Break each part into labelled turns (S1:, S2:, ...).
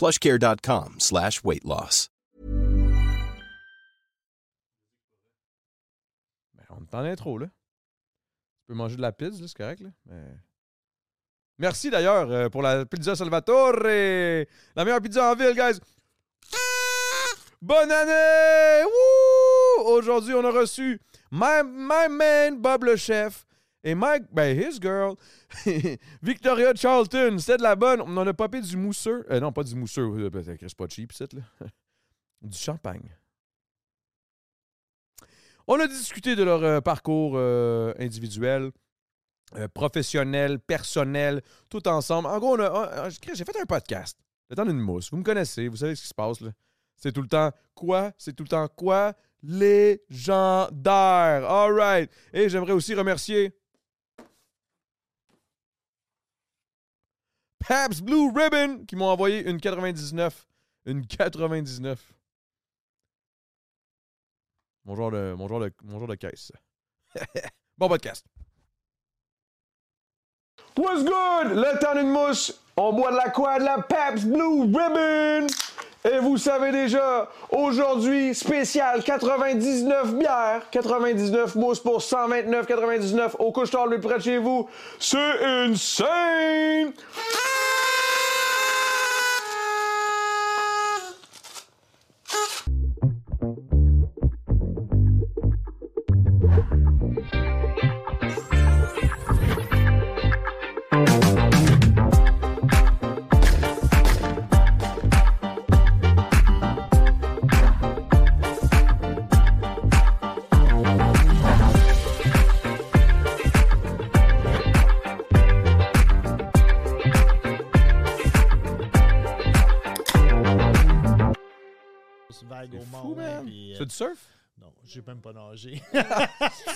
S1: plushcare.com slash weight loss.
S2: Ben, on est en intro, là. Tu peux manger de la pizza, là, c'est correct, là. mais- Merci d'ailleurs euh, pour la pizza Salvatore! La meilleure pizza en ville, guys! Bonne année! Wouh! Aujourd'hui, on a reçu my, my man Bob le chef et Mike, ben his girl, Victoria Charlton. C'était de la bonne. On en a popé du mousseux. Euh, non, pas du mousseux. euh, ben, C'est pas cheap, c'est là. du champagne. On a discuté de leur euh, parcours euh, individuel, euh, professionnel, personnel, tout ensemble. En gros, on a- on- on- j'ai fait un podcast. Le temps d'une mousse. Vous me connaissez, vous savez ce qui se passe. là. C'est tout le temps quoi? C'est tout le temps quoi? Légendaire. All right. Et j'aimerais aussi remercier Pabst Blue Ribbon qui m'ont envoyé une 99. Une 99. Mon genre de, mon genre de, mon genre de caisse. bon podcast. What's good? Le temps d'une mousse. On boit de la quoi? De la Pabst Blue Ribbon. Et vous savez déjà, aujourd'hui, spécial 99 bières, 99 mousses pour 129,99 au couche-tard le plus près de chez vous. C'est insane!
S3: grosse vague
S2: C'est
S3: au
S2: fou,
S3: monde.
S2: man.
S3: puis, euh,
S2: C'est du surf?
S3: Non, j'ai même pas nagé.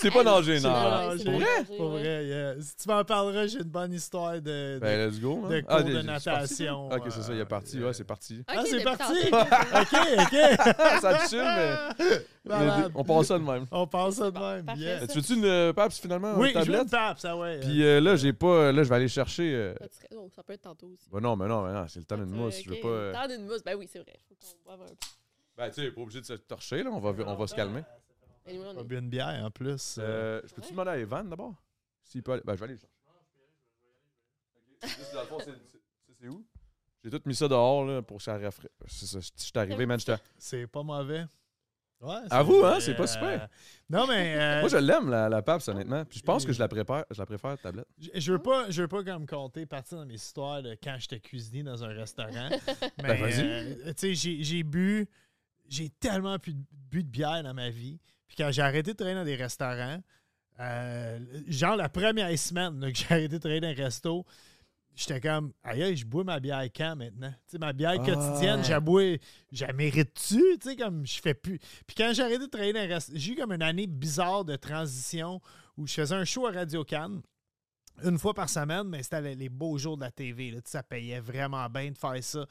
S2: C'est pas danger,
S3: J'ai pas
S2: non.
S3: nagé.
S2: Pour vrai?
S3: Pour vrai, yeah. Si tu m'en parleras, j'ai une bonne histoire de. de-
S2: Ben, let's go.
S3: de
S2: hein.
S3: cours
S2: Ah,
S3: de
S2: c'est parti, là?
S3: natation,
S2: Ok, c'est ça, il est
S3: euh,
S2: parti.
S3: euh,
S2: Ouais, c'est parti. Ah,
S3: ah,
S4: depuis
S3: c'est parti!
S4: tantôt.
S3: ok, ok.
S2: ça te chill, mais. mais
S3: Malade.
S2: On pense ça de même.
S3: On passe ça de
S4: Bon,
S3: même.
S4: parfait,
S3: yeah.
S4: ça.
S2: Tu veux-tu une euh, Pabst finalement?
S3: Oui,
S2: une
S3: je veux
S2: tablette?
S3: une tape, ça, ouais.
S2: Puis euh, là, j'ai pas. Là, je vais aller chercher. euh,
S4: Ça serait- oh, ça peut être tantôt aussi.
S2: Bah non, mais non, mais non, c'est le temps d'une mousse. Je veux pas. euh,
S4: Tant d'une mousse, ben oui, c'est vrai. Faut qu'on boive un peu.
S2: Ben, tu sais, pas obligé de se torcher, là. On va, on va se calmer.
S4: Anyway, on
S2: Ah,
S3: Euh, Pas
S4: est-
S3: bu une bière en plus.
S2: Euh, je peux-tu demander à Evan d'abord? S'il peut aller. Ben, je vais aller le chercher. Ok, c'est juste, dans le fond, c'est- c'est- c'est où? J'ai tout mis ça dehors, là, pour que ça rafraîchisse. C'est ça. Je suis arrivé, man. j'étais-
S3: C'est pas mauvais. Ouais.
S2: À
S3: c'est-
S2: vous, hein, c'est pas
S3: euh,
S2: super.
S3: Non, mais. euh,
S2: Moi, je l'aime, la, la Pabst, honnêtement. Puis je pense que je la prépare. Je la préfère, tablette.
S3: Je- Je veux pas, je veux pas comme compter partir dans mes histoires de quand j'étais cuisinier dans un restaurant. mais
S2: Ben, vas-y.
S3: euh, tu sais, j'ai, j'ai bu, j'ai tellement bu, bu de bière dans ma vie. Puis quand j'ai arrêté de travailler dans des restaurants, euh, genre la première semaine là, que j'ai arrêté de travailler dans un resto, j'étais comme aïe, aïe, je bois ma bière quand maintenant? Tu sais, ma
S2: Ah.
S3: bière quotidienne, j'ai bois, j'en mérite-tu? Tu sais, comme je fais plus. Puis quand j'ai arrêté de travailler dans un restaurant, j'ai eu comme une année bizarre de transition où je faisais un show à Radio Cannes une fois par semaine, mais c'était les, les beaux jours de la TV. Là, Tu sais, ça payait vraiment bien de faire ça.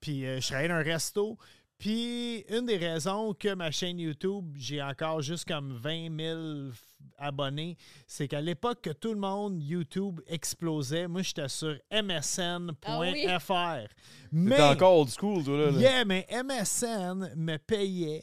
S3: Puis euh, je travaillais dans un resto. Puis, une des raisons que ma chaîne YouTube, j'ai encore juste comme 20 000 f- abonnés, c'est qu'à l'époque que tout le monde YouTube explosait, moi, j'étais sur msn.fr. Mais,
S2: T'es encore old school, toi, là. là.
S3: yeah, mais MSN me payait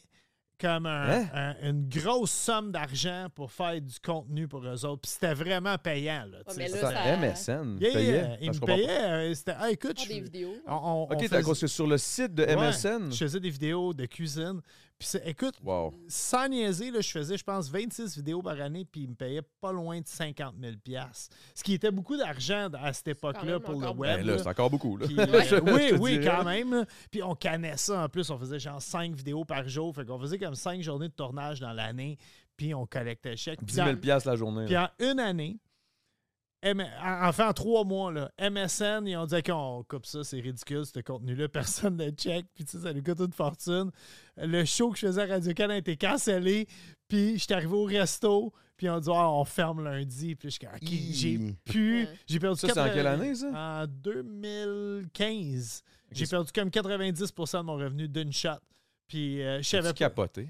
S3: comme un-
S2: Hein?
S3: un- une grosse somme d'argent pour faire du contenu pour eux autres. Puis c'était vraiment payant. Là, tu sais,
S4: mais là,
S3: c'était-
S2: Attends,
S4: ça-
S2: MSN.
S3: Yeah,
S2: payait,
S3: yeah,
S2: parce
S3: il
S2: qu'on
S3: me
S2: comprend-
S3: payait. euh, c'était, ah, écoute,
S4: Faire
S3: je-
S4: des vidéos.
S3: on- on- on
S2: Ok,
S3: faisait-
S2: t'as cause que sur le site de
S3: Ouais,
S2: MSN.
S3: Je faisais des vidéos de cuisine. Puis c'est- écoute,
S2: Wow.
S3: sans niaiser, là, je faisais, je pense, 26 vidéos par année, puis ils me payaient pas loin de 50 000 Ce qui était beaucoup d'argent à cette époque-là
S4: même
S3: pour le
S4: encore
S3: web.
S2: Ben là,
S3: là.
S2: c'est encore beaucoup, là.
S3: Puis, euh,
S2: Je- je
S3: oui,
S2: te
S3: oui,
S2: dirais.
S3: quand même. là. Puis on cannait ça en plus. On faisait genre 5 vidéos par jour. Fait qu'on faisait comme 5 journées de tournage dans l'année. Puis on collectait le chèque. Puis
S2: 10 000
S3: en-
S2: piastres la journée.
S3: puis
S2: là.
S3: en une année, M- en- enfin en trois mois, là, MSN, ils ont dit qu'on coupe ça, c'est ridicule, ce contenu-là, personne ne le check, puis tu sais, ça nous coûte une fortune. Le show que je faisais à Radio-Can a été cancellé, puis je suis arrivé au resto, puis on dit Ah, on ferme lundi, puis je suis comme, OK,
S2: Hi.
S3: j'ai pu, j'ai perdu
S2: Ça, c'est en
S3: 80
S2: quelle année, ça?
S3: En 2015. J'ai perdu comme 90% de mon revenu d'une shot. Puis euh, je savais
S2: Tu
S3: pas
S2: capoté.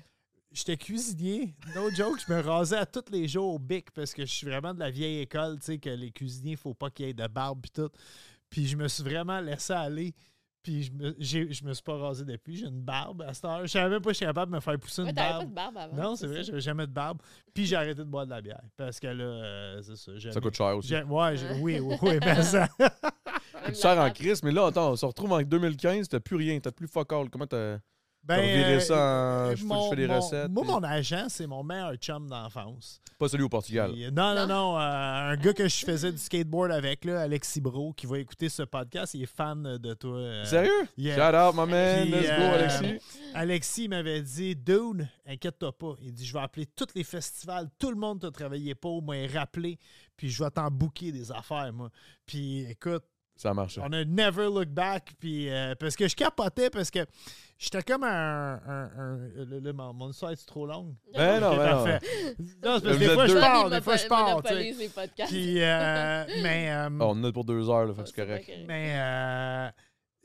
S3: j'étais cuisinier. No joke, je me rasais à tous les jours au bic parce que je suis vraiment de la vieille école, tu sais, que les cuisiniers, faut pas qu'ils aient de barbe puis tout. Puis je me suis vraiment laissé aller. Puis je me, j'ai- je me suis pas rasé depuis. J'ai une barbe à cette heure. Je savais même pas que j'étais capable de me faire pousser
S4: Ouais,
S3: une
S4: t'avais pas
S3: barbe.
S4: de barbe avant.
S3: Non, c'est vrai,
S4: ça.
S3: j'avais jamais de barbe. Puis j'ai arrêté de boire de la bière. Parce que là, euh, c'est ça. j'aimais-
S2: Ça coûte cher aussi.
S3: j'ai- Ouais, j'ai- oui, oui, oui, ben ça.
S4: Même
S2: Tu sers
S4: la
S2: en
S4: barbe.
S2: crise, mais là, attends, on se retrouve en 2015, t'as plus rien, t'as plus fuck all. Comment t'as.
S3: Ben,
S2: T'as reviré
S3: euh,
S2: ça en- je fais- je
S3: mon-
S2: fais des
S3: mon-
S2: recettes,
S3: Moi,
S2: puis-
S3: mon agent, c'est mon meilleur chum d'enfance.
S2: Pas celui au Portugal.
S3: Puis, euh, non, non, non. euh, un gars que je faisais du skateboard avec, là, Alex Bro, qui va écouter ce podcast, il est fan de toi. euh,
S2: Sérieux?
S3: yeah.
S2: Shout out, my man.
S3: Puis,
S2: Let's go,
S3: euh,
S2: Alexis.
S3: Alexis m'avait dit Dude, inquiète-toi pas. Il dit Je vais appeler tous les festivals, tout le monde t'a travaillé pour, moi, rappelé, puis je vais t'en bouquer des affaires, moi. Puis écoute,
S2: Ça marche.
S3: on a never look back. Puis, euh, parce que je capotais, parce que j'étais comme un. un- un- le, le- mon, mon histoire est trop longue.
S2: Ben non,
S3: Ok,
S2: ben non.
S3: parfait. Non, c'est parce que
S2: Vous êtes
S3: des fois, je
S2: deux.
S3: pars,
S4: Sam, il
S3: des fois, je pars. tu sais.
S4: monopolise les podcasts.
S3: Puis, euh, mais. euh,
S2: Ah, on en a pour deux heures, là, fait que c'est
S4: C'est
S2: correct.
S4: vrai que-
S3: mais euh,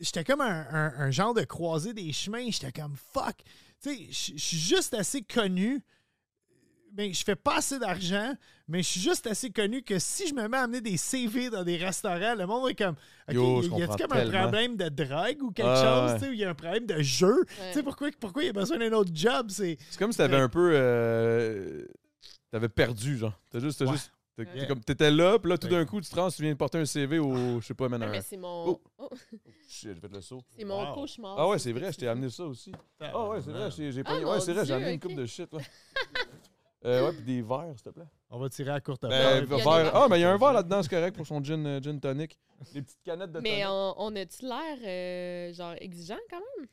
S3: j'étais comme un, un- un genre de croisé des chemins. J'étais comme fuck. Tu sais, je je suis juste assez connu. Mais je fais pas assez d'argent, mais je suis juste assez connu que si je me mets à amener des CV dans des restaurants, le monde est comme OK,
S2: Yo, je
S3: y a
S2: comprends
S3: comme
S2: tellement.
S3: un problème de drogue ou quelque
S2: Ah,
S3: chose,
S2: ouais.
S3: tu sais, ou il y a un problème de jeu. Tu sais pourquoi pourquoi il y a besoin d'un autre job, c'est
S2: C'est comme si t'avais un peu. euh, T'avais perdu, genre. T'as juste. t'as
S3: Ouais.
S2: juste t'es- t'es
S3: Yeah.
S2: comme- T'étais là, puis là, tout d'un coup, tu te rends, tu viens de porter un CV au. Je sais pas, man.
S4: Ah,
S2: un-
S4: mais c'est mon, oh,
S2: Shit, j'ai fait le saut.
S4: c'est mon
S3: Wow.
S4: cauchemar.
S2: Ah ouais, c'est vrai, je t'ai amené ça aussi.
S3: Ah,
S2: Ah ouais, c'est vrai, j'ai j'ai pogné.
S4: mon
S2: Ouais, c'est vrai, j'ai
S4: Dieu,
S2: amené une
S4: ok.
S2: coupe de shit, ouais. Euh, ouais, puis des verres, s'il te plaît.
S3: on va tirer à courte
S2: Ben,
S4: il
S3: table.
S4: y a des
S2: verre.
S4: verres.
S2: Ah, mais il y a un verre là-dedans, c'est correct pour son gin, euh, gin tonic. Des petites canettes de
S4: Mais
S2: tonic.
S4: on, on a-tu l'air euh, genre exigeant quand même?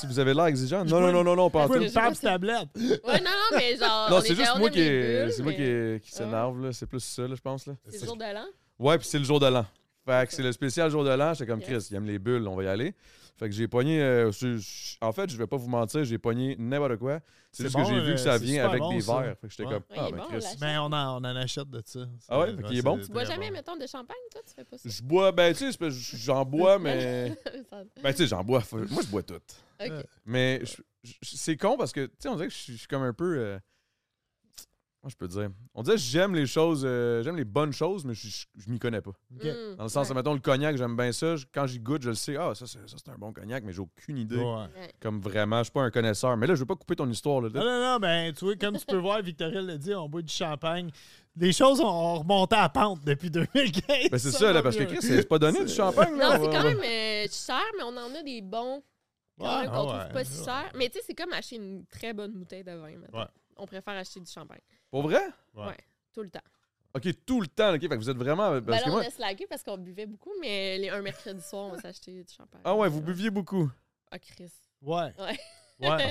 S2: Si vous avez l'air exigeant. Non, non, non, non, non, pas en
S3: Faut
S2: tout.
S3: une table tablette.
S4: Ouais, non, non, mais genre.
S2: Non,
S4: on
S2: c'est
S4: était
S2: juste
S4: hors
S2: moi
S4: de
S2: qui,
S4: mes
S2: est-
S4: bulles,
S2: c'est moi qui,
S4: mais Ah.
S2: est- qui s'énerve, là. C'est plus ça, Ah, là, je pense. Là.
S4: C'est le jour de l'an.
S2: Ouais, puis c'est le jour de l'an. Fait que c'est le spécial jour de l'an. J'étais comme Chris, il aime les bulles, on va y aller. Fait que j'ai pogné. euh, c'est- j- en fait, je vais pas vous mentir, j'ai pogné n'importe quoi.
S3: C'est
S2: C'est juste que
S3: bon,
S2: j'ai vu
S3: euh,
S2: que ça
S3: c'est
S2: vient
S3: super
S2: avec
S3: bon,
S2: des
S3: ça.
S2: verres. Fait que j'étais
S3: Ouais.
S2: comme,
S4: Ouais,
S2: ah,
S4: il est
S2: mais
S4: bon,
S2: Chris.
S4: l'achat.
S3: Mais on en, on en achète de ça.
S2: Ah ouais? Fait qu'il est bon?
S3: c'est
S2: Tu
S4: Tu bois
S3: très
S4: jamais,
S3: bon.
S4: mettons, de champagne, toi? Tu fais pas ça?
S2: Je bois, ben, tu sais, c'est parce que j'en bois, mais.
S4: Ça-
S2: Ben, tu sais, j'en bois. Faut- Moi, je bois tout.
S4: Ok.
S2: Mais je- je- c'est con parce que, tu sais, on dirait que je suis- je suis comme un peu. euh, Comment je peux dire? On dirait que j'aime les choses, euh, j'aime les bonnes choses, mais je, je, je m'y connais pas.
S3: Ok.
S2: Dans le sens,
S4: Ouais.
S2: mettons, le cognac, j'aime bien ça. Je- quand j'y goûte, je le sais. Ah, ça, c'est ça, c'est un bon cognac, mais j'ai aucune idée.
S3: Ouais.
S2: Comme vraiment, je suis pas un connaisseur. Mais là, je veux pas couper ton histoire. Là.
S3: Non, non, non, ben, tu vois, comme tu peux voir, Victoria l'a dit, on boit du champagne. Les choses ont, ont remonté à pente depuis 2015.
S2: Ben, c'est ça, là,
S3: va
S2: parce que
S3: mieux.
S2: Chris, c'est pas donné du champagne.
S4: Non,
S2: là.
S4: c'est
S2: On va-
S4: quand même euh, cher, mais on en a des bons quand
S3: Ouais,
S4: même, qu'on
S3: ouais,
S4: trouve pas si
S3: ouais.
S4: cher. Mais tu sais, c'est comme acheter une très bonne bouteille de vin. mettons.
S3: Ouais.
S4: On préfère acheter du champagne.
S2: Pour vrai?
S3: Ouais.
S4: Ouais, tout le temps.
S2: Ok, tout le temps. là, ok, fait que vous êtes vraiment. euh, Parce
S4: Ben là,
S2: que
S4: on
S2: moi...
S4: a slacké parce qu'on buvait beaucoup, mais les, un mercredi soir, on va s'acheter du champagne.
S2: Ah ouais, vous buviez beaucoup.
S4: Ah, Chris.
S3: Ouais.
S4: Ouais.
S2: Ah,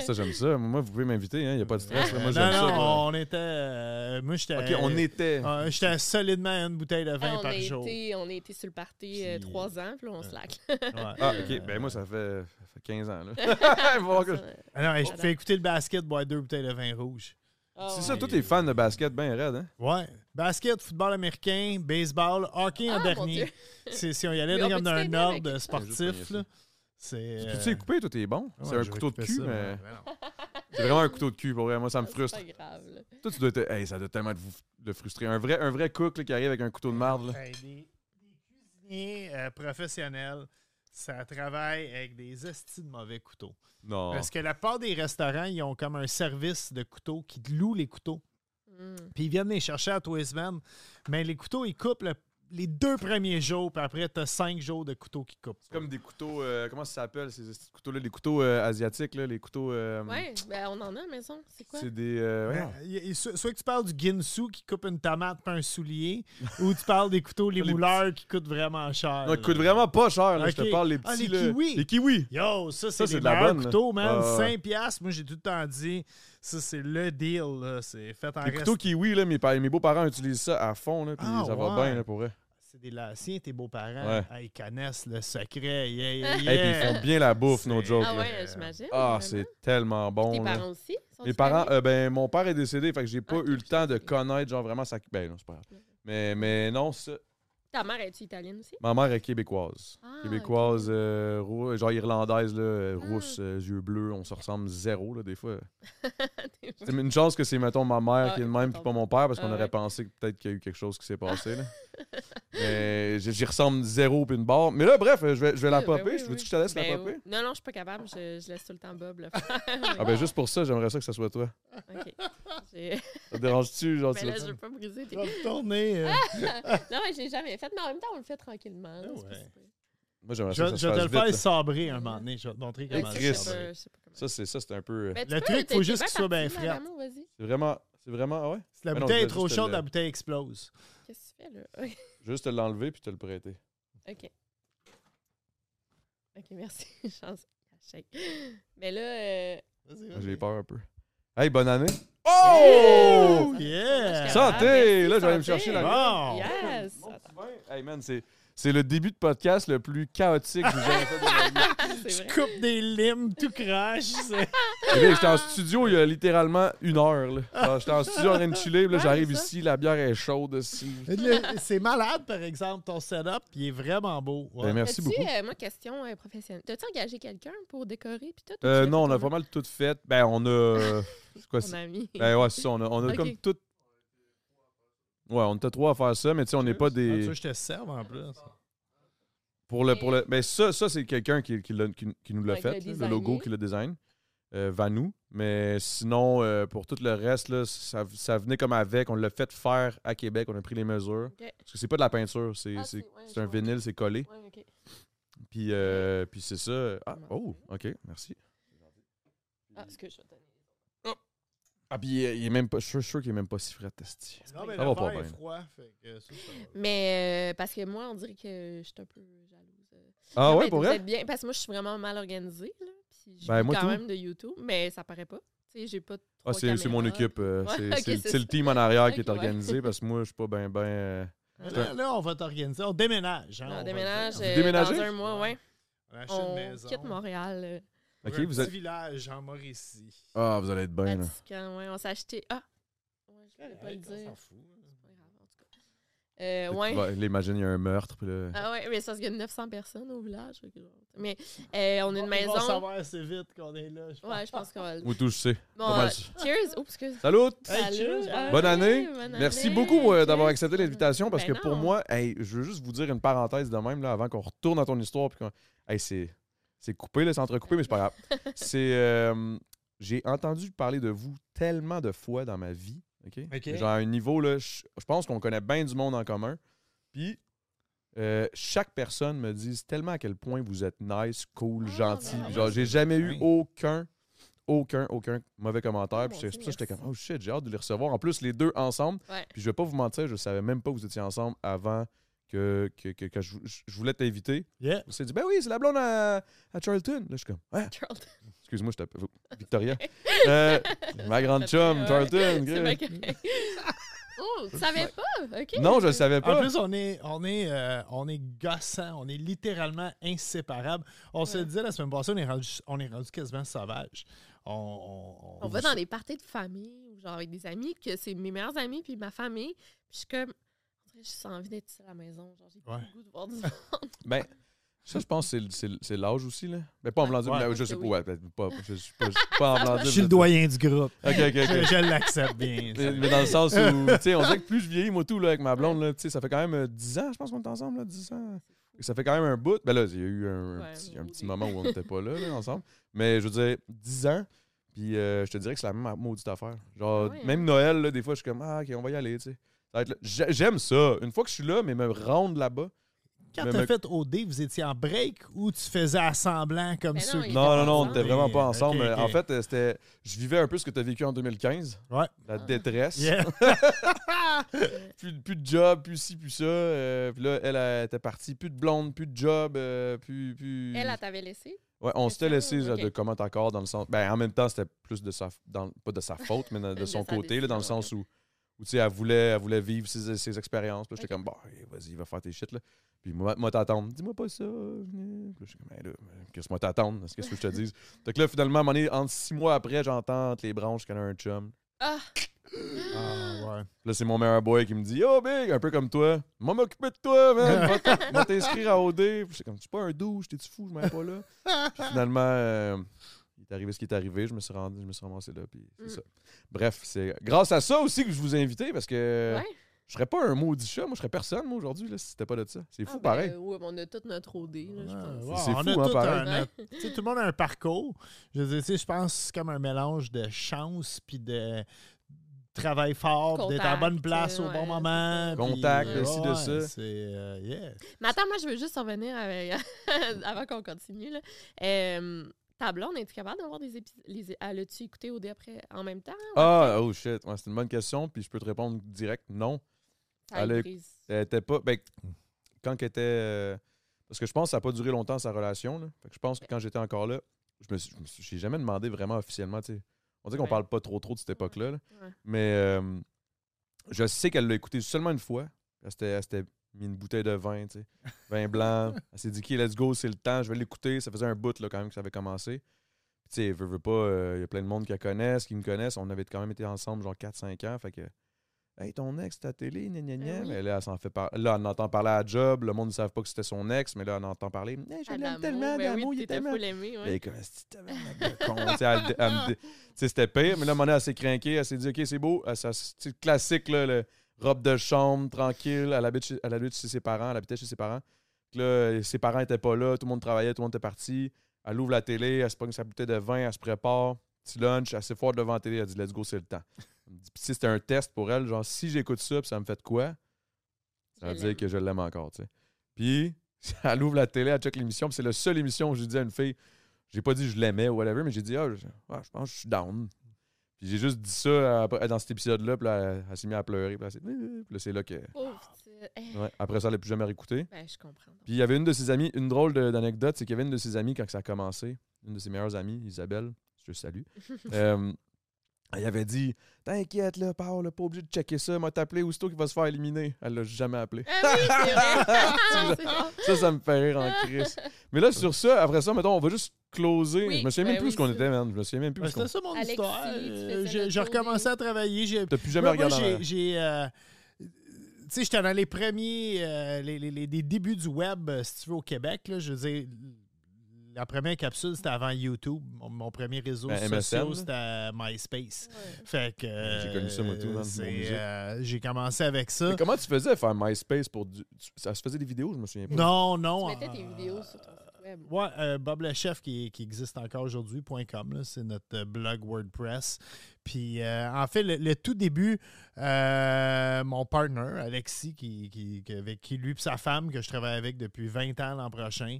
S2: ça, j'aime ça. Moi, vous pouvez m'inviter. hein. Il n'y a pas de stress. là. Moi,
S3: non,
S2: j'aime ça.
S3: non,
S2: moi.
S3: on était. euh, moi, j'étais.
S2: Ok, on était.
S3: euh, j'étais solidement à une bouteille de
S4: Ah,
S3: vin
S4: on,
S3: par
S4: a
S3: jour.
S4: été, on a été sur le party euh,
S3: Puis-
S4: trois ans, puis là, on slack.
S3: Ouais.
S2: Ah, ok. Ben, moi, ça fait, ça fait 15 ans. Là. Il va falloir Oh, que je-
S3: Ah non, hey, je te fais écouter le basket, boire deux bouteilles de vin rouge.
S4: Ah,
S2: C'est
S4: ouais.
S2: ça, toi, t'es fan de basket, ben raide, hein?
S3: Ouais. Basket, football américain, baseball, hockey en
S4: Ah, mon
S3: dernier.
S4: Dieu.
S3: C'est- Si on y allait
S4: Oui, on
S3: comme
S4: peut
S3: dans un
S4: t'aider avec
S3: ordre
S4: ça?
S3: sportif, là. C'est.
S2: Tu
S3: euh,
S2: sais couper, toi, t'es bon.
S3: ouais,
S2: c'est un
S3: je vais
S2: couteau de
S3: couper
S2: cul,
S3: ça,
S2: mais.
S3: ouais, ben non.
S2: C'est vraiment un couteau de cul, pour vrai. Moi, ça me frustre.
S4: Ah, C'est pas grave. là.
S2: Toi, tu dois te- hey, ça doit tellement te, le frustrer. Un vrai, un vrai cook là, qui arrive avec un couteau de marde. là.
S3: Hey, Ben, des, des cuisiniers euh, professionnels, ça travaille avec des estis de mauvais couteaux.
S2: Non.
S3: Parce que la part des restaurants, ils ont comme un service de couteaux qui te loue les couteaux.
S4: Hmm.
S3: Puis ils viennent les chercher à tous les semaines. Mais les couteaux, ils coupent le- les deux premiers jours, puis après, tu as cinq jours de couteaux qui coupent.
S2: C'est comme des couteaux. euh, comment ça s'appelle, ces petits couteaux-là Les couteaux euh, asiatiques, là, les couteaux. euh,
S4: Ouais, ben on en a à la maison. C'est quoi?
S2: C'est des. euh,
S3: Ben,
S2: voyons.
S3: y- y- soit soit que tu parles du Ginsu qui coupe une tomate pas un soulier, ou tu parles des couteaux, les
S2: Les
S3: mouleurs qui coûtent vraiment cher.
S2: Non, ils
S3: là.
S2: coûtent vraiment pas cher. là, Je
S3: Ok.
S2: te parle les petits.
S3: Ah, les
S2: là.
S3: kiwis.
S2: Les kiwis.
S3: Yo, ça, c'est
S2: Ça,
S3: les
S2: c'est de la
S3: meilleurs
S2: bonne, là.
S3: couteaux, man.
S2: Ah, ouais.
S3: 5 piastres. Moi, j'ai tout le temps dit, ça, c'est le deal. là. C'est fait en
S2: Les
S3: Ah, reste-
S2: couteaux kiwis, là, mes, pa- mes beaux-parents utilisent ça à fond, là, puis
S3: Ah,
S2: ça va
S3: ouais.
S2: bien, là, pour eux.
S3: C'est des lanciens, tes beaux-parents.
S2: Ouais.
S3: Ah, ils connaissent le secret. Yeah, yeah,
S2: Hey, puis
S3: yeah.
S2: ils font bien la bouffe, no
S3: C'est-
S2: joke.
S4: Ah
S2: là.
S4: ouais, j'imagine.
S2: Ah,
S4: vraiment.
S2: c'est tellement bon.
S4: Tes
S2: là.
S4: parents aussi? sont
S2: Mes
S4: italiens?
S2: parents, euh, ben, mon père est décédé, fait que j'ai pas
S4: Ok,
S2: eu le
S4: je
S2: temps de
S4: sais.
S2: connaître, genre vraiment ça. Ben non, c'est pas grave. Mais, mais non, ça. euh,
S4: Ta mère, est tu italienne aussi?
S2: Ma mère est québécoise.
S4: Ah,
S2: québécoise, euh, rou- genre irlandaise, là, euh,
S4: Ah.
S2: rousse, euh, yeux bleus, on se ressemble zéro, là, des fois.
S4: T'es
S2: C'est une chance que c'est, mettons, ma mère
S4: Ah,
S2: qui est de
S4: c'est
S2: même, puis
S4: ton
S2: pas mon père, parce
S4: Ah
S2: qu'on aurait
S4: ouais.
S2: pensé que peut-être qu'il y a eu quelque chose qui s'est passé, là. Mais j- j'y ressemble zéro, puis une barre. Mais là, bref, euh, je vais, je vais la
S4: Ah, ben
S2: popper.
S4: oui,
S2: je
S4: oui.
S2: veux-tu que je te laisse la
S4: Ben
S2: popper?
S4: oui. Non, non, je suis pas capable. Je, je laisse tout le temps Bob le faire.
S2: Ah, ben juste pour ça, j'aimerais ça que ça soit toi.
S4: OK. J'ai-
S2: Ça te dérange-tu, genre,
S4: Mais
S2: tu
S4: Ben là,
S2: l'as-
S4: je veux pas briser tes...
S3: Ils vont tourner, euh.
S4: Non, mais j'ai jamais fait, mais en même temps, on le fait tranquillement. là,
S3: Ah
S4: c'est pas
S3: ouais.
S4: si pire.
S2: Eh, Moi, j'aimerais
S3: Je
S2: ça.
S3: vais
S2: que
S3: je
S2: ça
S3: vais
S2: se
S3: te
S2: fasse
S3: le
S2: vite,
S3: faire
S2: là.
S3: sabrer un moment donné. Je vais te montrer
S2: Hey,
S3: comment
S2: Chris.
S3: le
S4: Je Ben, sais
S3: sabrer.
S4: pas- je sais pas comment.
S2: Ça, c'est ça, c'est un peu. euh,
S4: Ben, tu
S3: Le
S4: peux,
S3: truc,
S4: t'es-
S3: faut
S4: t'es
S3: juste qu'il soit bien
S4: parti,
S3: frette.
S4: Maman, vas-y.
S2: C'est vraiment. C'est vraiment. Ah ouais?
S3: Si la
S2: Ben non,
S3: bouteille
S2: je
S3: est
S2: vais
S3: trop
S2: juste
S3: chaude,
S2: le-
S3: la bouteille explose.
S4: Qu'est-ce que tu fais, là?
S2: Juste te l'enlever puis te le prêter.
S4: OK. OK, merci. Chance. Shake. Mais là... euh,
S2: Ah, J'ai peur un peu. Hey, bonne année.
S3: Oh!
S4: je
S3: Yeah!
S4: suis capable.
S2: Ça- Santé!
S4: Merci,
S2: Là, je vais aller
S4: santé.
S2: me chercher la-
S3: Bon!
S4: Yes!
S2: Hey man, c'est c'est le début de podcast le plus chaotique que j'ai jamais fait de ma vie.
S3: Je
S4: C'est vrai.
S3: coupe des limes, tout crache. c'est-
S2: Et là, J'étais en studio il y a littéralement une heure. là. Alors, J'étais en studio en train de chiller, puis là,
S4: Ouais,
S2: j'arrive
S4: c'est ça.
S2: ici, la bière est chaude. si-
S3: Le- C'est malade, par exemple, ton setup. Il est vraiment beau. Ouais.
S2: Ben, merci
S4: T'as-tu,
S2: beaucoup.
S4: euh, moi, question euh, professionnelle. T'as-tu engagé quelqu'un pour décorer? Puis tout, ou tu
S2: Euh,
S4: l'as
S2: non, on
S4: fait
S2: a
S4: toi-même?
S2: pas mal tout fait. Ben on a. C'est quoi
S4: Ton
S2: c'est-
S4: ami.
S2: Ben ouais, c'est ça, on a, on a
S4: Ok.
S2: comme tout. Ouais, on était trois à faire ça, mais tu sais, on n'est pas
S3: Ah, tu
S2: des.
S3: veux que je te serve en plus.
S2: Pour le, pour le, ben ça, ça c'est quelqu'un qui, qui, l'a- qui- qui nous l'a
S4: Ouais, qui l'a
S2: fait, là, le
S4: designé.
S2: logo qui le design, euh, Vanou. Mais sinon, euh, pour tout le reste, là, ça, ça venait comme avec. On l'a fait faire à Québec, on a pris les mesures.
S4: Ok.
S2: Parce que c'est pas de la peinture, c'est
S4: Ah,
S2: c'est-
S4: c'est- ouais,
S2: c'est
S4: je
S2: un
S4: vois.
S2: vinyle, c'est collé.
S4: Ouais, ok.
S2: Puis, euh, puis c'est ça. Ah, oh, ok, merci.
S4: Ah, ce que je vais te donner.
S2: Ah, puis il est- il est même pas, je suis sûr qu'il est même pas si frais, esti.
S3: Non, mais
S2: Ça
S3: le
S2: va pas
S3: verre est
S2: bien.
S3: froid. fait que ça, ça va.
S4: Mais euh, parce que moi, on dirait que je suis un peu jalouse. euh.
S2: Ah
S4: Non,
S2: ouais,
S4: mais
S2: pour
S4: vous
S2: vrai?
S4: êtes bien, parce que moi, je suis vraiment mal organisée. Là, puis je
S2: Ben,
S4: vis
S2: moi,
S4: quand
S2: tout.
S4: même de YouTube, mais ça paraît pas. Tu sais, j'ai pas
S2: Ah,
S4: trois
S2: c'est c'est mon
S4: caméras.
S2: équipe. euh,
S4: Ouais,
S2: c'est
S4: ok,
S2: c'est-
S4: c'est
S2: c'est le
S4: ça.
S2: team en arrière qui
S4: Ok,
S2: est
S4: ouais.
S2: organisé parce que moi, je suis pas ben, ben. euh,
S3: Mais Là, là, on va t'organiser. On déménage.
S2: Ah,
S3: hein,
S4: On
S3: va
S4: déménage
S3: le
S2: Vous
S3: faire.
S4: euh,
S2: déménagez?
S4: dans un mois, ouais.
S3: On achète une
S4: On
S3: maison.
S4: quitte Montréal. euh,
S3: Pour
S2: Ok,
S3: un
S2: vous
S3: petit
S2: êtes.
S3: village en Mauricie.
S2: Ah, vous allez être bien, là.
S4: Vatican, ouais. On s'est acheté. Ah! Ouais, je voulais pas le
S3: Hey, on
S4: dire.
S3: s'en fout.
S4: C'est pas grave, en tout cas. Euh,
S2: Tu
S4: ouais.
S2: vas- Là, imagine, il y a un meurtre. Puis là...
S4: Ah ouais, mais c'est parce qu'il y a 900 personnes au village. fait que genre- Mais euh, on a une
S3: On va
S4: maison.
S3: savoir assez vite qu'on est là. Je pense.
S4: Ouais, je pense qu'on va le
S2: Moi, tout, je sais.
S4: Bon,
S2: Pas mal
S4: euh,
S2: ça.
S4: cheers! Oh, parce que...
S2: Salut!
S3: Hey,
S4: Salut!
S3: cheers, bonne
S4: Ah,
S2: Bonne
S4: ouais,
S2: année!
S4: bonne
S2: Merci
S4: année.
S2: beaucoup euh, d'avoir
S4: Cheers.
S2: accepté l'invitation parce
S4: Ben
S2: que
S4: non.
S2: pour moi, hey, je veux juste vous dire une parenthèse de même là, avant qu'on retourne à ton histoire. Puis qu'on- hey, c'est, c'est coupé, là, c'est entrecoupé, mais c'est pas grave. C'est, euh, j'ai entendu parler de vous tellement de fois dans ma vie. OK?
S3: OK.
S2: Genre à un niveau, là, je je pense qu'on connaît bien du monde en commun. Puis euh, chaque personne me dit tellement à quel point vous êtes nice, cool,
S4: Ah,
S2: gentil.
S4: ben
S2: Puis
S4: ouais,
S2: genre, j'ai jamais eu
S3: fin.
S2: aucun aucun, aucun mauvais commentaire.
S4: Oh,
S2: Puis
S4: mon
S2: c'est
S4: Dieu,
S2: pour ça que j'étais comme,
S4: merci.
S2: oh shit, j'ai hâte de les recevoir. En plus, les deux ensemble.
S4: Ouais.
S2: Puis je vais pas vous mentir, je savais même pas que vous étiez ensemble avant que, que, que- que je, je- je voulais t'inviter.
S3: Yeah.
S2: On s'est dit, ben oui, c'est la blonde à, à Charlton. Là, je suis comme, ah,
S4: Charlton.
S2: excuse-moi, je t'appelle Victoria. Euh, ma grande chum,
S4: Ouais.
S2: Charlton.
S4: C'est
S2: gars.
S4: bien correct. oh, tu savais pas? OK.
S2: Non, je le savais
S3: En
S2: pas.
S3: plus, on est, on est, euh, on est gossant, on est littéralement inséparables. On se disait la semaine passée, on est rendu, on est rendu quasiment sauvage. On, on- on-
S4: On va dans des parties de famille, ou genre avec des amis, que c'est mes meilleurs amis, puis ma famille. Puis je suis comme, on dirait que j'ai juste envie d'être seule à la maison. Genre, j'ai pas
S3: Ouais.
S4: le goût de voir du monde.
S2: Ben, Ça, je pense que c'est le- c'est le- c'est l'âge aussi, là. Mais pas en blanc
S3: Ouais,
S2: je
S4: que
S2: sais pas.
S4: oui.
S2: Ouais, peut-être pas, je sais pas, je suis pas en blanc
S3: Je suis le doyen du groupe.
S2: Ok, ok,
S3: Je,
S2: ok.
S3: je l'accepte bien. ça.
S2: Mais mais dans le sens où, tu sais, on dirait que plus je vieillis, moi, tout, là, avec ma blonde, là, tu sais, ça fait quand même euh, 10 ans, je pense qu'on est ensemble, là, 10 ans. Et ça fait quand même un bout. Ben là, il y a eu un, un
S4: Ouais,
S2: petit,
S4: au
S2: un petit
S4: début.
S2: moment où on n'était pas là, là, ensemble. Mais je veux dire, 10 ans, puis euh, je te dirais que c'est la même maudite affaire. Genre,
S4: Ah ouais,
S2: même Noël, là, des fois, je suis comme, ah, ok, on va y aller, tu sais. Ça va être là. J'ai- J'aime ça. Une fois que je suis là, mais me rendre là-bas.
S3: Quand
S2: mais-
S3: t'as
S2: mais-
S3: fait OD, vous étiez en break ou tu faisais à semblant comme
S4: Mais
S3: ceux
S4: non,
S3: qui
S4: il
S2: Non,
S4: était
S2: non, non, on
S4: ensemble.
S2: n'était vraiment pas
S3: Ok,
S2: ensemble.
S3: ok.
S2: En fait, euh, c'était, je vivais un peu ce que tu as vécu en 2015,
S3: Ouais.
S4: Ah.
S2: la détresse.
S3: Yeah.
S2: plus, plus de job, plus ci, plus ça. euh, puis là, elle, elle était partie. Plus de blonde, plus de job, euh, plus. plus...
S4: Elle, elle t'avait laissé.
S2: Ouais, on s'était
S4: ça,
S2: laissé genre,
S4: ok.
S2: de comment encore dans le sens. Ben, en même temps, c'était plus de sa. Dans, pas de sa faute, mais de, de
S4: De
S2: son
S4: sa
S2: côté, là, dans le
S4: décision,
S2: sens où, où tu sais, elle voulait, elle voulait vivre ses, ses expériences. Puis là, j'étais
S4: Ok.
S2: comme, bah, eh, vas-y, va faire tes shit, là. Puis moi, moi t'attendre. Dis-moi pas ça. euh. Puis là, je suis comme, Ben là, qu'est-ce que moi t'attendre? Qu'est-ce que je te dise? Fait que là, finalement, à un moment donné, entre six mois après, j'entends entre les branches qu'elle a un chum.
S4: Ah!
S3: Ah, ouais.
S2: Puis Là, c'est mon meilleur boy qui me dit Yo, Big, un peu comme toi. Moi, m'occuper de toi, man. Va t- Va t'inscrire à OD. Puis j'étais comme, tu pas un douche, t'es-tu fou, je m'en vais pas là. Puis finalement, euh, il est arrivé ce qui est arrivé. Je me suis rendu, je me suis ramassé là. Puis c'est
S4: Mm.
S2: ça. Bref, c'est grâce à ça aussi que je vous ai invité parce que
S4: Ouais.
S2: je serais pas un maudit chat. Moi, je serais personne, moi, aujourd'hui, là, si c'était pas de ça. C'est
S4: Ah,
S2: fou,
S4: ben,
S2: pareil.
S4: ouais, on a toute notre OD, là, je pense.
S3: Ouais,
S2: C'est
S3: on
S2: fou,
S3: a
S2: hein,
S3: tout
S2: pareil.
S3: un- un- tu sais, tout le monde a un parcours. Je veux dire, tu sais, je pense que c'est comme un mélange de chance puis de travail fort, puis d'être à la bonne
S4: Contact, euh,
S3: place au
S4: ouais,
S3: bon
S4: c'est
S3: moment.
S4: ça.
S3: puis- euh,
S2: Contact,
S3: ouais,
S2: ci, de ça.
S3: C'est, euh, yeah.
S4: Mais attends, moi, je veux juste revenir avec... avant qu'on continue. Là. Euh, ta blonde, es-tu capable d'avoir des épisodes? Les... Ah, L'as-tu écouté au dé après en même temps?
S2: Ah, oh shit. Ouais, c'est une bonne question. Puis je peux te répondre direct non.
S4: Ça a
S2: elle a-
S4: prise.
S2: Elle était pas. Ben, quand qu'elle était. euh, parce que je pense que ça n'a pas duré longtemps sa relation. là. Fait que je pense que quand j'étais encore là, je me suis, je me suis- j'ai jamais demandé vraiment officiellement. tu sais. On dirait qu'on
S4: Ouais.
S2: parle pas trop trop de cette époque-là. là.
S4: Ouais.
S2: Mais euh, je sais qu'elle l'a écouté seulement une fois. Elle s'était, elle s'était mis une bouteille de vin, tu sais, vin blanc. Elle s'est dit, OK, let's go, c'est le temps, je vais l'écouter. Ça faisait un bout là, quand même que ça avait commencé. Puis, tu sais, veux, veux pas, euh, il y a plein de monde qui la connaissent, qui me connaissent. On avait quand même été ensemble genre 4-5 ans. Fait que, hey, ton ex, ta télé, gna gna gna.
S4: Ben oui.
S2: Mais là, elle s'en fait par... Là, on entend parler à la job. Le monde ne savait pas que c'était son ex, mais là, on entend parler. Hey, je
S4: À
S2: l'aime
S4: l'amour,
S2: tellement,
S4: ben
S2: d'amour,
S4: oui,
S2: il est
S4: t'étais
S2: tellement.
S4: full aimé,
S2: Elle
S4: ouais.
S2: est comme, Asti, tabarnak de con. Tu sais, elle dé- elle me dé- tu sais, c'était pire, mais là, à un moment donné, elle s'est craquée, elle s'est dit, OK, c'est beau. Elle s'est- C'est le classique, là, le robe de chambre, tranquille. Elle habite chez, elle habite chez ses parents, elle habitait chez ses parents. Puis là, ses parents n'étaient pas là, tout le monde travaillait, tout le monde était parti. Elle ouvre la télé, elle se pogne sa bouteille de vin, elle se prépare, petit lunch, elle s'est forte devant la télé, elle dit, let's go, c'est le temps. Elle me dit, Puis si c'était un test pour elle, genre, si j'écoute ça, puis ça me fait de quoi? Ça veut
S4: Je
S2: dire que je l'aime encore, tu sais. Puis, elle ouvre la télé, elle check l'émission, puis c'est la seule émission où j'ai dit à une fille, j'ai pas dit je l'aimais ou whatever, mais j'ai dit, ah, je, ah, je pense que je suis down. Puis j'ai juste dit ça après- dans cet épisode-là, puis là, elle, elle s'est mise à pleurer, puis là, c'est- puis là, c'est là que.
S3: Ah.
S4: Pauvre petite. Eh,
S2: Ouais. Après ça, elle n'a plus jamais réécouté.
S4: Ben, je comprends. donc.
S2: Puis il y avait une de ses amies, une drôle de- d'anecdote, c'est qu'il y avait une de ses amies quand ça a commencé, une de ses meilleures amies, Isabelle, je te salue. euh, elle avait dit T'inquiète, là, Paul, là, pas obligé de checker ça, m'a t'appelé aussitôt qu'il va se faire éliminer. Elle l'a jamais appelé.
S4: Ah oui, c'est vrai. C'est bon.
S2: Ça, ça me fait rire en crise. Mais là, sur ça, après ça, mettons, on va juste closer.
S4: Oui,
S2: je me souviens même
S4: ben
S2: plus
S4: oui,
S2: où qu'on
S4: ça.
S2: était, man. Je me souviens même plus où
S3: Ben,
S2: qu'on
S3: c'était ça mon
S4: Alexis,
S3: histoire.
S4: tu
S3: Euh,
S4: faisais
S3: J'ai
S4: le
S3: j'ai
S4: tour des-
S3: recommencé à travailler. J'ai
S2: T'as plus jamais
S3: Moi, moi,
S2: regardé en
S3: j'ai-
S2: arrière.
S3: j'ai. euh, tu sais, j'étais dans les premiers, euh, les, les- les- les débuts du web, euh, si tu veux, au Québec. là. je veux dire, la première capsule, c'était avant YouTube. Mon, mon premier réseau
S2: Ben, MSN,
S3: social,
S2: là.
S3: c'était MySpace. Fait que.
S2: J'ai connu ça, moi, tout,
S3: euh,
S2: man,
S3: c'est,
S2: mon musique.
S3: euh, J'ai commencé avec ça.
S2: Mais comment tu faisais à faire MySpace pour. du- tu- Ça se faisait des vidéos, je me souviens pas.
S3: Non, non.
S4: Tu mettais tes
S3: euh,
S4: vidéos sur ton site web.
S3: Ouais, euh, Bob le Chef qui, qui existe encore aujourd'hui, .com, là, c'est notre euh, blog WordPress. Puis euh, en fait, le, le tout début, euh, mon partner, Alexis, qui, qui- qui- avec qui lui et sa femme, que je travaille avec depuis 20 ans l'an prochain. euh,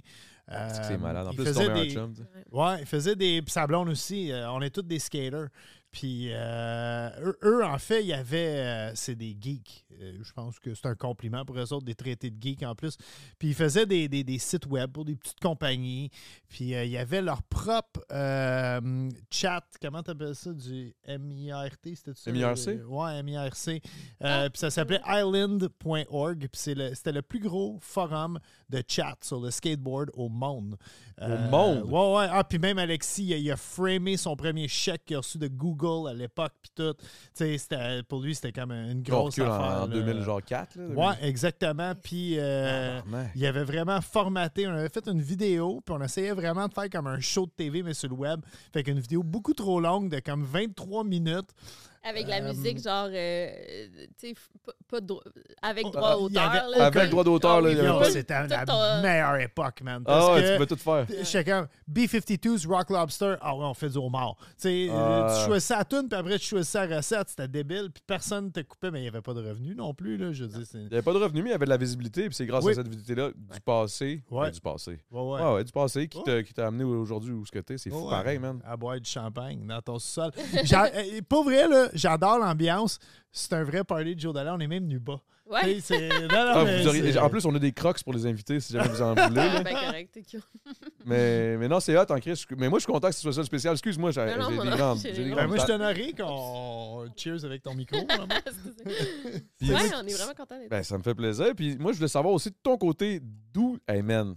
S2: Ah, C'est que c'est malade. En
S3: il
S2: plus, c'est ton
S3: faisait
S2: meilleur
S3: des-
S2: chum. tu sais.
S3: Ouais, il faisait des. Puis sa blonde aussi. euh, on est tous des skaters. Puis euh, eux, eux, en fait, il y avait. euh, c'est des geeks. Euh, je pense que c'est un compliment pour eux autres, des traités de geeks en plus. Puis ils faisaient des, des- des sites web pour des petites compagnies. Puis euh, il y avait leur propre euh, chat. Comment t'appelles ça Du MIRT, c'était ça?
S2: MIRC?
S3: Euh, ouais, MIRC. Euh,
S2: Ah.
S3: Puis ça s'appelait island.org. Puis c'est le- c'était le plus gros forum de chat sur le skateboard au monde. Euh,
S2: monde?
S3: Ouais, ouais. Ah, puis même Alexis, il a, il a framé son premier chèque qu'il a reçu de Google à l'époque. Puis tout. Tu sais, c'était- pour lui, c'était comme une
S2: On
S3: grosse
S2: recule en,
S3: affaire.
S2: en
S3: là.
S2: 2004. Là,
S3: Ouais, exactement. Puis euh,
S2: Tabarnak.
S3: il avait vraiment formaté. On avait fait une vidéo, puis on essayait vraiment de faire comme un show de TV, mais sur le web. Fait qu'une vidéo beaucoup trop longue de comme 23 minutes.
S4: Avec la
S3: Euh,
S4: musique, genre, euh, tu sais, f- pas- pas de dro- avec
S3: Oh,
S4: droit à
S3: euh, il y
S4: auteur.
S3: avait
S4: là,
S2: Avec
S4: comme-
S2: droit d'auteur,
S4: Ah
S2: là,
S4: oui,
S2: il y avait
S3: Yo,
S2: pas-
S4: tout-
S3: C'était
S4: tout,
S3: la
S4: euh,
S3: meilleure époque, man. Parce
S2: Ah ouais,
S3: que-
S2: tu peux tout faire.
S3: J'étais comme B-52's Rock Lobster. Ah ouais, on fait du homard. Tu sais, euh,
S2: Ah.
S3: tu choisissais la tune, puis après tu choisissais la recette. C'était débile, puis personne te coupait, mais il n'y avait pas de revenus non plus. Là, je dis, c'est...
S2: Il n'y avait pas de revenus, mais il y avait de la visibilité. Puis c'est grâce
S3: Oui.
S2: à cette visibilité-là du passé.
S3: Ouais.
S2: ben, du passé.
S3: Ouais, ouais.
S2: Ah ouais, du passé qui t'a qui t'a amené aujourd'hui où ce que t'es. C'est fou
S3: Ouais.
S2: pareil, man.
S3: À boire du champagne dans ton sol. Pour vrai, là, j'adore l'ambiance. C'est un vrai party de jour d'aller. On est même nu bas.
S4: Ouais.
S3: Tu sais, c'est- non, non,
S2: Ah,
S3: mais
S2: vous auriez-
S3: c'est- euh,
S2: en plus, on a des crocs pour les invités si jamais vous en voulez. là.
S4: Ah, ben correct, t'es cute.
S2: mais, mais non, c'est hot en crise. Mais moi, je suis content que ce soit ça le spécial. Excuse-moi,
S4: Non,
S2: j'ai
S4: non,
S2: Ben, j'ai
S4: moi
S2: des
S4: non,
S2: grandes.
S4: j'ai
S2: j'ai
S4: des
S2: des
S4: grandes.
S3: Ben,
S2: grandes
S3: moi, je
S2: pattes.
S3: t'honorerais qu'on cheers avec ton micro. vraiment.
S2: Puis-
S4: ouais, on est vraiment content d'être
S2: Ben, ça me fait plaisir. Puis moi, je voulais savoir aussi de ton côté d'où. Hey man,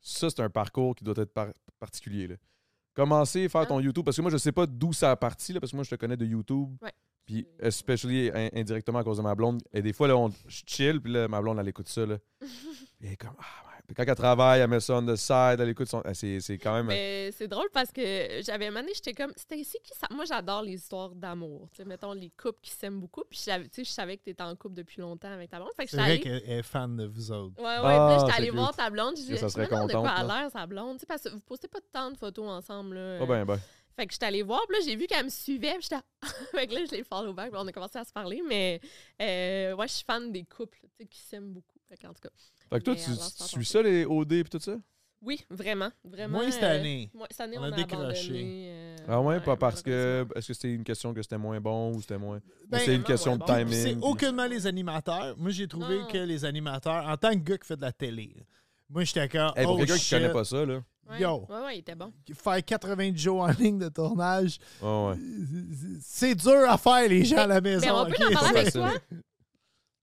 S2: ça, c'est un parcours qui doit être par- particulier. Là. Commencer
S4: Ah.
S2: à faire ton YouTube, parce que moi, je sais pas d'où ça a parti, là, parce que moi, je te connais de YouTube.
S4: Ouais.
S2: Puis, especially in- indirectement à cause de ma blonde. Et des fois, là, on, je chill, puis là, ma blonde, elle écoute ça. Là. Et elle est comme, ah ouais. Puis quand elle travaille, elle met ça on the side, elle écoute son. ah, C'est c'est quand même.
S4: Mais c'est drôle parce que j'avais mané, j'étais comme c'était ici qui ça. Moi j'adore les histoires d'amour, tu sais mettons les couples qui s'aiment beaucoup puis je savais- tu sais, je savais que tu étais en couple depuis longtemps avec ta blonde. Fait que
S3: C'est
S4: j'étais
S3: vrai
S4: allée
S3: qu'elle est fan de vous autres.
S4: Ouais, ouais,
S2: Ah,
S4: puis là, j'étais
S2: c'est
S4: allée voir
S2: cute.
S4: ta blonde, je
S2: Que ça
S4: disais,
S2: serait
S4: je me demande de quoi
S2: contente,
S4: a
S2: là.
S4: l'air sa blonde, tu sais, parce que vous postez pas tant de photos ensemble, là.
S2: Ah ben, ben.
S4: Fait que j'étais allée voir, puis là, j'ai vu qu'elle me suivait, puis j'étais. fait que là, je l'ai follow back, puis on a commencé à se parler, mais euh, ouais, je suis fan des couples, tu sais, qui s'aiment beaucoup. Fait qu'en tout cas,
S2: Fait que toi,
S4: Mais
S2: tu,
S4: alors,
S2: tu
S4: c'est
S2: suis
S4: parti.
S2: ça, les OD, puis tout ça?
S4: oui, vraiment, vraiment.
S3: Moins cette année.
S4: moi, cette année,
S3: On
S4: on,
S3: a
S4: a,
S3: décroché.
S4: abandonné, euh,
S2: Ah ouais, pas parce
S4: malheureusement.
S2: que. Est-ce que c'était une question que c'était moins bon ou c'était moins.
S3: Ben,
S2: ou c'est une question de
S4: moins bon.
S2: timing?
S3: C'est
S2: puis-
S3: aucunement les animateurs. Moi, j'ai trouvé
S4: Non.
S3: que les animateurs, en tant que gars qui fait de la télé, là, moi, j'étais comme.
S2: Hey, Eh, pour
S3: oh,
S2: quelqu'un qui
S3: shit.
S2: connaît pas ça, là.
S4: Ouais.
S3: Yo.
S4: Ouais, ouais, il était bon.
S3: Faire 80 jours en ligne de tournage,
S2: Ah Ouais, ouais.
S3: c'est dur à faire, les gens à la maison.
S4: Mais Ben, on peut
S3: ok?
S4: en parler avec
S2: C'est
S4: toi?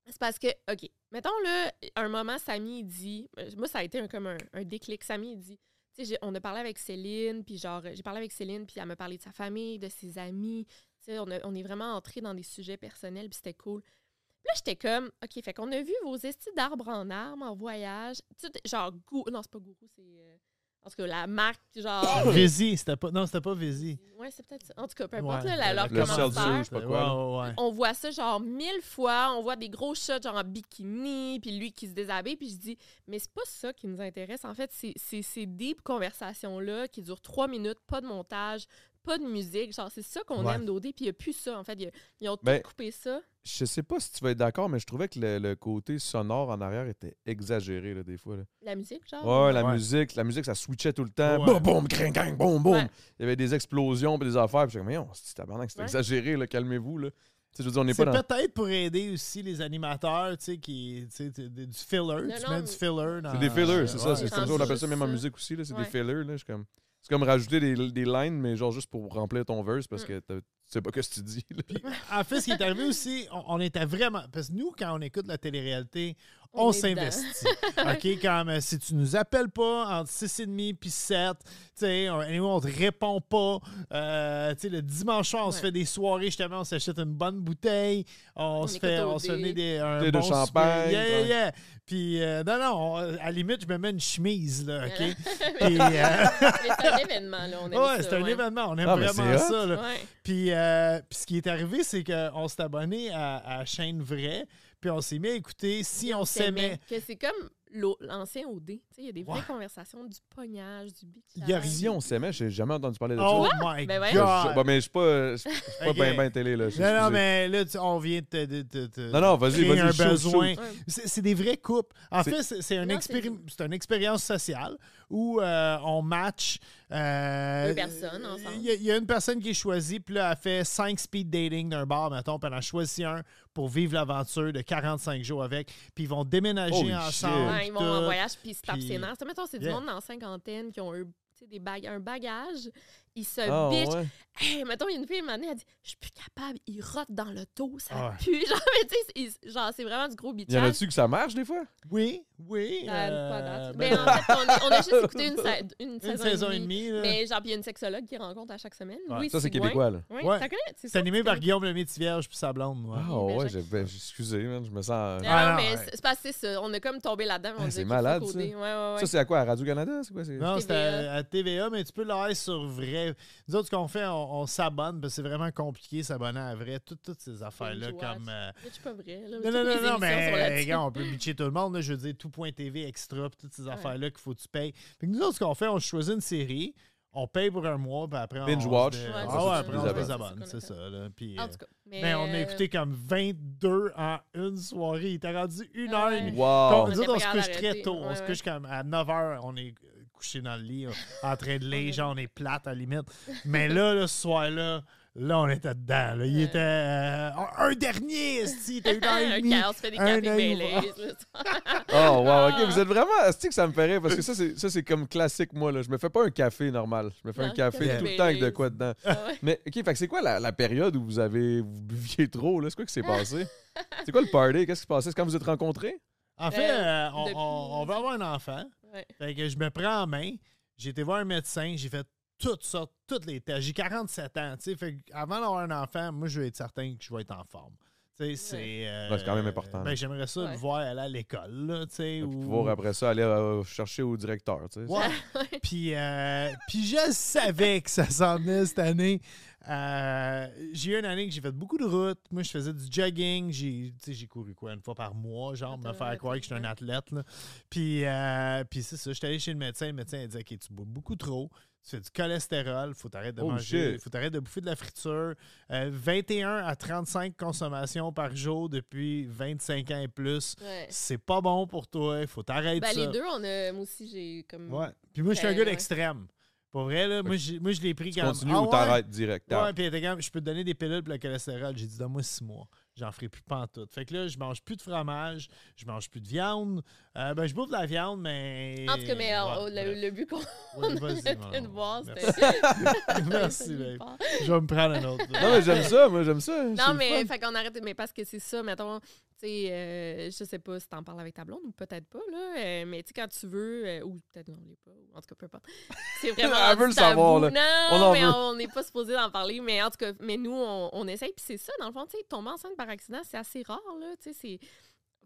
S4: C'est parce que, OK, mettons là, un moment, Samy il dit, euh, moi ça a été un, comme un, un déclic, Samy il dit, tu sais, j'ai- on a parlé avec Céline, puis genre, j'ai parlé avec Céline, puis elle m'a parlé de sa famille, de ses amis, tu sais, on, a- on est vraiment entré dans des sujets personnels, puis c'était cool. Puis là, j'étais comme, OK, fait qu'on a vu vos estis d'arbres en armes en voyage, tu sais, genre, Gou- non, c'est pas gourou, c'est, euh, en tout cas, la marque, genre,
S3: Vézi, c'était pas. Non, c'était pas Vézi.
S4: ouais, c'est peut-être ça. En tout cas, peu importe,
S3: Ouais,
S4: là, la- leur
S2: le sel
S4: commentaire.
S2: dur, je sais pas quoi, là.
S3: Ouais, ouais, ouais.
S4: On voit ça genre mille fois, on voit des gros shots genre en bikini, puis lui qui se déshabille, puis je dis, mais c'est pas ça qui nous intéresse. En fait, c'est c'est ces deep conversations-là qui durent trois minutes, pas de montage, pas de musique. Genre, c'est ça qu'on
S3: Ouais.
S4: aime d'OD, puis il n'y a plus ça. En fait, Y a- ils ont
S2: Ben,
S4: tout coupé ça.
S2: Je sais pas si tu vas être d'accord, mais je trouvais que le, le côté sonore en arrière était exagéré, là, des fois. là.
S4: La musique, genre.
S2: Ouais, la
S3: Ouais.
S2: musique, la musique, ça switchait tout le temps.
S3: Ouais.
S2: Boum, boum, cring, cring, boum, boum.
S4: Ouais.
S2: Il y avait des explosions puis des affaires. Puis j'étais comme, mais non, c'est tabarnak, c'est
S4: Ouais.
S2: exagéré, là, calmez-vous, là. Tu sais, je veux dire, on n'est
S3: C'est
S2: pas dans.
S3: peut-être pour aider aussi les animateurs, tu sais, qui, tu sais, tu- du filler. tu
S4: non,
S3: mets
S4: mais-
S3: du filler dans. euh,
S2: C'est des fillers, c'est ça.
S3: Ouais.
S2: C'est
S4: C'est
S2: comme ça, on
S4: rendu
S2: appelle ça
S4: juste
S2: même en
S4: ça.
S2: musique aussi, là. C'est des
S4: Ouais.
S2: fillers, là. je suis comme- C'est comme rajouter des, des lines, mais genre juste pour remplir ton verse parce que t'as- tu sais pas ce que tu dis, là.
S3: En fait, ce qui est arrivé aussi, on, on était vraiment. Parce que nous, quand on écoute la télé-réalité, on,
S4: On est
S3: s'investit. OK? Comme euh, si tu nous appelles pas entre 6,5 puis 7, tu sais, on, anyway, on te répond pas. Euh, tu sais, le dimanche soir, on se
S4: Ouais.
S3: fait des soirées, justement, on s'achète une bonne bouteille, on,
S4: On
S3: se fait,
S4: écoute
S3: on
S4: au
S3: se fait
S4: dé.
S3: venir des, un
S2: Bouteille de
S3: bon souper.
S2: champagne,
S3: Yeah, yeah,
S2: ouais.
S3: yeah. Puis, euh, non, non, on- à la limite, je me mets une chemise, là, OK? Puis, euh,
S4: Mais c'est un événement, là. On aime
S3: ouais,
S4: ça,
S3: c'est un
S4: ouais.
S3: événement, on aime
S2: Ah, mais
S3: vraiment
S2: c'est hot.
S3: ça, là.
S4: Ouais.
S3: Puis, euh, puis ce qui est arrivé, c'est qu'on s'est abonné à, à Chaîne Vraie, puis on s'est mis à écouter Si on s'aimait.
S4: Que c'est comme l'au- l'ancien OD. Tu sais, il y a des vraies
S3: Ouais.
S4: conversations du pognage, du bitch.
S3: Il y a
S2: Si on s'aimait, j'ai jamais entendu parler de ça.
S3: Oh
S4: vois?
S3: my
S4: Ben
S3: God!
S4: voyons.
S2: Je- je- bah, mais je suis pas, je suis pas
S3: Ok.
S2: ben ben télé, là. je-
S3: Non, non,
S2: excusez.
S3: mais là, tu- on vient de te. de- de- de-
S2: Non, non, vas-y,
S3: créer
S2: vas-y,
S3: un
S2: shoot,
S3: besoin.
S2: shoot.
S3: C'est c'est des vrais couples. En
S2: C'est-
S3: fait, c'est c'est un
S4: Non,
S3: expéri- c'est une expérience sociale où euh, on match. euh,
S4: Deux personnes ensemble.
S3: Il y, a- il y a une personne qui est choisie, puis là, elle fait cinq speed dating d'un bar, mettons, puis elle en choisit un pour vivre l'aventure de 45 jours avec, puis ils vont déménager
S2: Holy
S3: ensemble.
S2: shit.
S4: Ouais, Ah, ils vont
S3: puis
S4: en
S3: tout.
S4: voyage puis ils se tapent
S3: puis-
S4: ses nerfs. Tu sais, Mettons, c'est
S3: Yeah.
S4: du monde dans la cinquantaine qui ont eu tu sais, des bag- un bagage il se
S2: Ah,
S4: bitch.
S2: ouais.
S4: Hey, mettons, il y a une fille, une année, elle dit Je suis plus capable, il rote dans l'auto, ça
S3: Ah ouais.
S4: pue. Genre, mais tu sais, il- genre, c'est vraiment du gros
S2: Y en
S4: bitchage.
S2: a-tu que ça marche des fois?
S3: Oui, oui.
S4: Euh,
S3: euh,
S4: pas à date.
S3: ben,
S4: Mais en fait, on, est- on a juste écouté une, sa- une
S3: une saison et demie. là.
S4: Mais genre, puis il y a une sexologue qui rencontre à chaque semaine.
S3: Ouais,
S4: oui,
S2: Ça, c'est
S4: Sylvain.
S2: québécois, là.
S4: Oui,
S3: Ouais.
S4: t'as connu? C'est
S3: C'est
S4: ça,
S3: animé
S4: tu
S3: par
S4: connais?
S3: Guillaume Lemaitre Vierge puis sa blonde. ouais.
S2: Ah
S4: ben,
S2: ouais,
S4: j'ai-
S2: j'ai- ben, excusez, man, je me sens.
S4: Non,
S3: Ah, non,
S4: mais
S3: ouais.
S4: c'est c'est parce que c'est ça. On est comme tombé là-dedans. on
S2: Ah,
S4: dirait
S2: c'est
S4: qu'il faut
S2: malade, ça.
S4: coder. Ouais, ouais,
S2: Ah, Ça,
S4: ouais.
S2: c'est à quoi? À Radio-Canada? C'est quoi? c'est-
S3: Non, c'était
S4: TVA.
S3: à, à TVA, mais tu peux l'aller sur vrai. Nous autres, ce qu'on fait, on, on s'abonne, parce que c'est vraiment compliqué s'abonner à vrai. Tout- toutes ces affaires-là,
S4: Binge watch.
S3: comme. euh,
S4: Mais c'est pas vrai. Là,
S3: Non, non, non, non, mais euh,
S4: regarde,
S3: regarde, on peut bitcher tout le monde. là. je veux dire, tout.tv extra, pis toutes ces affaires-là qu'il faut que tu payes. Fait que nous autres, ce qu'on fait, on choisit une série, on paye pour un mois, puis après, on.
S2: Binge
S3: se
S2: watch.
S3: dé-
S2: Ouais,
S3: Ah
S4: ça,
S3: ouais,
S4: c'est
S3: après,
S4: ça.
S3: on se
S4: Ouais,
S3: désabonne,
S4: c'est
S3: c'est
S4: ça qu'on
S3: ça. Là, puis,
S4: En
S3: euh,
S4: tout cas. Mais,
S3: ben, on a écouté comme 22 en une soirée. Il t'a rendu une heure et
S4: euh, Ouais.
S3: demie.
S2: Wow!
S3: Donc, nous
S4: On était
S3: autres, on
S4: pas
S3: se
S4: capable
S3: couche très
S4: d'arrêter.
S3: tôt. On
S4: Ouais,
S3: se
S4: ouais.
S3: couche comme à 9 h. On est couché dans le lit, on- en train de lire, genre, on est plate à la limite. Mais là, le ce soir-là, là, on était dedans. là. Il était euh, un dernier, esti, il était une heure et
S4: Un
S3: demie.
S4: chaos, tu fais des
S3: un
S4: cafés
S3: œil ouvert.
S4: mêlés. là, ça.
S2: Oh, wow,
S4: Ah.
S2: ok, vous êtes vraiment. C'est que ça me fait rire parce que ça, c'est, ça, c'est comme classique, moi, là. Je me fais pas un café normal. Je me fais
S4: Non,
S2: un café
S4: café
S2: tout le temps avec de
S4: Baileys.
S2: quoi dedans.
S4: Ah ouais.
S2: Mais, ok, fait que c'est quoi la, la période où vous avez. Vous buviez trop, là? C'est quoi qui s'est passé? C'est quoi le party? Qu'est-ce qui se passait? C'est quand vous êtes rencontrés?
S3: En fait,
S4: Euh,
S3: euh, on,
S4: depuis-
S3: on- on veut avoir un enfant.
S4: Ouais.
S3: Fait que je me prends en main. J'ai été voir un médecin. J'ai fait toutes sortes, toutes les tests. J'ai 47 ans. tu sais. Fait que avant d'avoir un enfant, moi, je veux être certain que je vais être en forme. Tu sais, c'est. euh,
S2: Ouais, c'est quand même important,
S3: Ben,
S2: là.
S3: j'aimerais ça le
S4: Ouais.
S3: voir aller à l'école, là, tu sais.
S2: Puis
S3: ou-
S2: pouvoir après ça aller euh, chercher au directeur, tu sais.
S3: Ouais. Puis, euh, puis je savais que ça s'en venait cette année. Euh, j'ai eu une année que j'ai fait beaucoup de routes. Moi, je faisais du jogging. J'ai tu sais, j'ai couru quoi, une fois par mois, genre, me faire croire que je suis un athlète. là. Puis, euh, puis c'est ça, j'étais allé chez le médecin. Le médecin il dit Ok, tu bois beaucoup trop. Tu fais du cholestérol, faut t'arrêter de
S2: Oh,
S3: manger,
S2: shit.
S3: faut t'arrêter de bouffer de la friture. Euh, 21 à 35 consommations par jour depuis 25 ans et plus.
S4: Ouais.
S3: C'est pas bon pour toi, faut t'arrêter
S4: Ben,
S3: ça.
S4: les deux, on a. Moi aussi, j'ai comme.
S3: Ouais. Puis moi, je suis un
S4: Ben,
S3: gars
S4: ouais.
S3: d'extrême. Pour vrai, là, moi, j'ai- moi, je l'ai pris
S2: Tu
S3: quand
S2: continues ou t'arrêtes direct?
S3: ah Ouais,
S2: T'arrêtes.
S3: puis elle était comme, je peux te donner des pilules pour le cholestérol. J'ai dit, donne-moi six mois. J'en ferai plus pas en tout. Fait que là, je mange plus de fromage, je mange plus de viande. Euh, ben, je bouffe de la viande, mais.
S4: En tout cas, mais euh,
S3: Ouais,
S4: oh, le,
S3: bref.
S4: le but qu'on
S3: Ouais,
S4: on
S3: vas-y,
S4: était
S3: ouais,
S4: de
S3: ouais.
S4: voir,
S3: Merci.
S4: c'était.
S3: Merci, babe. Je vais me prendre un autre.
S2: Non, mais j'aime ça, moi, j'aime ça. C'est
S4: Non,
S2: le
S4: mais
S2: fun.
S4: fait qu'on arrête. Mais parce que c'est ça, mettons, tu sais, euh, je sais pas si t'en parles avec ta blonde ou peut-être pas, là. euh, mais tu sais, quand tu veux, euh, ou peut-être non, on l'est pas, ou en tout cas, peu importe. C'est vraiment.
S2: Elle veut le
S4: rendu
S2: savoir,
S4: tabou.
S2: là.
S4: Non,
S2: On en
S4: mais
S2: veut.
S4: on n'est pas supposé d'en parler. Mais en tout cas, mais nous, on, on essaye. Puis c'est ça, dans le fond, tu sais, tomber enceinte par accident, c'est assez rare, là. Tu sais, c'est.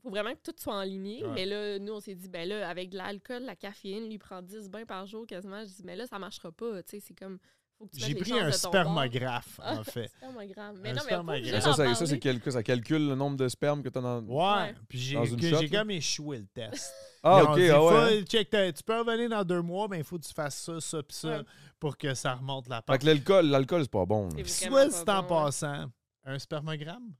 S4: Faut vraiment que tout soit en ligne. Mais là, nous, on s'est dit, ben là, avec de l'alcool, la caféine, lui il prend 10 bains par jour quasiment. Je dis, mais là, ça marchera pas. Tu sais, c'est comme. faut que tu
S3: J'ai
S4: mettes les
S3: pris
S4: chances
S3: un
S4: de ton bord. Ah.
S3: spermographe, en fait.
S4: Spermogramme.
S3: Un
S4: Mais non, mais pas
S3: spermogramme.
S4: obligé
S2: Ça,
S4: d'en
S2: ça, ça,
S4: parler.
S2: c'est calcul, ça calcule le nombre de sperme que t'as dans.
S3: Ouais.
S4: Ouais.
S3: Puis j'ai
S2: Dans une
S3: que-
S2: shot,
S3: j'ai
S2: là.
S3: comme échoué le test.
S2: Ah,
S3: Ils ont
S2: ok,
S3: dit,
S2: ah
S3: Faut-
S2: ouais.
S3: check, t'as- tu peux revenir dans deux mois, mais il faut que tu fasses ça, ça, pis ça,
S4: Ouais.
S3: pour que ça remonte la
S2: Fait
S3: pente.
S2: que l'alcool, l'alcool, c'est pas bon. là.
S4: C'est
S3: Pis
S4: vraiment
S3: soit
S4: pas
S3: c'est en
S4: bon, ouais.
S3: passant, un spermogramme,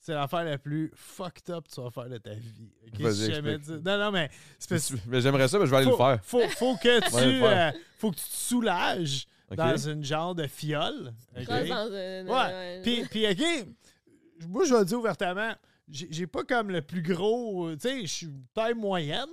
S3: c'est l'affaire la plus fucked up que tu vas faire de ta vie. ok?
S2: Vas-y,
S3: Si jamais
S2: explique.
S3: tu- Non, non, mais c'est parce-
S2: Mais j'aimerais ça, mais je vais aller le
S3: faut,
S2: faire.
S3: faut, faut que tu,
S2: On va le faire.
S3: euh, faut que tu te soulages
S2: Ok.
S3: dans une genre de fiole. ok?
S4: Rose dans une-
S3: Ouais. Puis, puis, OK, moi, je vais le dire ouvertement, j'ai j'ai pas comme le plus gros. euh, Tu sais, je suis taille moyenne.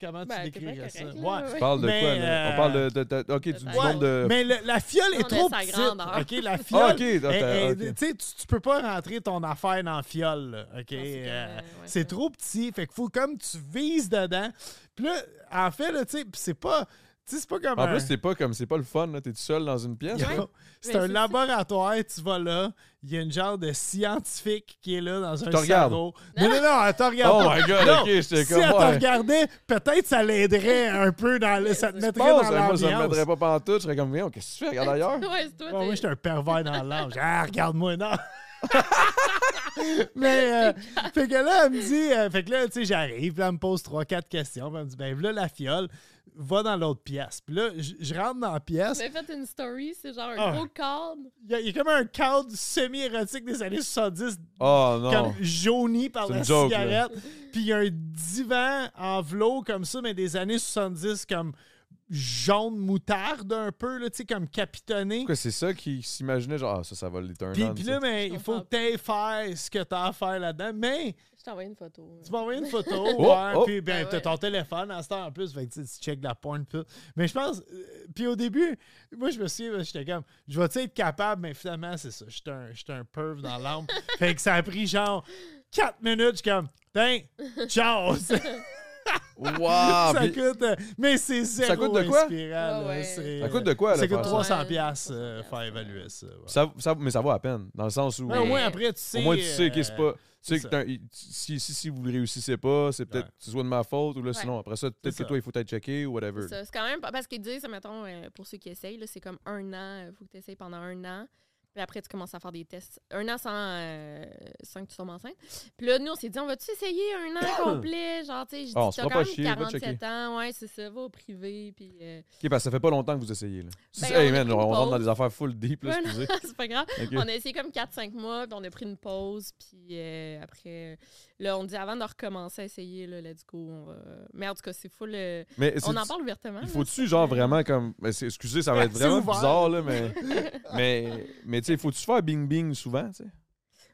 S3: Comment
S4: Ben,
S3: tu
S4: t'es
S3: décrirais
S4: bien
S3: ça?
S4: correct, là,
S3: Ouais.
S4: ouais.
S2: On parle de
S3: Mais,
S2: quoi, là?
S3: euh,
S2: On parle de. de- de- ok, du
S4: de-
S2: nombre de.
S3: Mais le- la fiole est
S4: On
S3: trop
S4: a sa
S3: petite.
S4: grandeur.
S3: OK, la fiole.
S2: Euh, Ah, ok, attends,
S3: est- est-
S2: ok.
S3: Tu sais, tu- tu peux pas rentrer ton affaire dans la fiole. là, OK?
S4: comme,
S3: Euh,
S4: euh, ouais,
S3: c'est
S4: ça.
S3: trop petit. Fait qu'il faut comme tu vises dedans. Puis là, en fait, là, tu sais, puis c'est pas. Tu sais, c'est pas comme.
S2: En
S3: un-
S2: plus, c'est pas comme c'est pas le fun, là. T'es tout seul dans une pièce.
S3: Yo,
S2: là.
S3: C'est
S4: Mais
S3: un
S4: c'est ça.
S3: laboratoire, tu vas là, il y a une genre de scientifique qui est là dans un
S2: te regarde.
S3: cerveau. Non, non, non, elle te regarde.
S2: Oh
S3: pas.
S2: my God,
S3: Non,
S2: ok, j'étais
S3: si
S2: comme,
S3: elle te
S2: ouais.
S3: regardait, peut-être ça l'aiderait un peu dans le, ça te
S2: Je
S3: mettrait
S2: pense,
S3: dans
S2: moi,
S3: l'ambiance.
S2: ça me mettrait pas pantoute. Je serais comme, viens, qu'est-ce que tu fais? Regarde ailleurs.
S4: Ouais, c'est toi.
S3: Bon,
S4: t'es-
S3: moi, j'étais un pervers dans l'âge. Ah, regarde-moi, non! Mais, euh, fait que là, elle me dit, euh, fait que là, tu sais, j'arrive, puis elle me pose trois, quatre questions, puis elle me dit, ben là, la fiole, va dans l'autre pièce. Puis là, je je rentre dans la pièce,
S4: J'avais fait une story, c'est genre un
S3: Ah.
S4: gros cadre.
S3: il y, a- il y a comme un cadre semi-érotique des années 70
S2: Oh non.
S3: comme jauni par
S2: C'est
S3: la
S2: une joke, là.
S3: cigarette. Puis il y a un divan en velours comme ça, mais des années 70, comme jaune moutarde un peu, là, tu sais, comme capitonné.
S2: Pourquoi c'est ça qui s'imaginait, genre, ah, ça, ça va les turn
S3: Puis,
S2: on,
S3: puis
S2: ça.
S3: là, mais
S4: Je
S3: il faut
S4: comprends.
S3: que t'ailles faire ce que t'as à faire là-dedans. Mais
S4: Je t'envoie une photo.
S3: tu m'as envoyé une photo,
S2: Oh,
S3: ouais,
S2: oh.
S3: puis ben,
S4: Ah
S3: t'as
S4: ouais.
S3: ton téléphone à ce temps en plus, fait que tu sais, tu check la porn. Puis, tout. mais je pense, euh, puis au début, moi je me souviens, j'étais comme, je vais-tu être capable, mais finalement c'est ça, j'étais un, j'étais un perv dans l'âme. fait que ça a pris genre 4 minutes, je suis comme, tiens, ciao! ça
S2: Wow!
S3: ça
S2: puis-
S3: coûte, euh, mais c'est zéro
S2: coûte de quoi?
S3: inspirant,
S4: Ah
S3: là,
S4: ouais.
S3: c'est-
S2: Ça coûte de quoi, là,
S3: Ça
S2: faire
S3: coûte
S2: ça?
S3: 300$
S4: Ouais,
S3: piastres, euh,
S4: 300
S3: faire évaluer ça. ouais.
S2: Ça, ça- mais ça vaut à peine, dans le sens où.
S3: Ben Ouais, au moins après, tu sais.
S2: Au moins, tu sais, que c'est
S3: euh,
S2: pas. Tu sais
S3: c'est
S2: que t'as- il- si, si, si vous ne réussissez pas, c'est peut-être
S3: Ouais.
S2: que soit de ma faute ou là, sinon après ça, peut-être
S3: C'est
S2: que
S3: ça.
S2: toi, il faut t'être checké ou
S4: C'est
S2: whatever.
S4: ça. C'est quand même pas- parce qu'ils disent, mettons, euh, pour ceux qui essayent, là, c'est comme un an, il faut que tu essayes pendant un an. Puis après, tu commences à faire des tests. Un an sans, euh, sans que tu tombes enceinte. Puis là, nous, on s'est dit, on va-tu essayer un an complet? Genre, tu sais, je dis,
S2: Ah, on se
S4: t'as
S2: fera
S4: quand
S2: pas
S4: même
S2: chier, va
S4: 47
S2: checker.
S4: ans. Ouais, c'est ça, va au privé. Puis, euh,
S2: Ok, parce que ça fait pas longtemps que vous essayez. Là. Si-
S4: Ben,
S2: hey
S4: on a
S2: man,
S4: pris
S2: on
S4: une
S2: rentre dans
S4: pause.
S2: des affaires full deep, là,
S4: Ouais, non,
S2: excusez.
S4: c'est pas grave.
S2: Ok.
S4: On a essayé comme 4-5 mois, puis on a pris une pause. Puis euh, après, là, on dit, avant de recommencer à essayer, là, let's go. On va... Mais en tout cas, c'est fou. le
S2: Mais
S4: On
S2: c'est-
S4: en parle ouvertement.
S2: Il
S4: là,
S2: faut-tu,
S4: c'est-
S2: genre, vraiment comme. ben, c'est- Excusez, ça va être
S3: C'est
S2: vraiment
S3: ouvert.
S2: bizarre, là, mais. mais, mais tu sais, faut-tu faire bing-bing souvent, tu sais?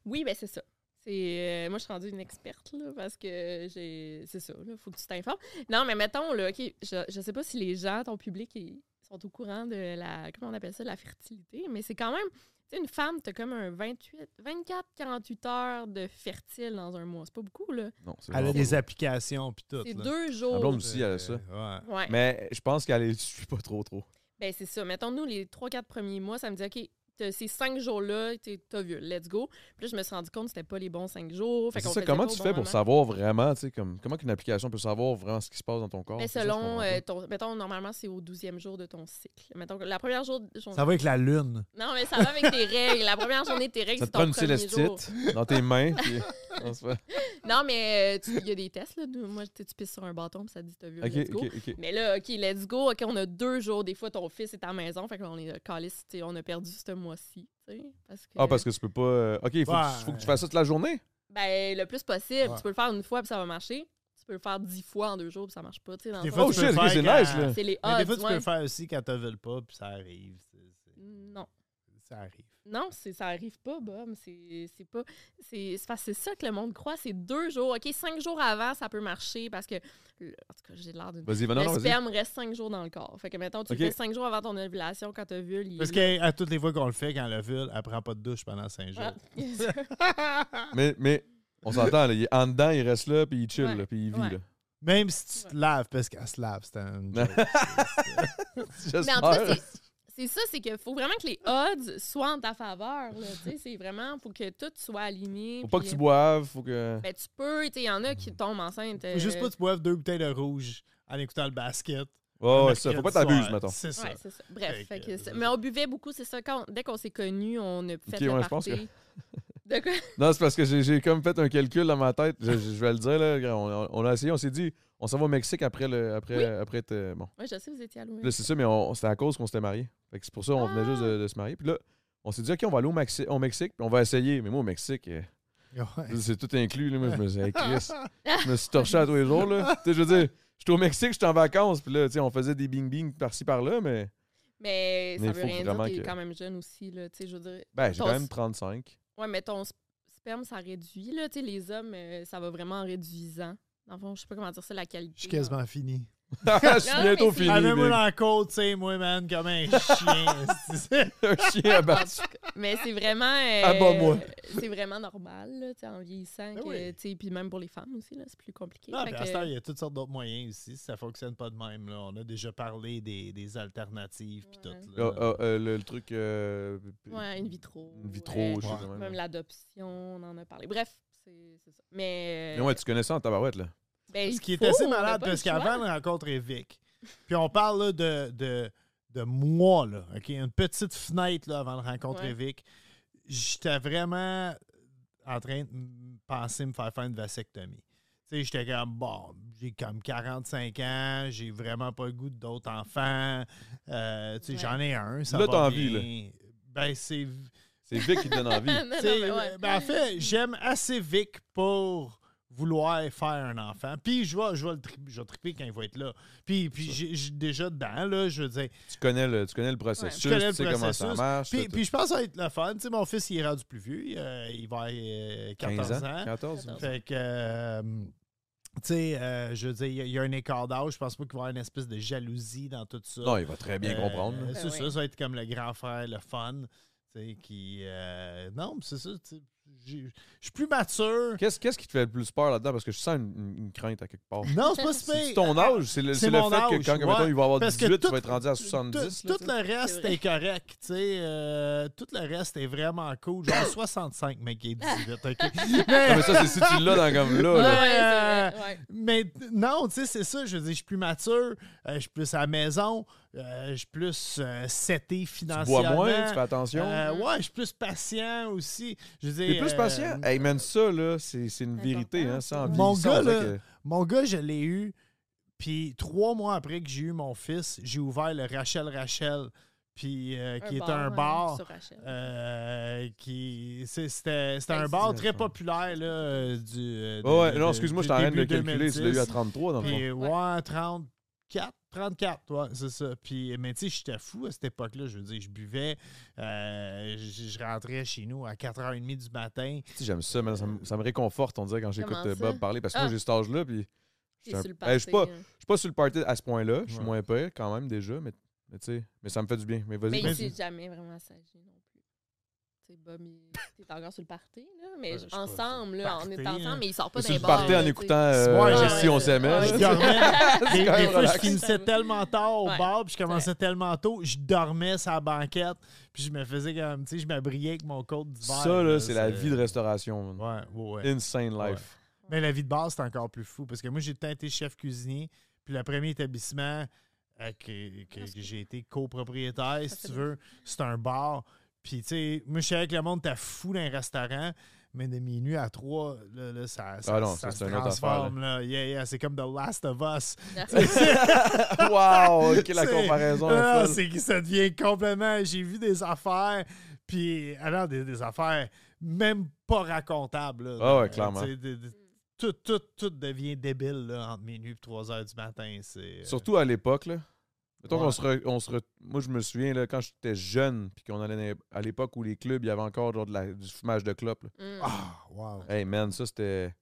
S4: Oui, ben c'est ça. C'est, euh, moi, je suis rendue une experte, là, parce que j'ai. C'est ça, il faut que tu t'informes. Non, mais mettons, là, OK, je, je sais pas si les gens, ton public, ils sont au courant de la. Comment on appelle ça, la fertilité, mais c'est quand même. Tu sais, une femme, t'as comme un 28, 24, 48 heures de fertile dans un mois. C'est pas beaucoup, là.
S2: Non, c'est
S3: Elle
S2: vraiment
S3: a des
S2: pas
S3: applications puis tout.
S4: C'est
S3: là.
S4: deux
S2: bon.
S4: jours.
S2: Ma blonde aussi, elle a ça.
S3: Euh, ouais.
S4: Ouais.
S2: Mais je pense qu'elle est. Je suis pas trop, trop.
S4: Ben, c'est ça. Mettons, nous, les 3-4 premiers mois, ça me dit, OK, t'as ces 5 jours-là, t'es- t'as vu, let's go. Puis là, je me suis rendu compte que c'était pas les bons 5 jours. Fait
S2: C'est
S4: qu'on
S2: ça,
S4: faisait
S2: comment
S4: pas
S2: tu
S4: au
S2: fais
S4: bon
S2: pour
S4: moment.
S2: savoir vraiment, tu sais, comme, comment qu'une application peut savoir vraiment ce qui se passe dans ton corps?
S4: Mais
S2: C'est ça, je comprends
S4: selon,
S2: pas.
S4: euh, ton, mettons, normalement, c'est au 12e jour de ton cycle. Mettons, que la première jour. jour-
S3: Ça va avec la lune.
S4: Non, mais ça va avec tes règles. La première journée de tes règles,
S2: ça
S4: c'est
S2: te prend
S4: ton
S2: une
S4: premier jour.
S2: célestite dans tes mains. puis- Non, c'est pas-
S4: Non, mais euh, tu- il y a des tests. Là. Nous, Moi, tu tu pisses sur un bâton, puis ça te dit, t'as vu,
S2: Ok,
S4: let's go.
S2: ok, ok.
S4: Mais là, OK, let's go. OK, on a deux jours. Des fois, ton fils est à la maison. Fait qu'on est calice, tu sais, on a perdu ce mois-ci. tu sais, Parce que,
S2: Ah, parce que tu peux pas. euh, Ok, il faut, que tu- faut que tu fasses ça toute la journée.
S4: Ben, le plus possible.
S3: Ouais.
S4: Tu peux le faire une fois, puis ça va marcher. Tu peux le faire dix fois en deux jours, puis ça marche pas. tu sais, dans
S3: Des
S4: le
S3: fois,
S4: sens-
S2: Oh
S3: tu peux
S2: shit,
S3: le
S2: ok,
S3: faire
S2: c'est
S3: quand-
S2: nice, là.
S4: C'est les odds.
S3: Mais des fois, tu peux
S4: ouais.
S3: le faire aussi quand t'as vu le pas, puis ça arrive. C'est- c'est-
S4: Non.
S3: Ça arrive.
S4: Non, c'est- ça arrive pas, Bob. C'est c'est pas. C'est c'est parce que c'est ça que le monde croit. C'est deux jours. OK, cinq jours avant, ça peut marcher parce que. le- En tout cas, j'ai l'air d'une.
S2: Vas-y, va, Ben, non,
S4: Le
S2: non, vas-y.
S4: sperme reste cinq jours dans le corps. Fait que, mettons, tu
S2: OK.
S4: le fais cinq jours avant ton ovulation quand t'as vu.
S3: Parce qu'à toutes les fois qu'on le fait, quand elle vule, elle prend pas de douche pendant 5
S4: Ah.
S3: jours.
S2: Mais, mais on s'entend, là, il est en dedans, il reste là, puis il chill,
S4: Ouais,
S2: là, puis il vit.
S4: ouais.
S2: là.
S3: Même si tu te laves, parce qu'elle se lave, c'est un. joke.
S4: Mais en tout cas,
S2: J'espère.
S4: c'est- c'est ça, c'est qu'il faut vraiment que les odds soient en ta faveur. là. Tu sais, C'est vraiment, faut que tout soit aligné.
S2: Faut pas que
S4: puis,
S2: tu
S4: euh,
S2: boives, faut que.
S4: Ben, tu peux, tu sais, il y en a
S2: Mm.
S4: qui tombent enceinte.
S3: Faut juste
S4: euh,
S3: pas que tu boives deux bouteilles de rouge en écoutant le basket.
S2: Oh, Ah, Ouais, ouais,
S3: Le
S2: ça, faut pas
S3: mercredi
S2: t'abuser,
S3: soir.
S2: mettons.
S3: C'est ça.
S4: Ouais, c'est ça. Bref.
S3: Fait
S4: fait que
S3: que-
S4: c'est- mais on buvait beaucoup, c'est ça. Quand, dès qu'on s'est connus, on a fait
S2: Ok,
S4: le
S2: ouais, je pense
S4: party. De quoi?
S2: Non, c'est parce que j'ai- j'ai comme fait un calcul dans ma tête. Je, je- je vais le dire, là. On, on a essayé, on s'est dit, on s'en va au Mexique après. Le, après,
S4: Oui.
S2: après être, euh, bon.
S4: Ouais, je sais, vous étiez à Louis.
S2: Là, c'est ça, mais on- c'était à cause qu'on s'était mariés. Fait que c'est pour ça qu'on
S4: Ah!
S2: venait juste de, de se marier. Puis là, on s'est dit, OK, on va aller au, Maxi- au Mexique, puis on va essayer. Mais moi, au Mexique, euh,
S4: Ben,
S3: Ouais.
S2: c'est tout inclus. Là, moi, je me suis dit, Hey, Chris, je me suis torché à tous les jours. Là. Tu sais, je veux dire, j'étais au Mexique, j'étais en vacances, puis là, tu sais, on faisait des bing-bing par-ci, par-là, mais
S4: Mais ça
S2: Mais
S4: veut
S2: faut
S4: rien dire
S2: vraiment
S4: qu'il est
S2: que-
S4: quand même jeune aussi, là. Tu sais, je veux dire.
S2: ben, j'ai
S4: ton
S2: quand même
S4: s-
S2: 35.
S4: Ouais, mais ton sp- sperme, ça réduit, là. Tu sais, les hommes, euh, ça va vraiment en réduisant. Dans le fond, je sais pas comment dire ça, la qualité.
S3: Je suis quasiment fini.
S2: je suis
S4: Non, mais
S2: bientôt
S4: c'est-
S2: fini.
S3: Ah, mais moi
S2: mec.
S3: dans le côte, tu sais, moi, man, comme un chien. c'est-
S2: Un chien
S4: En
S2: abattu.
S4: tout cas, Mais c'est vraiment. euh,
S2: Ah, bah, moi.
S4: C'est vraiment normal, là, tu sais, en vieillissant.
S3: Ben
S4: que,
S3: oui.
S4: tu sais, Puis même pour les femmes aussi, là, c'est plus compliqué.
S3: Non,
S4: Fait
S3: puis à
S4: que-
S3: cette heure, il y a toutes sortes d'autres moyens aussi. Si ça fonctionne pas de même, là, on a déjà parlé des, des alternatives puis tout.
S2: Ah,
S3: Là.
S2: ah, euh, le, le truc. euh,
S4: Ouais, in vitro.
S2: In vitro,
S4: euh,
S2: je sais
S3: ouais.
S2: pas,
S4: Même
S2: ouais.
S4: l'adoption, on en a parlé. Bref, c'est c'est ça. Mais.
S2: Mais ouais, tu connais ça en tabarouette, là.
S4: ben,
S3: Ce
S4: il
S3: qui est
S4: faut,
S3: assez
S4: on a
S3: malade
S4: pas le
S3: parce
S4: choix.
S3: qu'avant, on rencontrait Vic. Puis on parle là, de, de, de mois, là, OK? Une petite fenêtre là, avant de rencontrer
S4: Ouais.
S3: Vic. J'étais vraiment en train de m- penser me faire faire une vasectomie. Tu sais, j'étais comme, bon, j'ai comme 45 ans, j'ai vraiment pas le goût d'autres enfants. Euh, tu sais,
S4: Ouais.
S3: j'en ai un, ça
S2: Là,
S3: va
S2: t'as
S3: bien.
S2: envie,
S3: Ben, c'est...
S2: C'est Vic qui te donne envie.
S4: Non, non,
S3: Tu sais,
S4: mais ouais.
S3: ben, en fait, j'aime assez Vic pour vouloir faire un enfant. Puis je vais, je vais, le tri- je vais triper quand il va être là. Puis, puis j'ai j'ai déjà dedans, là, je veux dire,
S2: Tu connais le, tu connais le processus,
S3: je connais le
S2: tu sais comment ça
S3: processus.
S2: marche.
S3: Puis,
S2: t'as-
S3: puis je pense que ça va être le fun. Tu sais, mon fils, il est rendu plus vieux. euh, il va avoir euh,
S2: t'as
S3: 14
S2: 15
S3: ans.
S2: 14?
S3: Fait que, euh, tu sais, euh, je veux dire, il y a- il y, a un écart d'âge. Je pense pas qu'il va y avoir une espèce de jalousie dans tout ça.
S2: Non, il va très bien
S3: Euh,
S2: comprendre. là.
S3: C'est
S4: Ah
S3: ça,
S4: oui.
S3: ça va être comme le grand frère, le fun. Tu sais, qui. euh, non, mais c'est ça. tu sais, j'ai- Je suis plus mature.
S2: Qu'est-ce qu'est-ce qui te fait le plus peur là-dedans? Parce que je sens une, une- une crainte à quelque part.
S3: Non, c'est pas si
S2: C'est
S3: pire.
S2: ton âge, c'est le, c'est le
S3: mon
S2: fait que
S3: âge,
S2: quand mettons,
S3: ouais.
S2: il va avoir
S3: Parce que
S2: 18, tu
S3: tout-
S2: vas être rendu à
S3: tout-
S2: 70. là,
S3: Tout,
S2: tu sais.
S3: le reste
S4: vrai.
S3: est correct, tu sais. euh, tout le reste est vraiment cool. Genre 65, mais qui est 18,
S4: Ah.
S3: OK?
S2: Non,
S3: Mais,
S2: Ah, mais ça, c'est si tu l'as dans
S3: mais,
S2: comme là. là.
S4: Ouais,
S3: euh,
S4: c'est vrai, ouais.
S3: mais non, tu sais, c'est ça. Je veux dire, je suis plus mature, euh, je suis plus à la maison, euh, je suis plus euh, seté financièrement.
S2: moins, tu fais attention.
S3: Euh, ouais, je suis plus patient aussi. Je veux
S2: T'es
S3: dire,
S2: plus
S3: euh,
S2: patient. Hey, man, ça, là, c'est c'est une vérité. Hein, ça, en
S3: Mon
S2: vieillissant,
S3: gars,
S2: on dirait
S3: là, mon gars, je l'ai eu. Puis trois mois après que j'ai eu mon fils, j'ai ouvert le Rachel Rachel, puis euh, qui est
S4: bar,
S3: un
S4: ouais,
S3: bar.
S4: sur Rachel.
S3: euh, qui c'est- c'était c'était un
S4: Hey,
S3: bar
S2: c'est-
S3: très populaire là, euh, du euh,
S2: que- Ouais, ouais,
S3: de-
S2: non,
S3: de-
S2: excuse-moi,
S3: du
S2: je t'arrête de
S3: début
S2: calculer. Tu l'as eu
S3: 2010.
S2: à 33, dans le fond.
S3: Puis, ouais. 34. 34, ouais, c'est ça. Puis, mais tu sais, j'étais fou à cette époque-là. Je veux dire, je buvais, euh, je je rentrais chez nous à 4h30 du matin.
S2: Tu sais, J'aime ça, man, ça, me- ça me réconforte, on dirait, quand j'écoute
S4: Comment
S2: euh,
S4: ça?
S2: Bob parler. Parce que moi,
S4: Ah.
S2: j'ai cet âge-là, puis
S4: T'es
S2: un-
S4: sur le
S2: Hey, je
S4: passé,
S2: suis pas-
S4: hein.
S2: je suis pas sur le party à ce point-là. Je suis
S3: Ouais.
S2: moins pire, quand même, déjà, mais, mais tu sais, mais ça me fait du bien. Mais vas-y,
S4: Mais
S2: continue.
S4: il s'est jamais vraiment sagé non plus. Tu sais, Bob, il- t'es encore sur le party, là. Mais
S3: Ouais, je sais pas,
S4: ensemble,
S3: c'est
S4: là,
S3: le
S4: on est
S3: party,
S4: ensemble,
S3: hein.
S4: mais il sort pas
S2: Mais
S4: d'un
S2: tu le
S4: bar,
S2: partais
S4: là,
S2: en
S4: tu sais.
S2: écoutant
S3: Ouais,
S2: euh,
S3: ouais,
S2: Si on
S4: ouais.
S2: s'aimait.
S4: Ouais,
S2: là.
S3: Je
S4: c'est
S3: dormais.
S2: C'est
S3: des
S2: quand
S3: des
S2: même
S3: fois, je
S2: relax.
S3: finissais tellement tard au
S4: Ouais.
S3: bar, puis je commençais tellement tôt. Je dormais sur la banquette, puis je me faisais comme, tu sais, je m'abriais avec mon code d'hiver.
S2: Ça, là, c'est la vie de restauration. man.
S3: Ouais, ouais, ouais.
S2: Insane life.
S3: Mais la vie de bar, c'est encore plus fou parce que moi, j'ai tant été chef cuisinier. Puis le premier établissement euh, que, que- que j'ai été copropriétaire, si tu veux, c'est un bar. Puis, tu sais, moi, je savais que le monde était fou dans un restaurant, mais de minuit à trois, là, là, ça, ça,
S2: Ah non,
S3: ça
S2: ça,
S3: se
S2: c'est une autre
S3: transforme. là. Yeah, yeah, c'est comme The Last of Us.
S2: wow, ok, la
S3: C'est-
S2: comparaison
S3: Ah,
S2: est folle.
S3: C'est que ça devient complètement. J'ai vu des affaires, puis. Alors, des, des affaires même pas racontables. là.
S2: Ah ouais,
S3: Euh,
S2: clairement.
S3: tu sais, de- de- tout, tout, tout devient débile là, entre minuit et 3 heures du matin. C'est. euh,
S2: Surtout à l'époque, là. Mettons
S3: Ouais.
S2: qu'on se, re- on se re- Moi, je me souviens, là, quand j'étais jeune, puis qu'on allait dans- à l'époque où les clubs, il y avait encore genre, de la- du fumage de clope. là.
S4: Mm.
S3: Ah, wow.
S2: Hey, man, ça, c'était.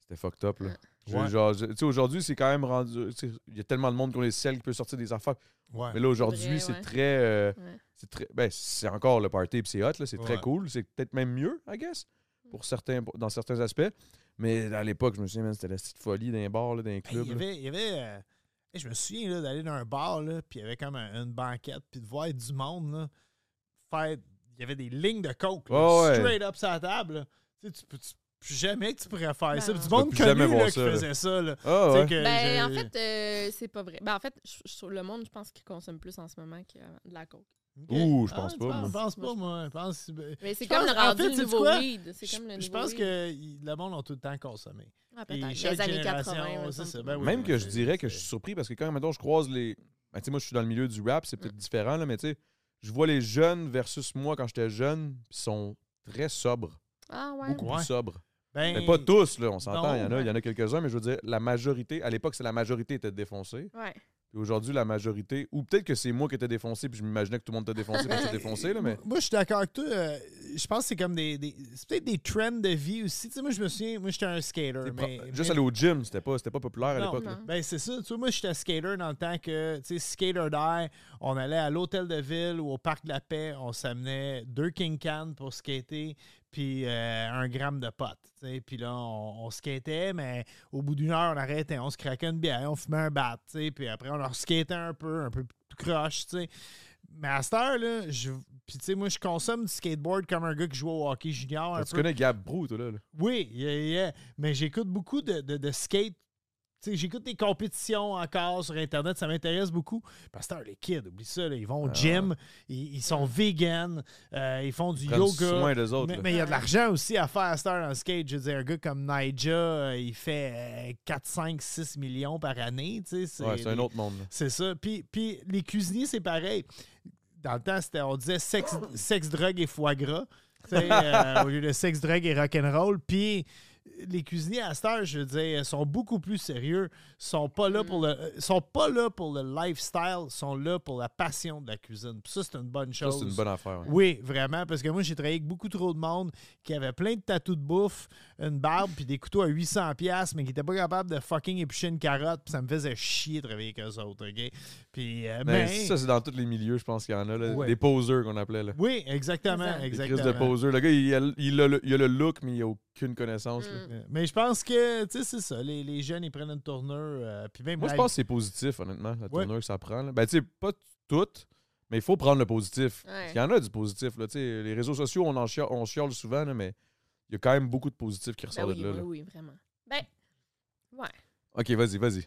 S2: C'était fucked up, là. Je-
S3: Ouais.
S2: genre, je- tu sais, aujourd'hui, c'est quand même rendu. tu sais, Il y a tellement de monde qu'on est ciel qui peut sortir des affaires.
S3: Ouais.
S2: Mais là, aujourd'hui,
S4: Vrai,
S2: c'est
S4: ouais.
S2: très. euh,
S4: Ouais.
S2: c'est très ben, c'est encore le party puis c'est hot là, c'est très
S3: Ouais.
S2: cool, c'est peut-être même mieux, I guess,
S4: Mm.
S2: pour certains pour- dans certains aspects. Mais à l'époque, je me souviens, man, c'était la petite folie d'un bar, d'un
S3: Hey,
S2: club.
S3: Ben, il y avait. il y avait, euh, hey, je me souviens là, d'aller dans un bar, là, puis il y avait comme un- une banquette, puis de voir du monde là, faire. Il y avait des lignes de coke, là,
S2: Ouais, ouais.
S3: straight up sur la table. là. Tu sais, tu peux. tu- plus jamais que tu pourrais faire ça.
S4: Ben Non.
S3: Puis Du
S4: Tu
S2: vas
S3: monde
S2: plus jamais
S3: connu
S2: voir
S3: là, qui
S2: ça, là.
S3: faisait ça. Là.
S2: Ah,
S3: Tu sais
S2: ouais.
S3: que j'ai-
S4: Ben, en fait, euh, c'est pas vrai. Ben, en fait, je- je- le monde, je pense qu'il consomme plus en ce moment que euh, de la coke.
S2: Ouh, je pense
S3: Ah,
S2: pas,
S3: Je
S2: moi.
S3: pense pas, moi. Je pense, ben,
S4: Mais c'est
S3: je
S4: comme
S3: pense-
S4: le
S3: en
S4: rendu
S3: fait,
S4: le
S3: c'est
S4: nouveau
S3: quoi?
S4: weed. C'est
S3: Je-
S4: comme le
S3: Je
S4: nouveau
S3: pense
S4: weed.
S3: que il- le monde a tout le temps consommé.
S4: Ah,
S3: Puis
S4: peut-être.
S3: chaque
S4: Les années
S3: génération,
S4: 80. me
S3: c'est ça,
S4: semble.
S3: ben oui.
S2: Même que je
S3: c'est-
S2: dirais que je
S3: c'est-
S2: suis surpris parce que quand mettons, je croise les. Ben, tu sais, moi, je suis dans le milieu du rap, c'est
S4: Mm.
S2: peut-être différent, là, mais tu sais, je vois les jeunes versus moi quand j'étais jeune, ils sont très sobres.
S4: Ah, ouais.
S2: Beaucoup
S3: Ouais.
S2: plus sobres.
S3: Ben,
S2: Mais pas tous, là, on s'entend.
S3: Non,
S2: Il y en a, il y en a
S4: ouais.
S2: quelques-uns, mais je veux dire, la majorité, à l'époque, c'est la majorité était défoncée.
S4: Ouais.
S2: Puis aujourd'hui, la majorité, ou peut-être que c'est moi qui étais défoncé, puis je m'imaginais que tout le monde était défoncé parce que j'étais défoncé, là, mais.
S3: Moi, je suis d'accord avec toi. euh, je pense que c'est comme des. des- c'est peut-être des trends de vie aussi. Tu sais, moi, je me souviens, moi, j'étais un skater. Mais, mais-
S2: Juste aller au gym, c'était pas, c'était pas populaire à
S3: Non,
S2: l'époque. là.
S3: Ben, c'est ça. Tu vois, moi, j'étais skater dans le temps que, tu sais, skater d'air, on allait à l'hôtel de ville ou au parc de la paix, on s'amenait deux King Can pour skater, puis euh, un gramme de potes. tu sais. Puis là, on, on skatait, mais au bout d'une heure, on arrêtait, on se craquait une bière, on fumait un bat, tu sais, puis après, on leur skatait un peu, un peu tout croche, tu sais. Mais à cette heure-là, je. Puis, tu sais, moi, je consomme du skateboard comme un gars qui joue au hockey junior. un
S2: tu
S3: peu.
S2: connais Gab Brou, toi, là. là.
S3: Oui, yeah, yeah. mais j'écoute beaucoup de, de, de skate. Tu sais, J'écoute des compétitions encore sur Internet, ça m'intéresse beaucoup. Parce que les kids, oublie ça, là, ils
S2: Ah,
S3: vont au gym, ils, ils sont vegan, euh, ils font du
S2: Prennent
S3: yoga.
S2: soin d'eux autres,
S3: mais
S2: là.
S3: mais il y a de l'argent aussi à faire à cette heure dans le skate. Je veux dire, un gars comme Nija, euh, il fait euh, 4, 5, 6 millions par année. tu sais,
S2: Ouais, c'est un
S3: les-
S2: autre monde. là.
S3: C'est ça. Puis, puis les cuisiniers, c'est pareil. Dans le temps, c'était, on disait sexe, sexe, drogue et foie gras. Tu sais, euh, au lieu de sexe, drogue et rock'n'roll. Puis les cuisiniers à cette heure, je veux dire, sont beaucoup plus sérieux. Sont pas là pour le, euh, sont pas là pour le lifestyle, sont là pour la passion de la cuisine. Puis ça, c'est une bonne
S2: Ça,
S3: chose.
S2: c'est une bonne affaire. ouais.
S3: Oui, vraiment, parce que moi, j'ai travaillé avec beaucoup trop de monde qui avait plein de tatous de bouffe, une barbe, puis des couteaux à 800$, piastres, mais qui n'étaient pas capables de fucking éplucher une carotte, puis ça me faisait chier de travailler avec eux autres, OK? Puis, euh,
S2: Mais
S3: mais...
S2: ça, c'est dans tous les milieux, je pense qu'il y en a. là.
S3: Ouais.
S2: Des poseurs qu'on appelait. Là.
S3: oui, exactement,
S2: Des crises
S3: exactement.
S2: de poseurs. Le gars, il a, il a le, il a le look, mais il a aucune connaissance. là.
S4: Mm.
S3: Euh, Mais je pense que, tu sais, c'est ça, les, les jeunes, ils prennent une tournure, euh, puis même...
S2: Moi, je
S3: la-
S2: pense que c'est positif, honnêtement, la
S3: Ouais.
S2: tournure que ça prend. là. Ben, tu sais, pas toutes, mais il faut prendre le positif.
S4: Ouais.
S2: Il y en a du positif. Là, tu sais, les réseaux sociaux, on en chiale, on chiale souvent, là, mais il y a quand même beaucoup de positifs qui
S4: Ben
S2: ressortent
S4: oui,
S2: de là.
S4: oui,
S2: là.
S4: oui, vraiment. Ben, ouais. Euh,
S2: Ok, vas-y, vas-y.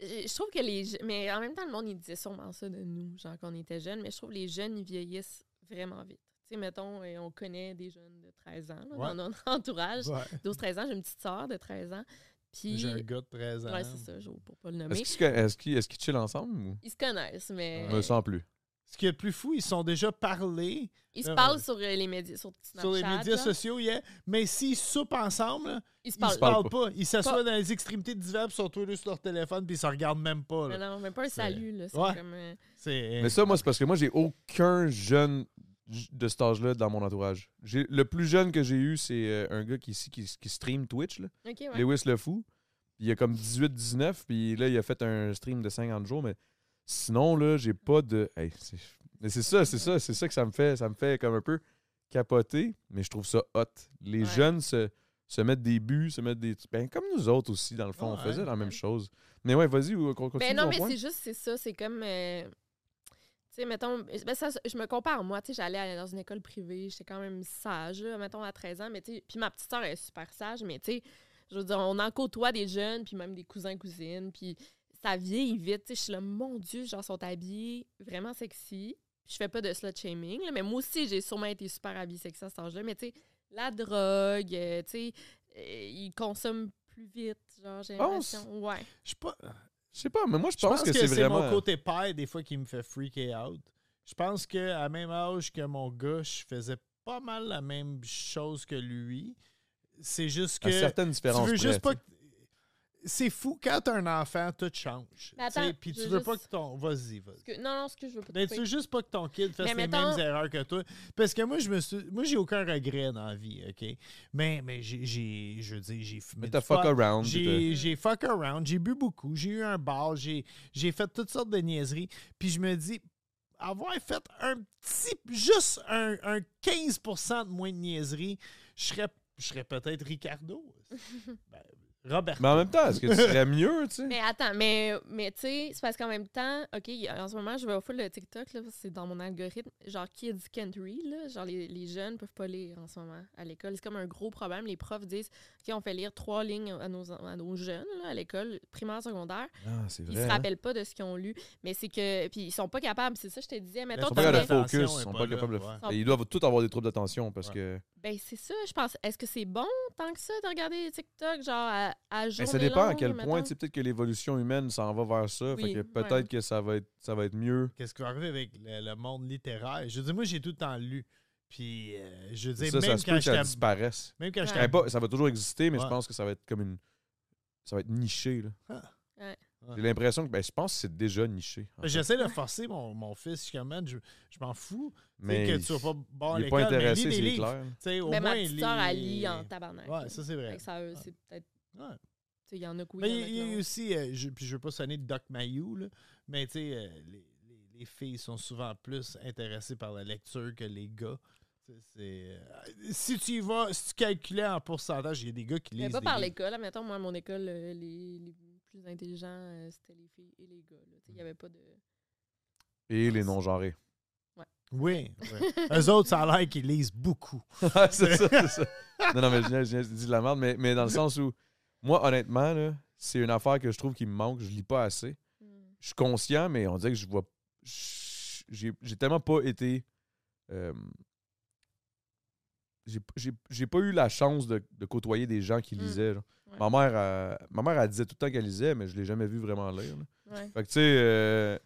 S4: Je je trouve que les. je- Mais en même temps, le monde, il disait sûrement ça de nous, genre quand on était jeunes, mais je trouve que les jeunes, ils vieillissent vraiment vite. Tu sais, mettons, euh, on connaît des jeunes de 13 ans là,
S3: Ouais.
S4: dans notre entourage.
S3: Ouais,
S4: 12-13 ans, j'ai une petite soeur de 13 ans. Puis.
S3: j'ai un gars de 13 ans.
S4: Ouais, c'est ça, je- pour pas le
S2: Est-ce
S4: nommer.
S2: qu'ils se conna- est-ce qu'ils est chillent ensemble ou
S4: Ils se connaissent, mais.
S2: je me sens plus?
S3: Ce qui est le plus fou, ils se sont déjà parlé
S4: Ils se
S3: Euh,
S4: parlent sur euh, les médias, sur Snapchat.
S3: sur les
S4: là.
S3: médias sociaux, yeah, mais s'ils soupent ensemble... là,
S4: Ils se
S3: Ils
S4: parlent.
S3: se parlent
S2: parlent
S3: pas. Ils s'assoient dans les extrémités divers, puis sont tous les deux sur leur téléphone, puis ils se regardent même pas. là.
S4: Mais non, même pas un
S3: C'est-
S4: salut, là. C'est
S3: Ouais.
S4: comme. euh,
S3: C'est
S2: Mais ça, moi, c'est parce que moi, j'ai aucun jeune j- de cet âge-là dans mon entourage. J'ai- Le plus jeune que j'ai eu, c'est euh, un gars qui, ici, qui, qui stream Twitch, là,
S4: Ok, ouais.
S2: Lewis Le Fou. Il a comme 18-19, puis là, il a fait un stream de 50 jours, mais sinon, là, j'ai pas de. Hey, c'est- mais c'est ça, c'est ça, c'est ça que ça me fait. Ça me fait comme un peu capoter, mais je trouve ça hot. Les
S4: Ouais.
S2: jeunes se, se mettent des buts, se mettent des. Ben, comme nous autres aussi, dans le fond,
S3: Ouais.
S2: on faisait la même chose. Mais ouais, vas-y, on continue.
S4: Ben non,
S2: ton
S4: mais
S2: point.
S4: c'est juste, c'est ça. C'est comme. euh, tu sais, mettons. ben ça, je me compare, moi. Tu sais, j'allais à- dans une école privée. J'étais quand même sage, là, mettons, à 13 ans. Mais tu sais, puis ma petite soeur, elle est super sage. Mais tu sais, je veux dire, on en côtoie des jeunes, puis même des cousins, cousines. Puis ça vieillit vite. Tu sais, je suis là, mon Dieu, genre, sont habillés vraiment sexy. Je fais pas de slut shaming, là, mais moi aussi, j'ai sûrement été super habillée sexy à cet âge-là. Mais tu sais, la drogue, euh, tu sais, euh, ils consomment plus vite. Genre, j'ai
S2: Ah,
S4: l'impression. ouais.
S3: Je pas-
S2: Je sais pas, mais moi, je
S3: je
S2: pense, que, c'est vraiment. euh,
S3: mon côté père, des fois, qui me fait freaker out. Je pense que à même âge que mon gars, je faisais pas mal la même chose que lui. C'est juste que.
S2: à certaines différences.
S3: Tu veux
S2: près,
S3: juste pas
S2: tu sais.
S3: que- C'est fou, quand t'as un enfant, tout change.
S4: Mais
S3: tu sais,
S4: attends,
S3: Puis
S4: je
S3: tu
S4: veux
S3: veux pas
S4: juste-
S3: que ton. Vas-y, vas-y.
S4: que- non, non, ce que je veux pas. te
S3: Ben,
S4: couper.
S3: tu veux juste pas que ton kid fasse
S4: Mais
S3: les
S4: mettons-
S3: mêmes erreurs que toi. Parce que moi, je me suis. Moi, j'ai aucun regret dans la vie, OK? Mais, mais j'ai- j'ai. Je veux dire, j'ai fumé.
S2: Mais
S3: du
S2: t'as fuck
S3: pot,
S2: around, puis
S3: J'ai j'ai fuck around. J'ai bu beaucoup. J'ai eu un bar. J'ai j'ai fait toutes sortes de niaiseries. Puis je me dis, avoir fait un petit. Juste un, un 15 de moins de niaiseries, je serais, je serais peut-être Ricardo. Ben, Robert.
S2: Mais en même temps, est-ce que tu serais mieux, tu sais?
S4: Mais attends, mais, mais tu sais, c'est parce qu'en même temps, OK, en ce moment, je vais au full le TikTok, là, parce que c'est dans mon algorithme. Genre, kids can't read, là. Genre, les, les jeunes peuvent pas lire en ce moment à l'école. C'est comme un gros problème. Les profs disent, OK, on fait lire trois lignes à nos, à nos jeunes, là, à l'école, primaire, secondaire.
S2: Ah, c'est
S4: Ils se rappellent pas de ce qu'ils ont lu. Mais c'est que, puis ils sont pas capables. C'est ça, que je te disais.
S2: Ils
S4: Mettons,
S2: sont
S4: t'en
S2: pas capables
S4: mets-
S2: de focus,
S3: L'attention
S2: ils
S3: est
S2: sont
S3: pas
S2: pas
S3: là,
S2: capables de.
S3: ouais.
S2: Et Ils doivent tous avoir des troubles d'attention parce
S3: Ouais.
S2: que.
S4: Ben, c'est ça, je pense. Est-ce que c'est bon tant que ça de regarder les TikTok, genre, à, à
S2: Mais
S4: journée
S2: Ben, ça dépend à
S4: longue,
S2: quel point,
S4: mettons?
S2: tu sais, peut-être que l'évolution humaine s'en va vers ça.
S4: Oui,
S2: fait que
S4: ouais.
S2: peut-être que ça va être, ça va être mieux.
S3: qu'est-ce qui va arriver avec le, le monde littéraire. Je veux dire, moi, j'ai tout le temps lu. Puis, euh, je veux dire,
S2: Ça,
S3: même,
S2: ça se peut
S3: quand
S2: que ça
S3: j'étais,
S2: disparaisse.
S3: même quand
S4: Ouais.
S3: j'étais.
S2: Ben, pas- ça va toujours exister, mais je
S3: Ouais.
S2: pense que ça va être comme une. Ça va être niché, là.
S4: Ouais.
S2: J'ai l'impression que. Ben, je pense que c'est déjà niché. hein. en fait.
S3: J'essaie de forcer mon, mon fils, je suis comme, man, je, je m'en fous. Tu sais,
S2: Mais
S3: que tu sois pas
S2: il-
S3: bon à
S2: il est pas
S3: l'école, mais lis
S2: intéressé,
S3: des
S2: c'est
S3: livres.
S2: clair.
S3: Tu sais, au
S4: Ben,
S3: moins,
S4: ma petite sœur, elle
S3: les-
S4: lit en tabarnak.
S3: Ouais,
S4: là.
S3: ça, c'est vrai.
S4: Fait que ça, euh, c'est peut-être.
S3: Ouais.
S4: tu sais, Il y en a qu'où il
S3: Mais
S4: y en a
S3: il y
S4: que
S3: a
S4: non.
S3: aussi, euh, je, puis je veux pas sonner de Doc Mayou, là, mais tu sais, euh, les, les- les filles sont souvent plus intéressées par la lecture que les gars. Tu sais, c'est, euh, si tu y vas, si tu calculais en pourcentage, il y a des gars qui lisent.
S4: Mais pas
S3: des
S4: par
S3: livres.
S4: l'école. là. Mettons, moi, à mon école, euh, les, les plus intelligents, euh, c'était les filles et les gars. là. Tu sais, Il
S3: Mm.
S4: n'y avait pas de.
S2: Et les non-genrés.
S3: Oui. ouais. Eux autres, ça a l'air qu'ils lisent beaucoup.
S2: Ah, c'est ça, c'est ça. Non, non, mais je viens- je viens de dire de la merde, mais, mais dans le sens où, moi, honnêtement, là, c'est une affaire que je trouve qui me manque. Je lis pas assez. Je suis conscient, mais on dirait que je vois. je- J'ai j'ai tellement pas été. euh, j'ai- j'ai j'ai pas eu la chance de, de côtoyer des gens qui
S4: Mm.
S2: lisaient. genre.
S4: Ouais.
S2: Ma mère, elle- ma mère, elle disait tout le temps qu'elle lisait, mais je l'ai jamais vu vraiment lire. là.
S4: Ouais.
S2: Fait que, tu sais, euh,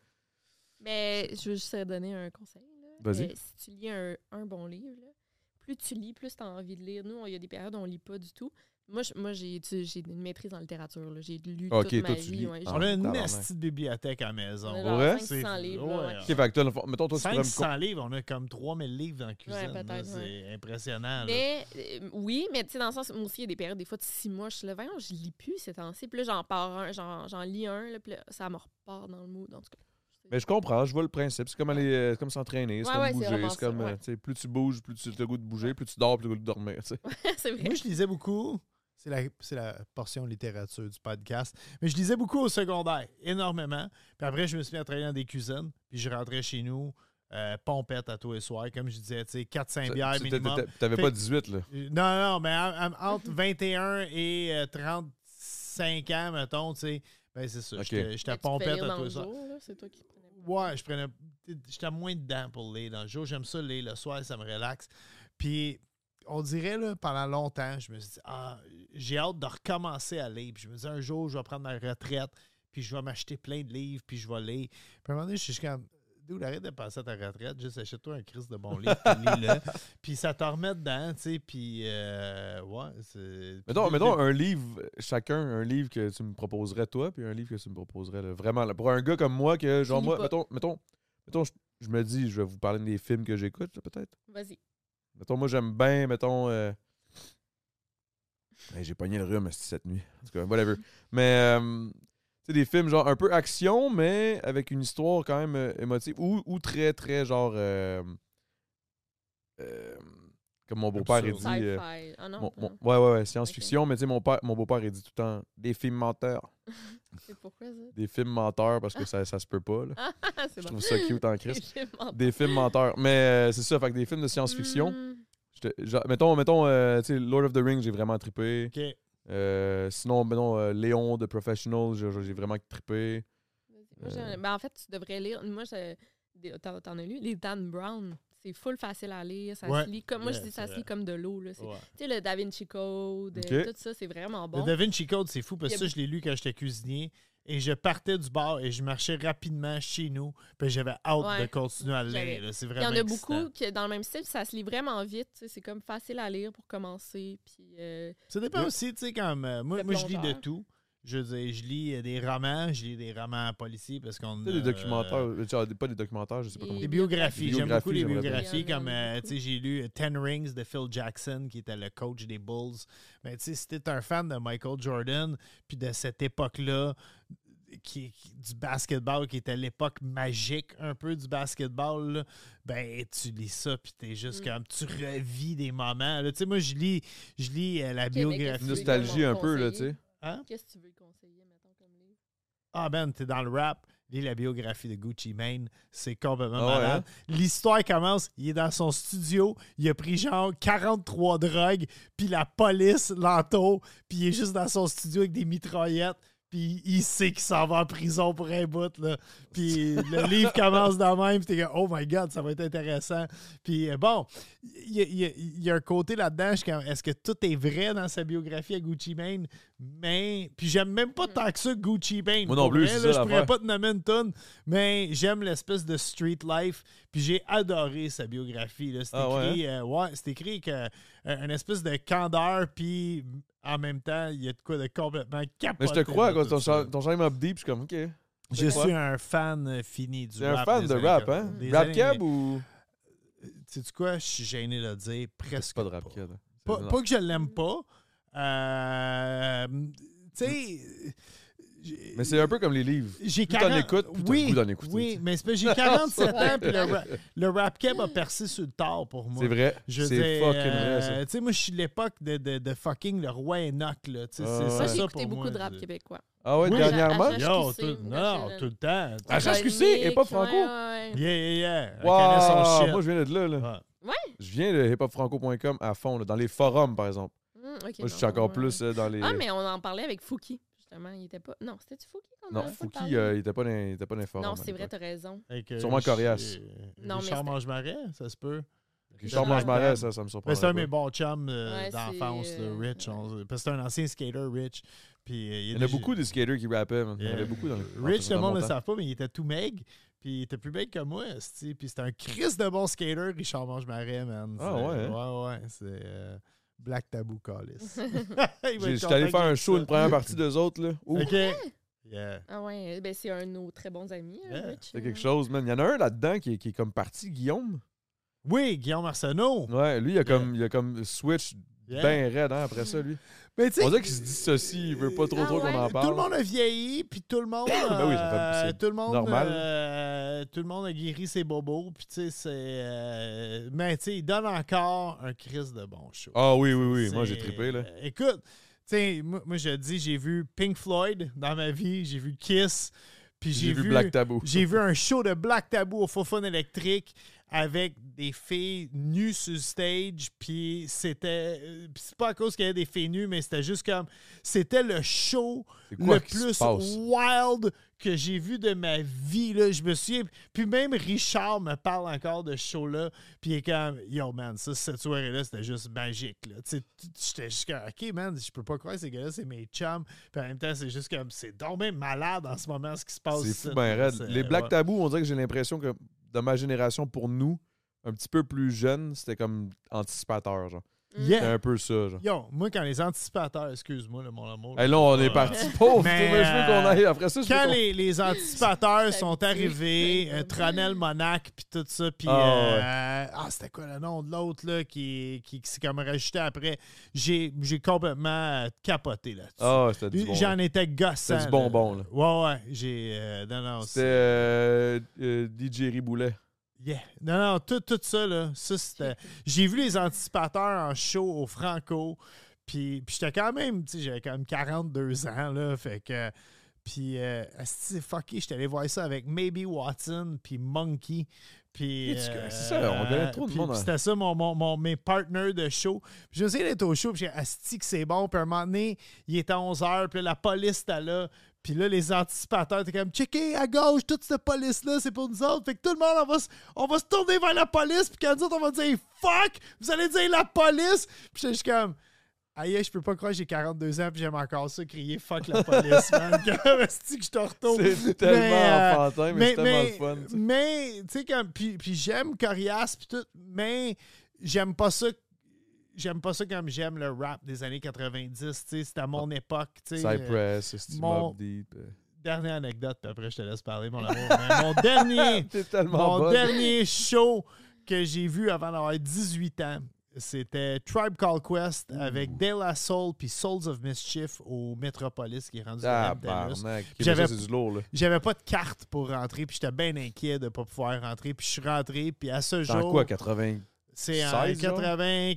S4: Mais je veux juste te donner un conseil. là.
S2: Vas-y.
S4: Euh, si tu lis un, un bon livre, là, plus tu lis, plus tu as envie de lire. Nous, on- il y a des périodes où on lit pas du tout. Moi, je- moi j'ai tu- j'ai une maîtrise en littérature. là. J'ai lu
S2: Ok,
S4: toute ma
S2: toi, tu
S4: vie.
S2: lis.
S4: ouais, j'ai-
S2: Ah,
S3: On a une
S2: tabarnak.
S3: nasty de bibliothèque à la maison.
S4: On a
S2: genre Ouais?
S4: 500
S3: C'est-
S4: livres, là, ouais.
S2: Ok, fait que toi, dans le fond, mettons, toi, tu pourrais me
S3: 500 livres, on a comme 3000 livres dans la cuisine.
S4: peut-être,
S3: là,
S4: ouais.
S3: c'est impressionnant. là.
S4: Mais euh, oui, mais tu sais, dans le sens, moi aussi, il y a des périodes, des fois, de six mois, je suis là, voyons, je lis plus ces temps-ci. Puis là, j'en pars un, j'en j'en lis un, là, puis là, ça me repart dans le mood. En tout cas,
S2: Mais je comprends, je vois le principe. C'est comme aller euh, c'est comme s'entraîner, c'est
S4: Ouais,
S2: comme
S4: ouais, c'est
S2: bouger.
S4: vraiment
S2: C'est
S4: ça,
S2: comme, euh,
S4: ouais.
S2: tu sais, plus tu bouges, plus tu as le goût de bouger, plus tu dors, plus tu as le goût de dormir. tu sais.
S4: c'est vrai.
S3: Moi, je lisais beaucoup. C'est la, c'est la portion littérature du podcast. Mais je lisais beaucoup au secondaire, énormément. Puis après, je me suis mis à travailler dans des cuisines. Puis je rentrais chez nous, euh, pompette à tous les soirs. Comme je disais, tu sais, 4-5 bières
S2: Tu- tu-
S3: minimum.
S2: t'a- T'avais
S3: Fait-
S2: pas 18, là.
S3: Euh, Non, non, mais en- en- entre 21 et euh, 35 ans, mettons, tu sais, ben c'est ça.
S2: Ok.
S4: Mais
S3: J'étais J'étais
S4: tu te fais
S3: pompette
S4: lire
S3: à
S4: dans
S3: tous
S4: le
S3: les soirs.
S4: jour, là, C'est toi qui prenais.
S3: Ouais, je prenais. J'étais moins dedans pour lire dans le jour. J'aime ça lire le soir, ça me relaxe. Puis, on dirait, là, pendant longtemps, je me suis dit, ah, j'ai hâte de recommencer à lire. Puis, je me dis, un jour, je vais prendre ma retraite, puis je vais m'acheter plein de livres, puis je vais lire. Puis, à un moment donné, je suis juste comme, d'où arrête de passer à ta retraite, juste achète-toi un Christ de bon livre, puis lis-le. Puis, ça te remet dedans, tu sais, puis, euh, ouais. c'est-
S2: Mettons,
S3: puis-
S2: mettons un livre, euh, chacun, un livre que tu me proposerais, toi, puis un livre que tu me proposerais, là, vraiment. là, pour un gars comme moi, que genre,
S4: lis
S2: moi,
S4: pas.
S2: mettons, mettons, mettons, je, je me dis, je vais vous parler des films que j'écoute, là, peut-être.
S4: Vas-y.
S2: Mettons, moi, j'aime bien, mettons. euh, hey, J'ai pogné le rhume esti, cette nuit. En tout cas, whatever. mais, euh, tu sais, des films genre un peu action, mais avec une histoire quand même euh, émotive ou, ou très, très genre. euh, euh, comme mon beau-père, il dit.
S4: Sci-fi.
S2: euh,
S4: Ah non,
S2: mon- mon-
S4: non,
S2: ouais, ouais, ouais, science-fiction, mais tu sais, mon, père- mon beau-père, il dit tout le temps des films menteurs.
S4: c'est pourquoi ça?
S2: Des films menteurs parce que ça, ça se peut pas. là.
S4: Ah, c'est
S2: Je
S4: bon.
S2: trouve ça cute en Christ.
S4: J'ai menti.
S2: Des films menteurs. Mais euh, c'est ça, fait que des films de science-fiction.
S4: Mm.
S2: Je te- genre, mettons, mettons euh, tu sais, Lord of the Rings, j'ai vraiment trippé.
S3: Ok.
S2: Euh, sinon, mettons, euh, Léon de Professional, j'ai j'ai vraiment trippé.
S4: Vas-y. Moi, j'ai
S2: Euh.
S4: un- ben, en fait, tu devrais lire. Moi, je- des- t'en t'en as lu? Les Dan Brown. C'est full facile à lire. Ça
S3: Ouais.
S4: se lit comme, moi, je
S3: Ouais,
S4: dis
S3: c'est
S4: ça se
S3: vrai.
S4: lit comme de l'eau. là. C'est-
S3: Ouais.
S4: Tu sais, le Da Vinci Code,
S2: Ok.
S4: euh, tout ça, c'est vraiment bon.
S3: Le Da Vinci Code, c'est fou parce
S4: Il
S3: que
S4: y
S3: ça,
S4: a-
S3: je l'ai lu quand j'étais cuisinier. Et je partais du bar et je marchais rapidement chez nous. Puis j'avais hâte
S4: Ouais.
S3: de continuer à
S4: J'avais-
S3: lire. là. C'est
S4: Il y
S3: vraiment
S4: en a
S3: excitant.
S4: beaucoup qui, dans le même style, ça se lit vraiment vite. tu sais, C'est comme facile à lire pour commencer. Puis, euh,
S3: Ça dépend aussi, tu sais, comme. euh, moi,
S4: Le
S3: moi, je lis de
S4: plongeur.
S3: tout. Je veux dire, je lis euh, des romans, je lis des romans policiers parce qu'on.
S2: Tu sais,
S3: a,
S2: des documentaires,
S3: euh,
S2: euh, genre, des- pas des documentaires, je sais pas
S4: Et-
S2: comment.
S3: Des biographies.
S2: Des
S3: J'aime beaucoup les
S2: biographies,
S3: biographies.
S2: j'aimerais
S4: bien.
S3: Comme, euh,
S4: Beaucoup.
S3: tu sais, j'ai lu euh, Ten Rings de Phil Jackson, qui était le coach des Bulls. Mais tu sais, si t'es un fan de Michael Jordan, puis de cette époque-là, qui, qui- du basketball, qui était l'époque magique un peu du basketball, là, ben, tu lis ça, puis t'es juste comme, tu revis des moments. là. Tu sais, moi, je lis, je lis euh, la
S4: Québec,
S3: biographie.
S4: est-ce que tu veux
S2: Nostalgie un peu, là, tu
S4: conseiller.
S2: sais.
S3: Hein?
S4: qu'est-ce que tu veux conseiller, mettons, comme livre?
S3: Ah ben, t'es dans le rap. Lis la biographie de Gucci Mane. C'est complètement
S2: Ah ouais,
S3: malade. L'histoire commence, il est dans son studio, il a pris genre 43 drogues, puis la police l'entoure, puis il est juste dans son studio avec des mitraillettes, puis il sait qu'il s'en va en prison pour un bout. Là. Puis le livre commence dans même, puis t'es comme « Oh my God, ça va être intéressant ». Puis euh, bon, il y, a- il y a- il y a un côté là-dedans, je suis comme, est-ce que tout est vrai dans sa biographie à Gucci Mane? Mais, puis j'aime même
S2: Mm.
S3: pas tant que ça Gucci Mane.
S2: Moi non
S3: Pour
S2: plus,
S3: vrai,
S2: c'est
S3: là,
S2: ça
S3: Je pourrais
S2: l'affaire.
S3: pas te nommer une tonne, mais j'aime l'espèce de street life. Puis j'ai adoré sa biographie. là. C'est
S2: Ah ouais,
S3: écrit, euh, ouais, c'est écrit que euh, une espèce de candeur, puis en même temps, il y a de quoi de complètement capoté.
S2: Mais je te crois,
S3: dans
S2: quand
S3: tout
S2: ton
S3: ça.
S2: char- ton chant up deep, je suis comme, ok.
S3: Je
S2: crois.
S3: suis un fan euh, fini du
S2: T'es un
S3: rap
S2: fan
S3: des
S2: de
S3: années
S2: rap,
S3: 80.
S2: hein?
S3: Des
S2: Rap
S3: années-
S2: cab ou.
S3: Sais-tu quoi? Je suis gêné de le dire. Presque
S2: Pas de rap cab. hein.
S3: Pas,
S2: C'est-
S3: pas que je l'aime pas. Euh, tu sais, j'ai-
S2: Mais c'est un peu comme les livres.
S3: j'ai
S2: plus t'en
S3: 40...
S2: écoutes, plus t'as le goût d'en écouter, tu
S3: Oui,
S2: sais.
S3: mais c'est parce que j'ai 47 ans, puis le, ra- le rap cap a percé sur le tard pour moi.
S2: C'est vrai.
S3: Je veux
S2: C'est
S3: dire,
S2: fucking
S3: euh,
S2: vrai, ça.
S3: Tu sais, moi, je suis de l'époque de, de, de fucking le roi Enoch, là. Tu sais, c'est
S2: Ah ouais.
S3: ça,
S4: Moi,
S3: ça
S4: j'ai
S3: pour
S4: écouté beaucoup
S3: moi,
S4: de rap
S3: je-
S4: québécois.
S2: Ah ouais,
S3: Oui.
S2: dernièrement?
S4: Ah,
S3: Yo,
S4: HQC,
S3: tout, non,
S4: HQC.
S3: tout le temps.
S2: Ah, HQC et pas franco?
S4: Ouais, ouais, ouais.
S3: Yeah, yeah, yeah. Elle connaît son
S2: Wow!
S3: shit.
S2: Moi, je viens de là, là.
S3: Ouais.
S4: Ouais?
S2: Je viens de hiphopfranco.com à fond, là, dans les forums, par exemple.
S4: Mm, ok,
S2: Moi, je
S4: non,
S2: suis encore
S4: ouais.
S2: plus euh, dans les.
S4: Ah, mais on en parlait avec Fouki, justement. Il était pas. Non, c'était-tu Fouki qu'on en
S2: non,
S4: a pas
S2: Fouki,
S4: parlé?
S2: euh, il était pas dans il était pas dans les forums.
S4: Non,
S2: à
S4: c'est vrai,
S2: l'époque.
S4: t'as raison.
S3: Avec, euh,
S2: Sûrement
S3: Rich-
S2: coriace.
S3: euh,
S4: Non, mais
S3: Richard
S4: c'était-
S3: Mange-Marais, ça se peut.
S2: Richard Marmaret, ça, ça me surprend.
S3: Mais c'est un de mes bons chums euh,
S4: Ouais,
S3: d'enfance,
S4: c'est,
S3: le
S4: euh,
S3: Rich. on- parce que c'est un ancien skater, Rich. Puis, euh,
S2: Il
S3: a
S2: y en a
S3: des-
S2: beaucoup de skaters qui rappaient, man. Il y en
S3: Yeah.
S2: avait beaucoup dans les.
S3: Euh, Rich, le monde ne le
S2: ça.
S3: savent pas, mais il était tout meg. Puis il était plus bête que moi, esti. Puis c'était un Chris de bon skater, Richard Mange-Marais, man.
S2: Ah
S3: C'est-
S2: ouais,
S3: Ouais, ouais. C'est euh, Black Tabou Callis.
S2: J'ai- J'étais allé faire un show, une première partie d'eux autres, là. Ouh,
S3: OK. Yeah.
S4: Ah ouais, ben c'est un de nos très bons amis, hein,
S3: Yeah,
S4: Rich.
S2: c'est quelque chose, man. Il y en a un là-dedans qui, est- qui est comme parti, Guillaume.
S3: Oui, Guillaume Arsenault.
S2: Ouais, lui, il a comme, il a comme switch
S3: Yeah.
S2: bien raide hein, après ça, lui.
S3: Mais tu sais-
S2: On dirait qu'il se dissocie, il veut pas trop
S4: Ah
S2: trop
S4: ouais.
S2: qu'on en
S3: Tout
S2: parle.
S3: le monde a vieilli, puis tout le monde.
S2: Ben oui, ça fait-
S3: euh,
S2: c'est
S3: tout le monde.
S2: normal.
S3: euh, tout le monde a guéri ses bobos, puis tu sais, c'est. euh, mais tu sais, il donne encore un Chris de bon show.
S2: Ah oui, oui, oui, moi j'ai
S3: C'est-
S2: trippé, là.
S3: euh, écoute, tu sais, moi, moi, je dis, j'ai vu Pink Floyd dans ma vie, j'ai vu Kiss, puis j'ai vu,
S2: Black Tabou.
S3: j'ai vu un show de Black Tabou au Fofone électrique avec des filles nues sur le stage, puis c'était, euh, puis c'est pas à cause qu'il y avait des filles nues, mais c'était juste comme, c'était le show
S2: C'est quoi
S3: le
S2: qui se
S3: plus
S2: passe?
S3: wild que j'ai vu de ma vie. Là. Je me souviens. Puis même Richard me parle encore de ce show-là. Puis il est comme Yo, man, ça, cette soirée-là, c'était juste magique. là. Tu sais, tu- J'étais juste comme OK, man, je peux pas croire que ces gars-là, c'est mes chums. Puis en même temps, c'est juste comme C'est donc bien malade en ce moment ce qui se passe.
S2: C'est
S3: ici.
S2: fou, ben raide.
S3: C'est-
S2: Les Black
S3: ouais.
S2: Tabou, on dirait que j'ai l'impression que dans ma génération, pour nous, un petit peu plus jeune, c'était comme anticipateur, genre. C'était
S3: Yeah.
S2: un peu ça, genre.
S3: Yo, moi, quand les anticipateurs, excuse-moi, là, mon amour.
S2: Hey, Ben là, on
S3: Ouais.
S2: est parti pauvre.
S3: Mais, euh,
S2: Mais, je veux qu'on aille après ça. Je veux
S3: quand
S2: qu'on-
S3: les, les anticipateurs
S4: Ça me
S3: sont
S4: dit
S3: arrivés,
S4: rien.
S3: euh, Tronel Monac, puis tout ça, puis.
S2: Ah,
S3: euh,
S2: ouais.
S3: ah, c'était quoi le nom de l'autre, là, qui, qui, qui s'est comme rajouté après? J'ai j'ai complètement euh, capoté là-dessus.
S2: Ah, c'était du bon.
S3: J'en étais gossant.
S2: C'était du bonbon, là.
S3: Ouais, ouais. J'ai. euh, non, non.
S2: C'était
S3: c'est-
S2: euh, euh, DJ Riboulet.
S3: Yeah. Non, non, tout, tout ça, là. Ça, c'était. J'ai vu les anticipateurs en show au Franco. Puis, puis j'étais quand même, tu sais, j'avais quand même 42 ans, là. Fait que. Puis, euh, asti, c'est fucké, j'étais allé voir ça avec Maybe Watson, puis Monkey. Puis.
S2: Et tu-
S3: euh,
S2: c'est ça, on connaît trop de
S3: puis-
S2: monde,
S3: puis
S2: hein.
S3: C'était ça, mon, mon, mon- mes partners de show. Puis j'ai essayé d'être au show, puis j'ai dit, Asti, que c'est bon. Puis à un moment donné, il était 11h, puis là, la police était là. Puis là, les anticipateurs étaient comme, checker à gauche, toute cette police-là, c'est pour nous autres. Fait que tout le monde, on va, se- on va se tourner vers la police, puis quand nous autres, on va dire, fuck, vous allez dire la police. Puis j'étais juste comme, Aïe, je peux pas croire que j'ai 42 ans puis j'aime encore ça crier fuck la police, man. Asti que je te retourne.
S2: C'est tellement
S3: euh,
S2: enfantin, mais c'est tellement le fun, tu sais.
S3: Mais, tu sais, comme, puis, puis j'aime Corias puis tout, mais j'aime pas ça. J'aime pas ça comme j'aime le rap des années 90, tu sais, c'était à mon
S2: Ah.
S3: époque, tu sais. Euh,
S2: Cypress, Steve
S3: mon-
S2: Mobb Deep. euh.
S3: Dernière anecdote, puis après je te laisse parler, mon amour. Mais mon dernier,
S2: T'es
S3: mon
S2: tellement bonne.
S3: dernier show que j'ai vu avant d'avoir 18 ans, c'était Tribe Call Quest avec De La Soul puis Souls of Mischief au Metropolis qui est rendu à
S2: Ah, barnac.
S3: J'avais-
S2: J'avais... C'est du lourd, là.
S3: J'avais pas de carte pour rentrer, puis j'étais bien inquiet de pas pouvoir rentrer, puis je suis rentré, puis à ce
S2: Dans
S3: jour,
S2: quoi, 80?
S3: c'est en
S2: 16, genre?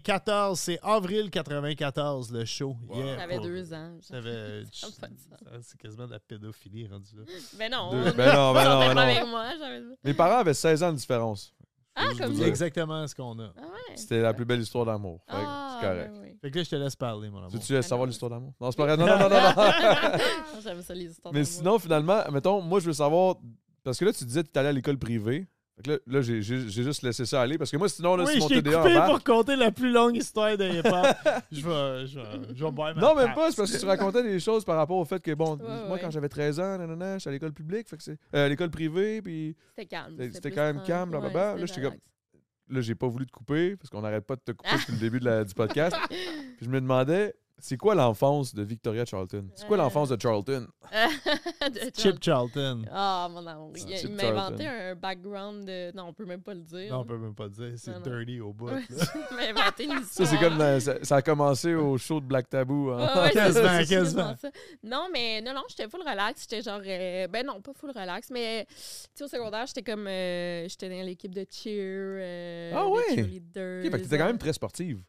S3: 94, c'est avril 94 le show. Yeah,
S4: J'avais
S3: pour-
S4: deux ans.
S3: J'avais-
S4: Ça a pas de sens.
S3: C'est quasiment de la pédophilie rendu là.
S4: Ben non.
S2: Deux- Ben non, ben non, ben non.
S4: avec moi, j'avais
S2: Mes parents avaient 16 ans de différence.
S4: Ah,
S2: Juste
S4: comme
S2: vous
S4: ça.
S3: C'est
S2: dire.
S3: exactement ce qu'on a.
S4: Ah ouais.
S2: C'était la plus belle histoire d'amour. Fait que
S4: Ah,
S2: c'est correct.
S4: ben oui.
S3: Fait que là, je te laisse parler, mon amour.
S2: Veux-tu euh, savoir l'histoire d'amour? Non, c'est pas vrai. Non, non, non, non. non.
S4: J'aime ça, les histoires.
S2: Mais
S4: d'amour.
S2: sinon, finalement, mettons, moi, je veux savoir. Parce que là, tu disais que tu allé à l'école privée. Fait que là, là, j'ai j'ai- j'ai juste laissé ça aller. Parce que moi, sinon, là,
S3: oui,
S2: si mon
S3: je t'ai
S2: TDA
S3: coupé
S2: embarque-
S3: pour compter la plus longue histoire de hip-hop. je vais, je vais, je vais boire ma
S2: Non, même
S3: tasse.
S2: pas. C'est parce que tu racontais des choses par rapport au fait que, bon, moi,
S4: ouais.
S2: quand j'avais 13 ans, nanana, j'étais à l'école publique, fait que c'est. euh, à l'école privée, puis
S4: C'était calme.
S2: C'était
S4: plus
S2: quand même
S4: tranquille.
S2: calme, blablabla.
S4: Ouais, c'était
S2: Là, j'étais comme-
S4: relax.
S2: là, j'ai pas voulu te couper, parce qu'on n'arrête pas de te couper depuis le début de la- du podcast. Puis je me demandais, c'est quoi l'enfance de Victoria Charlton? C'est quoi
S4: Euh.
S2: l'enfance de Charlton?
S4: De-
S3: Chip Charlton.
S4: Ah, mon amour. Il,
S2: Chip hein.
S4: il m'a inventé
S2: Charlton.
S4: un background de. Non, on peut même pas le dire.
S3: Non, on peut même pas dire. C'est
S4: Non, non.
S3: dirty au bout.
S4: Ouais,
S3: là.
S4: il m'a inventé une histoire.
S2: Ça, c'est comme. dans- ça, ça a commencé au show de Black Tabou. hein.
S4: Ah. Ouais, ouais, c'est
S3: Quasiment,
S4: ça, c'est
S3: quasiment.
S4: quasiment ça. Non, mais non, non, j'étais full relax. J'étais genre. euh, ben non, pas full relax, mais tu sais, au secondaire, j'étais comme. euh, j'étais dans l'équipe de cheer. euh,
S2: Ah
S4: les
S2: ouais?
S4: cheerleaders.
S2: Ok, fait que t'étais quand même très sportive.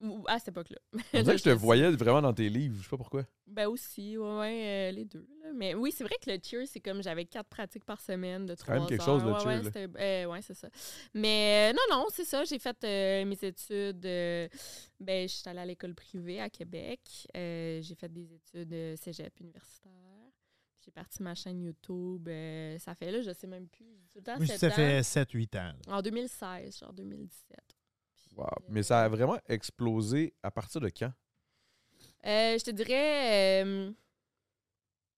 S4: Ou- À cette époque-là.
S2: On dirait que je te voyais vraiment dans tes livres, je sais pas pourquoi.
S4: Ben aussi, ouais, ouais, euh, les deux. là. Mais oui, c'est vrai que le cheer, c'est comme j'avais quatre pratiques par semaine de
S2: quand
S4: trois
S2: même
S4: heures.
S2: quelque chose, le
S4: ouais, ouais,
S2: cheer, là.
S4: c'était- euh, ouais, c'est ça. Mais euh, non, non, c'est ça. J'ai fait euh, mes études. euh, ben, je suis allée à l'école privée à Québec. Euh, j'ai fait des études euh, cégep universitaire. J'ai parti ma chaîne YouTube. euh, ça fait là, je sais même plus. je dis Tout le temps,
S3: Oui,
S4: sept
S3: ça
S4: ans.
S3: fait 7-8 ans. là.
S4: En 2016, genre 2017.
S2: Wow. Mais ça a vraiment explosé à partir de quand?
S4: Euh, je te dirais euh,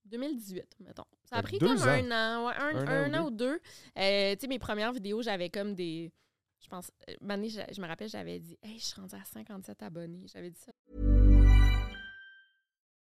S4: 2018, mettons. Ça a pris
S2: Deux
S4: comme
S2: ans.
S4: un an, ouais, un,
S2: Un an
S4: un
S2: ou
S4: an ou deux. Euh, tu sais, mes premières vidéos, j'avais comme des. Je pense. euh, une année, je, je me rappelle, j'avais dit Hey, je suis rendue à 57 abonnés. J'avais dit ça.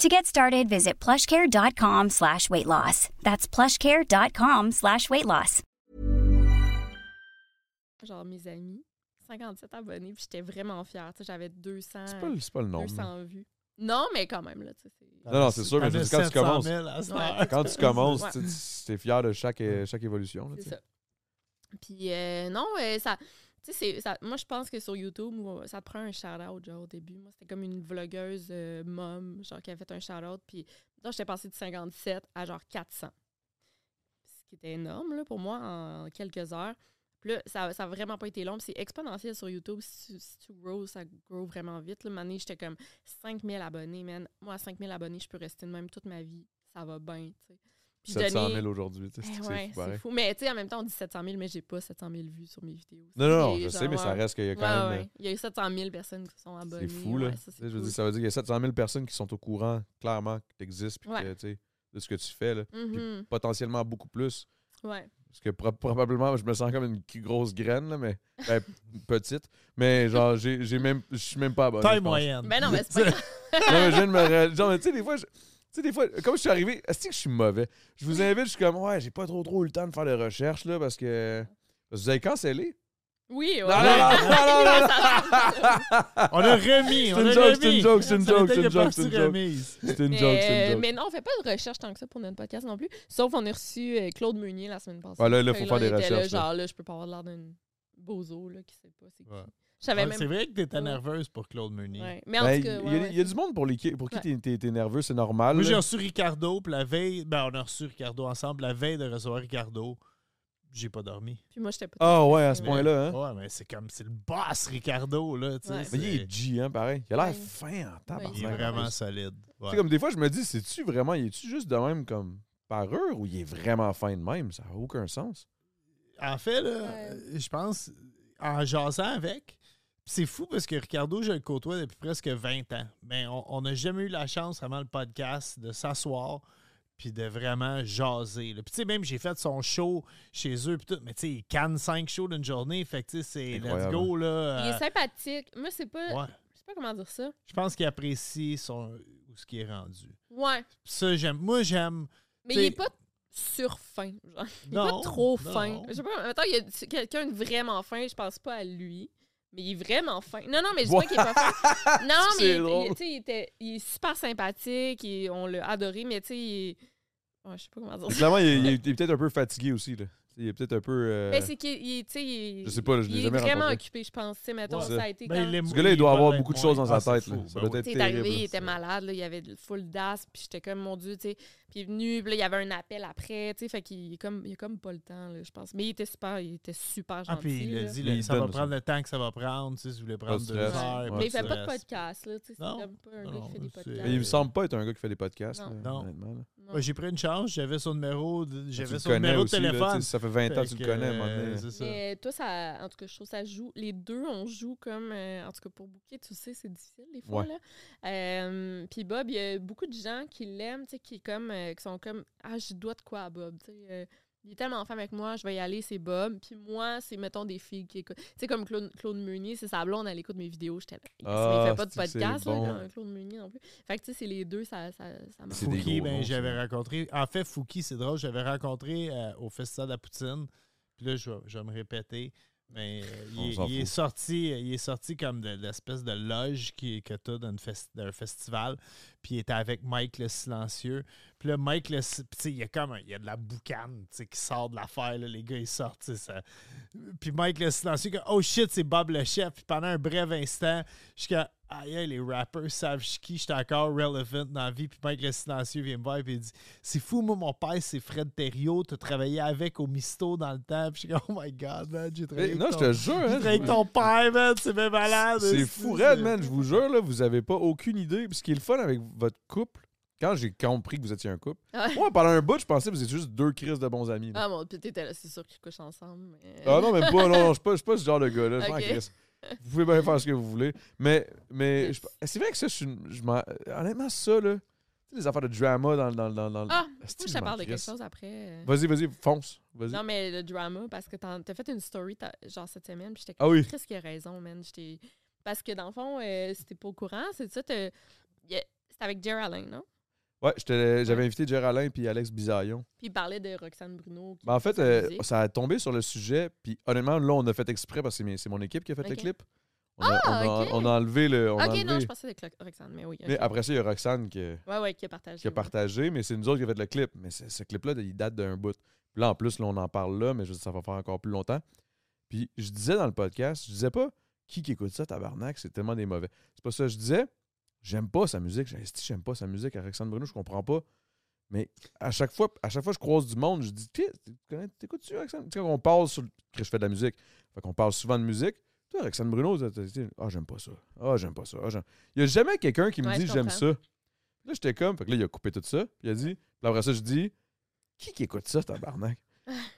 S5: To get started, visit plushcare.com slash weight loss. That's plushcare.com slash weight loss.
S4: Genre, mes amis, 57 abonnés. Puis j'étais vraiment fière. Tu sais, j'avais 200,
S2: C'est pas, le- c'est pas le nombre.
S4: 200 vues. Non, mais quand même, là. tu sais, c'est-
S2: Non, non, c'est sûr, mais
S3: T'en
S2: je
S3: as
S2: dis quand tu
S3: 700
S2: commences.
S3: 000 à cette
S4: Ouais.
S3: heure.
S2: Quand tu commences,
S4: Ouais.
S2: tu tu es fier de chaque, euh, chaque évolution. là, tu
S4: C'est
S2: sais.
S4: ça. Puis euh, non, euh, ça, tu sais, c'est- ça- moi je pense que sur YouTube, moi, ça te prend un shout-out genre, au début. Moi, c'était comme une vlogueuse euh, mom, genre qui avait fait un shout-out. Puis donc, j'étais passée de 57 à genre 400. Ce qui était énorme là, pour moi en quelques heures. Puis là, ça n'a vraiment pas été long. puis C'est exponentiel sur YouTube. Si tu, si tu grows, ça grow vraiment vite. Là, Une année, j'étais comme 5000 abonnés, man. Moi, à 5000 abonnés, je peux rester de même toute ma vie. Ça va bien, tu sais. Puis
S2: 700
S4: donner-
S2: 000 aujourd'hui. tu sais,
S4: eh
S2: C'est
S4: ouais,
S2: c'est fou, pareil.
S4: c'est fou. Mais tu sais, en même temps, on dit 700 000, mais j'ai pas 700 000 vues sur mes vidéos.
S2: Non, non, non,
S4: C'est
S2: je
S4: genre,
S2: sais, mais
S4: ouais.
S2: ça reste qu'il y a
S4: Ouais,
S2: quand
S4: ouais.
S2: même.
S4: Il y a eu 700 000 personnes qui se sont
S2: euh,
S4: abonnées.
S2: C'est fou, là.
S4: ouais,
S2: Tu
S4: ça,
S2: sais,
S4: c'est
S2: Je veux
S4: cool.
S2: dire, ça veut dire qu'il y a 700 000 personnes qui sont au courant, clairement, que tu existes puis que,
S4: Ouais.
S2: tu sais, de ce que tu fais. là. Puis
S4: Mhm,
S2: potentiellement beaucoup plus.
S4: ouais.
S2: Parce que pro- probablement, je me sens comme une cu- grosse graine, là, mais ben, petite. Mais genre, j'ai j'ai même, je suis même pas abonné. je
S3: Taille
S2: pense.
S3: moyenne.
S4: Ben non, mais c'est pas grave.
S2: Non, mais je viens de me ra- genre, mais tu sais, des fois, je- tu sais, des fois, comme je suis arrivé, est-ce que je suis mauvais? Je vous invite, je suis comme, ouais, j'ai pas trop trop eu le temps de faire de recherche, là, parce que. parce que vous avez cancellé?
S4: Oui, ouais.
S2: Non, non, non, non, non, non, non.
S3: On a remis.
S2: C'est
S3: on
S2: une
S3: a
S2: joke, c'est
S3: remis.
S2: une joke, c'est une
S3: Ça
S2: joke,
S3: n'était
S2: c'est une
S3: que
S2: joke,
S3: partie
S2: c'est une joke.
S3: remise.
S2: C'est une
S4: Mais,
S2: joke, c'est
S4: euh,
S2: une joke.
S4: mais non, on fait pas de recherche tant que ça pour notre podcast non plus. Sauf on a reçu euh, Claude Meunier la semaine passée.
S2: Ah, là, là,
S4: Fait
S2: faut
S4: que
S2: faire
S4: on
S2: des
S4: était là,
S2: recherches, là.
S4: genre, là, je peux pas avoir l'air d'un bozo, là, qui sait pas c'est qui.
S3: Ouais.
S4: Je savais
S3: Ouais, C'est
S4: même.
S3: vrai que t'étais
S4: Ouais.
S3: nerveuse pour Claude Meunier.
S4: Ouais. Mais en
S2: Ben,
S4: tout
S2: il y
S4: cas,
S2: a-
S4: ouais, ouais,
S2: il y, a du monde pour, les qui- pour qui
S4: Ouais.
S2: t'es- t'es t'es nerveux, c'est normal.
S3: Moi, j'ai
S2: là.
S3: reçu Ricardo, puis la veille, ben, on a reçu Ricardo ensemble. La veille de recevoir Ricardo, j'ai pas dormi.
S4: Puis moi, j'étais pas.
S2: Ah ouais, à ce
S4: Mais-
S2: point-là, hein?
S3: Ouais, mais c'est comme, c'est le boss Ricardo, là, tu sais.
S4: Ouais.
S2: Mais il
S3: c'est-
S2: est G, hein, pareil. Il a l'air
S4: Ouais.
S2: fin en
S4: Ouais,
S2: tabarnak.
S3: il est vraiment solide.
S2: Tu
S3: Ouais.
S2: sais, comme des fois, je me dis, c'est-tu vraiment, il est-tu juste de même comme parure ou il est vraiment fin de même? Ça n'a aucun sens.
S3: En fait, là,
S4: Ouais.
S3: euh, je pense, en jasant avec, c'est fou parce que Ricardo, je le côtoie depuis presque 20 ans. Mais on on n'a jamais eu la chance, avant le podcast, de s'asseoir puis de vraiment jaser. là. Puis tu sais, même j'ai fait son show chez eux, puis tout, mais tu sais, il canne 5 shows d'une journée, fait que tu sais, c'est let's
S2: Incroyable.
S3: go, là.
S4: Il est
S3: euh,
S4: sympathique. Moi, c'est pas.
S3: ouais.
S4: Je sais pas comment dire ça.
S3: Je pense qu'il apprécie son, où ce qui est rendu.
S4: Ouais.
S3: Ça, j'aime. Moi, j'aime.
S4: Mais
S3: T'sais-
S4: il est pas surfin. Genre. Il est pas
S3: Non,
S4: trop
S3: non.
S4: fin. Je sais pas, mettons, il y a du- quelqu'un de vraiment fin, je pense pas à lui. Mais il est vraiment fin. Non, non, mais je dis pas qu'il est pas fin. Non,
S2: C'est
S4: mais il- il,
S2: drôle.
S4: tu sais, il était, il est super sympathique, il- on l'a adoré, mais tu sais, il est- ouais, je sais pas comment dire
S2: Mais
S4: ça.
S2: clairement, il, est- il est, il est peut-être un peu fatigué aussi. Là. Il est peut-être un peu. euh,
S4: Mais c'est qu'il il- tu sais, il-
S2: Je sais pas, là, je l'ai
S4: il est
S2: jamais
S4: vraiment
S2: rencontré.
S4: occupé, je pense. Tu sais, mettons,
S2: Ouais.
S4: ça a été
S3: Ben,
S4: quand-
S3: il aime-
S2: Ce gars-là, il doit avoir
S3: va
S2: beaucoup de
S3: être
S2: choses dans
S3: moins.
S2: sa
S3: Ah,
S2: tête.
S3: c'est
S2: là.
S3: fou.
S2: Ça
S3: Ben
S2: doit
S3: oui.
S2: être
S4: Tu sais, il est arrivé,
S2: terrible,
S4: il
S2: là,
S4: était
S2: ça.
S4: malade, là, il avait le full d'asthme, puis j'étais comme, mon Dieu, tu sais. Puis il est venu, puis là, il y avait un appel après, tu sais, fait qu'il est comme, il a comme pas le temps, là, je pense. Mais il était super, il était super gentil.
S3: Ah, puis il a
S4: là.
S3: dit,
S2: Mais
S3: là,
S2: il
S3: ça va
S2: donne, ça.
S3: prendre le temps que ça va prendre, tu sais, si vous voulez prendre deux
S2: stress.
S3: heures.
S2: Ouais.
S3: pas
S4: Mais il
S3: de
S4: fait pas de
S3: stress.
S4: podcast, là, tu sais, c'est
S3: Non.
S4: comme pas un
S3: Non,
S4: gars
S3: non,
S4: qui fait des
S3: c'est-
S4: podcasts.
S2: Mais il me semble pas être un gars qui fait des podcasts.
S4: Non.
S2: là,
S3: Non.
S2: honnêtement, là.
S4: Non.
S3: Ouais, j'ai pris une chance, j'avais son numéro, de-
S2: Ah, Tu
S3: j'avais
S2: le
S3: son numéro de
S2: aussi, là, tu sais,
S3: téléphone.
S2: ça fait 20 ans que tu
S3: Fait
S2: le
S3: que,
S2: connais. à un moment
S3: euh,
S2: donné.
S3: c'est ça.
S4: Mais toi, ça, en tout cas, je trouve ça joue. Les deux, on joue comme, euh, en tout cas, pour bouquet, tu sais, c'est difficile des fois.
S2: Ouais.
S4: là. Euh, Puis Bob, il y a beaucoup de gens qui l'aiment, tu sais, qui, est comme, euh, qui sont comme, ah, je dois de quoi à Bob, tu sais. euh, il est tellement fan avec moi, je vais y aller, c'est Bob. Puis moi, c'est, mettons, des filles qui écoutent. Tu sais, comme Claude, Claude Meunier, c'est sa blonde, elle écoute mes vidéos. J'étais là, yes, mais il
S2: Ah,
S4: fait pas de
S2: c'est-tu que c'est
S4: podcast, là,
S2: bon.
S4: comme Claude Meunier non plus. Fait que, tu sais, c'est les deux, ça, ça, ça marche.
S2: C'est des
S3: Fouki,
S2: gros
S3: ben,
S2: noms,
S3: j'avais
S2: ça.
S3: rencontré. En fait, Fouki, c'est drôle, j'avais rencontré euh, au Festival de la Poutine. Puis là, je vais, je vais me répéter. Mais euh,
S2: On
S3: il, est-
S2: s'en
S3: il est
S2: fout.
S3: sorti, il est sorti comme de, de l'espèce de loge qui, que tu as d'un fes- d'un festival. Puis il était avec Mike le silencieux. Puis là, Mike le Si- puis tu sais, il y a comme un- il y a de la boucane tu sais, qui sort de l'affaire. là. Les gars, ils sortent. tu sais, Ça. Puis Mike le silencieux, que, oh shit, c'est Bob le chef. Puis pendant un bref instant, jusqu'à aïe, aïe, les rappers savent je suis qui, je suis encore relevant dans la vie. Puis Mike le silencieux vient me voir et il dit C'est fou, moi, mon père, c'est Fred Thériault. T'as travaillé avec au Misto dans le temps. Puis je suis comme, Oh my god, man, j'ai travaillé. avec
S2: Eh, non,
S3: ton-
S2: je te jure,
S3: j'ai
S2: hein,
S3: travaillé avec
S2: je-
S3: ton père, man, c'est bien malade.
S2: C'est fou, raide, man. Je vous jure, là, vous avez pas aucune idée. Puis ce qui est le fun avec votre couple, quand j'ai compris que vous étiez un couple,
S4: Ouais.
S2: moi, pendant un bout, je pensais que vous étiez juste deux crises de bons amis. là.
S4: Ah mon dieu, t'étais là, c'est sûr qu'ils couchent ensemble. mais-
S2: Ah non, même pas. Non, non, je suis pas, je suis pas ce genre de gars-là. Je m'en
S4: Ok.
S2: crisse. Vous pouvez bien faire ce que vous voulez. Mais, mais
S4: Yes.
S2: je- c'est vrai que ça, je, suis une- je m'en- honnêtement, ça, là, tu sais, les affaires de drama dans, dans, dans, dans
S4: Ah,
S2: Est-ce
S4: moi,
S2: que
S4: je
S2: je
S4: te
S2: m'en
S4: parle de quelque
S2: crisse?
S4: chose après. euh,
S2: Vas-y, vas-y, fonce. Vas-y.
S4: Non, mais le drama, parce que t'en- t'as fait une story, t'as- genre cette semaine, puis j'étais
S2: Ah
S4: comme,
S2: oui.
S4: Chris qui a raison, man. J'étais- Parce que dans le fond, euh, c'était pas au courant, c'est ça, t'as- y a- c'était avec Jerry Allen, non?
S2: Ouais, j'étais- j'avais invité Géraldine puis Alex Bisaillon.
S4: Puis il parlait de Roxane Bruno. qui
S2: Ben, en fait,
S4: faisait
S2: euh,
S4: la musique.
S2: ça a tombé sur le sujet. Puis honnêtement, là, on a fait exprès parce que c'est mes- c'est mon équipe qui a fait le
S4: Ok.
S2: clip. On, a,
S4: Ah,
S2: on a-
S4: ok.
S2: on a enlevé le. on a
S4: ok, non,
S2: enlevé.
S4: je pensais que c'était avec Roxane, mais oui. ok.
S2: Mais après ça, il y a Roxane qui,
S4: ouais, ouais, qui a partagé.
S2: qui a
S4: ouais.
S2: partagé, mais c'est nous autres qui avons fait le clip. Mais c'est- ce clip-là, il date d'un bout. Puis là, en plus, là, on en parle là, mais je veux dire, ça va faire encore plus longtemps. Puis je disais dans le podcast, je disais pas qui qui écoute ça, tabarnak, c'est tellement des mauvais. C'est pas ça, que je disais, j'aime pas sa musique. J'ai dit, j'aime pas sa musique. Alexandre Bruno, je comprends pas. Mais à chaque fois, à chaque fois que je croise du monde, je dis, Chris, tu connais- t'écoutes-tu, Alexandre? Tu sais, quand on parle sur le. Chris, je fais de la musique. Fait qu'on parle souvent de musique. Toi, Alexandre Bruno, t'as- t'as dit, ah, j'aime pas ça. Ah, j'aime pas ça. Ah, j'aime- Il y a jamais quelqu'un qui me
S4: Ouais,
S2: dit,
S4: je
S2: j'aime
S4: comprends.
S2: ça. Là, j'étais comme, fait que là, il a coupé tout ça. Puis il a dit, puis après ça, je dis, qui qui écoute ça, tabarnak?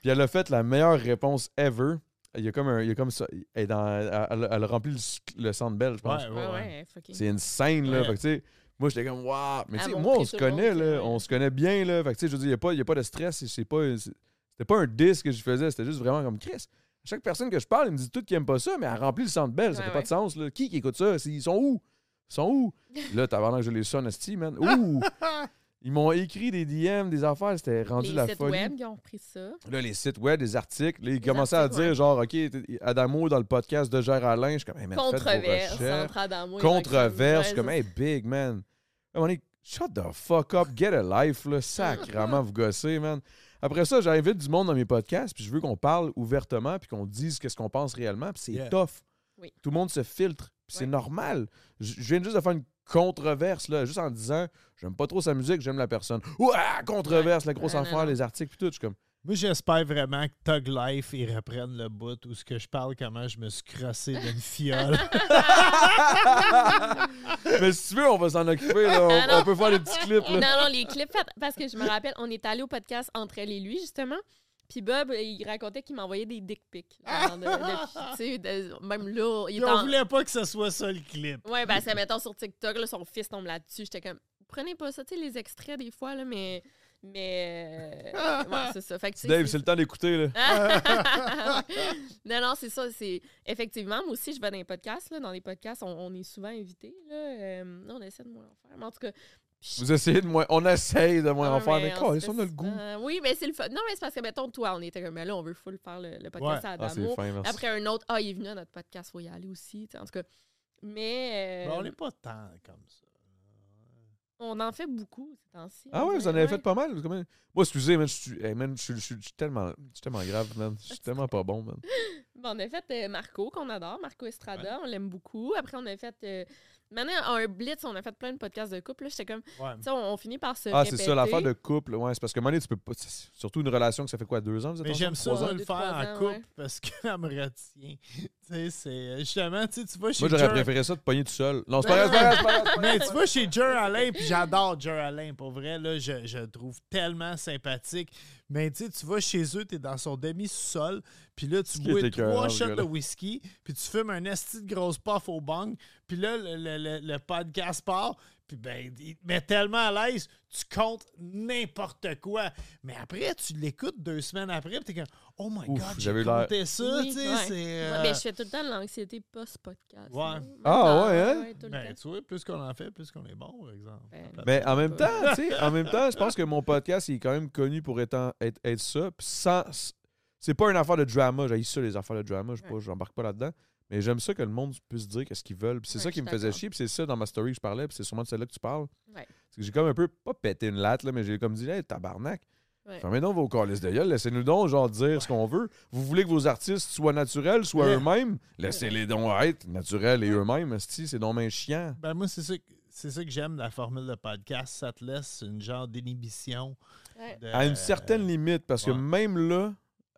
S2: puis elle a fait la meilleure réponse ever. Il y a comme un, il y a comme ça, elle, est dans- elle- elle- elle a rempli le, sc- le centre belle, je pense.
S3: Ouais, ouais,
S4: Ouais,
S3: ouais.
S4: ouais, fucking.
S2: C'est une scène, là.
S3: Ouais.
S2: Fait que, tu sais, moi, j'étais comme, waouh! Mais,
S4: À
S2: tu sais,
S4: montrer
S2: moi, on
S4: tout
S2: se
S4: le
S2: connaît,
S4: monde,
S2: là.
S4: ouais.
S2: On se connaît bien, là. Fait que, tu sais, je veux dire, il n'y a, pas- y a pas de stress. C'est pas, c'est- c'était pas un disque que je faisais. C'était juste vraiment comme Chris. Chaque personne que je parle, elle me dit tout qui aime pas ça, mais elle remplit le centre belle. Ça
S4: Ouais,
S2: fait pas
S4: ouais.
S2: de sens, là. Qui qui écoute ça? C'est- Ils sont où? Ils sont où? là, t'as que je les sonne, esti, man. Ouh! Ils m'ont écrit des DM, des affaires. C'était rendu
S4: Les
S2: la
S4: sites
S2: folie.
S4: web qui ont pris ça.
S2: Là, les sites web, les articles. Là, ils commençaient à
S4: articles,
S2: dire,
S4: ouais.
S2: genre, OK, t'es- Adamo dans le podcast de Gérard Alain. Je suis comme, hey, man, faites vos
S4: Controverse
S2: recherches
S4: entre Adamo et Roxane.
S2: controverse,
S4: Ouais,
S2: comme,
S4: ça,
S2: hey, big man. À un moment donné, shut the fuck up, get a life, là, sacrement, vous gossez, man. Après ça, j'invite du monde dans mes podcasts, puis je veux qu'on parle ouvertement, puis qu'on dise qu'est-ce qu'on pense réellement, puis c'est
S3: Yeah.
S2: tough.
S4: Oui.
S2: Tout le monde se filtre, puis c'est
S4: Ouais.
S2: normal. J- Je viens juste de faire une controverse, là, juste en disant, j'aime pas trop sa musique, j'aime la personne. Ouah, controverse, la grosse
S4: Ouais, non,
S2: affaire,
S4: non.
S2: les articles, puis tout. Je suis comme,
S3: Moi, j'espère vraiment que Tug Life, ils reprennent le bout où ce que je parle, comment je me suis crossé d'une fiole.
S2: mais si tu veux, on va s'en occuper, là. On,
S4: non.
S2: on peut faire des petits clips,
S4: Non,
S2: là.
S4: non, les clips faits- Parce que je me rappelle, on est allé au podcast entre elle et lui, justement. Puis Bob, il racontait qu'il m'envoyait des dick pics. genre, de- de- tu sais, de- même là, il
S3: Puis
S4: est
S3: on
S4: en...
S3: voulait pas que ce soit ça le clip.
S4: Ouais, parce que, mettons, sur TikTok, là, son fils tombe là-dessus. J'étais comme, prenez pas ça, tu sais, les extraits des fois, là, mais... Mais... euh, Ouais, c'est ça. Fait que, tu sais,
S2: Dave,
S4: c'est-
S2: c'est le temps d'écouter, là.
S4: non, non, c'est ça. C'est effectivement, moi aussi, je vais dans les podcasts. Là, dans les podcasts, on, on est souvent invités. Là, euh, on essaie de moins en faire. Mais en tout cas,
S2: Vous essayez de moins. On essaye de moins en
S4: Ah,
S2: faire, mais
S4: on
S2: quoi,
S4: se
S2: on a
S4: fait
S2: le goût.
S4: ça. oui, mais c'est le fun. Non, mais c'est parce que, mettons, toi, on était comme, mais là, on veut full faire le, le podcast
S3: Ouais.
S4: à
S2: Ah, c'est
S4: Adamo.
S2: fin, merci.
S4: Après un autre, ah, il est venu à notre podcast, faut y aller aussi. tu sais, En tout cas, mais
S3: Mais
S4: euh,
S3: on n'est pas tant comme ça.
S4: on en fait beaucoup ces temps-ci.
S2: Ah
S4: on
S2: ouais, vous en
S4: dirait,
S2: avez
S4: ouais.
S2: fait pas mal. comment- Moi, excusez, man, je suis hey, man, je suis- je suis- je suis tellement, je suis tellement grave, man. Je suis tellement pas bon, man.
S4: Ben, on a fait euh, Marco, qu'on adore, Marco Estrada, on l'aime beaucoup. Après, on a fait. euh, maintenant, en un blitz, on a fait plein de podcasts de couple. là, J'étais comme,
S3: Ouais.
S4: tu sais, on, on finit par se.
S2: Ah, c'est ça,
S4: répéter.
S2: l'affaire de couple. Ouais, c'est parce que, à un moment donné, tu peux pas. c'est Surtout une relation que ça fait quoi, deux ans, vous êtes
S3: Mais j'aime
S2: ensemble?
S3: ça,
S2: Trois ans?
S3: moi,
S4: ans.
S3: le
S4: Deux, trois
S3: faire en
S4: ans,
S3: couple
S4: ouais.
S3: parce qu'elle me retient. tu sais, c'est. Justement, tu sais, tu vas chez
S2: Moi, j'aurais
S3: Jer-
S2: préféré ça de pogner tout seul. Non, c'est pas
S3: Ben
S2: grave, c'est pas grave, c'est pas grave.
S3: Mais tu vois, chez Jer Alain, puis j'adore Jer Alain, pour vrai, là, je, je le trouve tellement sympathique. Mais tu sais, tu vas chez eux, t'es dans son demi-sol, puis là, tu
S2: qui est
S3: bois
S2: écœurant,
S3: trois
S2: ce
S3: shots de
S2: gars-là.
S3: whisky, puis tu fumes un esti de grosse puff au bang, puis là, le, le- le- le podcast part, puis ben, il te met tellement à l'aise, tu comptes n'importe quoi. Mais après, tu l'écoutes deux semaines après, puis t'es comme, oh my
S2: Ouf,
S3: god,
S2: j'avais
S3: j'ai
S2: l'air-
S3: compté ça,
S4: Oui,
S3: tu sais,
S4: ouais.
S3: c'est.
S4: Ouais,
S3: euh,
S4: mais je fais tout le temps de l'anxiété post-podcast.
S3: Ouais.
S4: là.
S2: Ah, ouais, hein?
S4: tout le
S3: ben,
S4: temps.
S3: tu vois, plus qu'on en fait, plus qu'on est bon, par exemple.
S4: Ben,
S2: Mais en même temps, tu sais, en même temps, je pense que mon podcast il est quand même connu pour étant- être, être ça, puis sans, C'est pas une affaire de drama. J'ai ça, les affaires de drama. Je sais pas, j'embarque pas là-dedans. Mais j'aime ça que le monde puisse dire qu'est-ce qu'ils veulent. Puis c'est
S4: Ouais,
S2: ça
S4: je
S2: qui
S4: suis
S2: me faisait
S4: d'accord.
S2: chier. Puis c'est ça dans ma story que je parlais. Puis c'est sûrement de celle-là que tu parles.
S4: Ouais.
S2: C'est que j'ai comme un peu, pas pété une latte, là, mais j'ai comme dit, hey, tabarnak.
S4: Ouais.
S2: Fermez donc vos calices de gueule, laissez-nous donc genre dire ce qu'on veut. Vous voulez que vos artistes soient naturels, soient
S3: Ouais.
S2: eux-mêmes, laissez-les donc être naturels et eux-mêmes, esti, c'est donc bien chiant.
S3: Ben moi, c'est ça que, c'est ça que j'aime de la formule de podcast. Ça te laisse une genre d'inhibition.
S4: Ouais.
S3: de-
S2: À une certaine limite, parce que
S3: Euh, ouais.
S2: même là,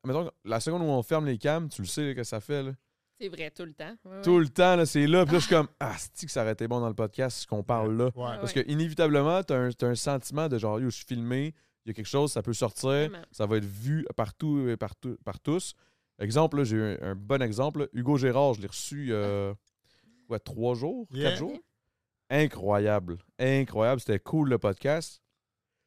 S2: mettons, la seconde où on ferme les cams, tu le sais là, que ça fait, là.
S4: C'est vrai, tout le temps. Ouais,
S2: tout le temps, là, c'est là, puis là, je suis comme, ah, c'est que ça aurait été bon dans le podcast, ce qu'on parle là.
S3: Ouais.
S2: Parce que inévitablement, t'as un, t'as un sentiment de genre, yo, je suis filmé, il y a quelque chose, ça peut sortir,
S4: Vraiment.
S2: ça va être vu partout et partout, par tous. Exemple, là, j'ai eu un, un bon exemple. là. Hugo Gérard, je l'ai reçu
S4: Ah.
S2: euh, quoi, trois jours,
S3: Yeah.
S2: quatre jours. Incroyable. Incroyable. C'était cool le podcast.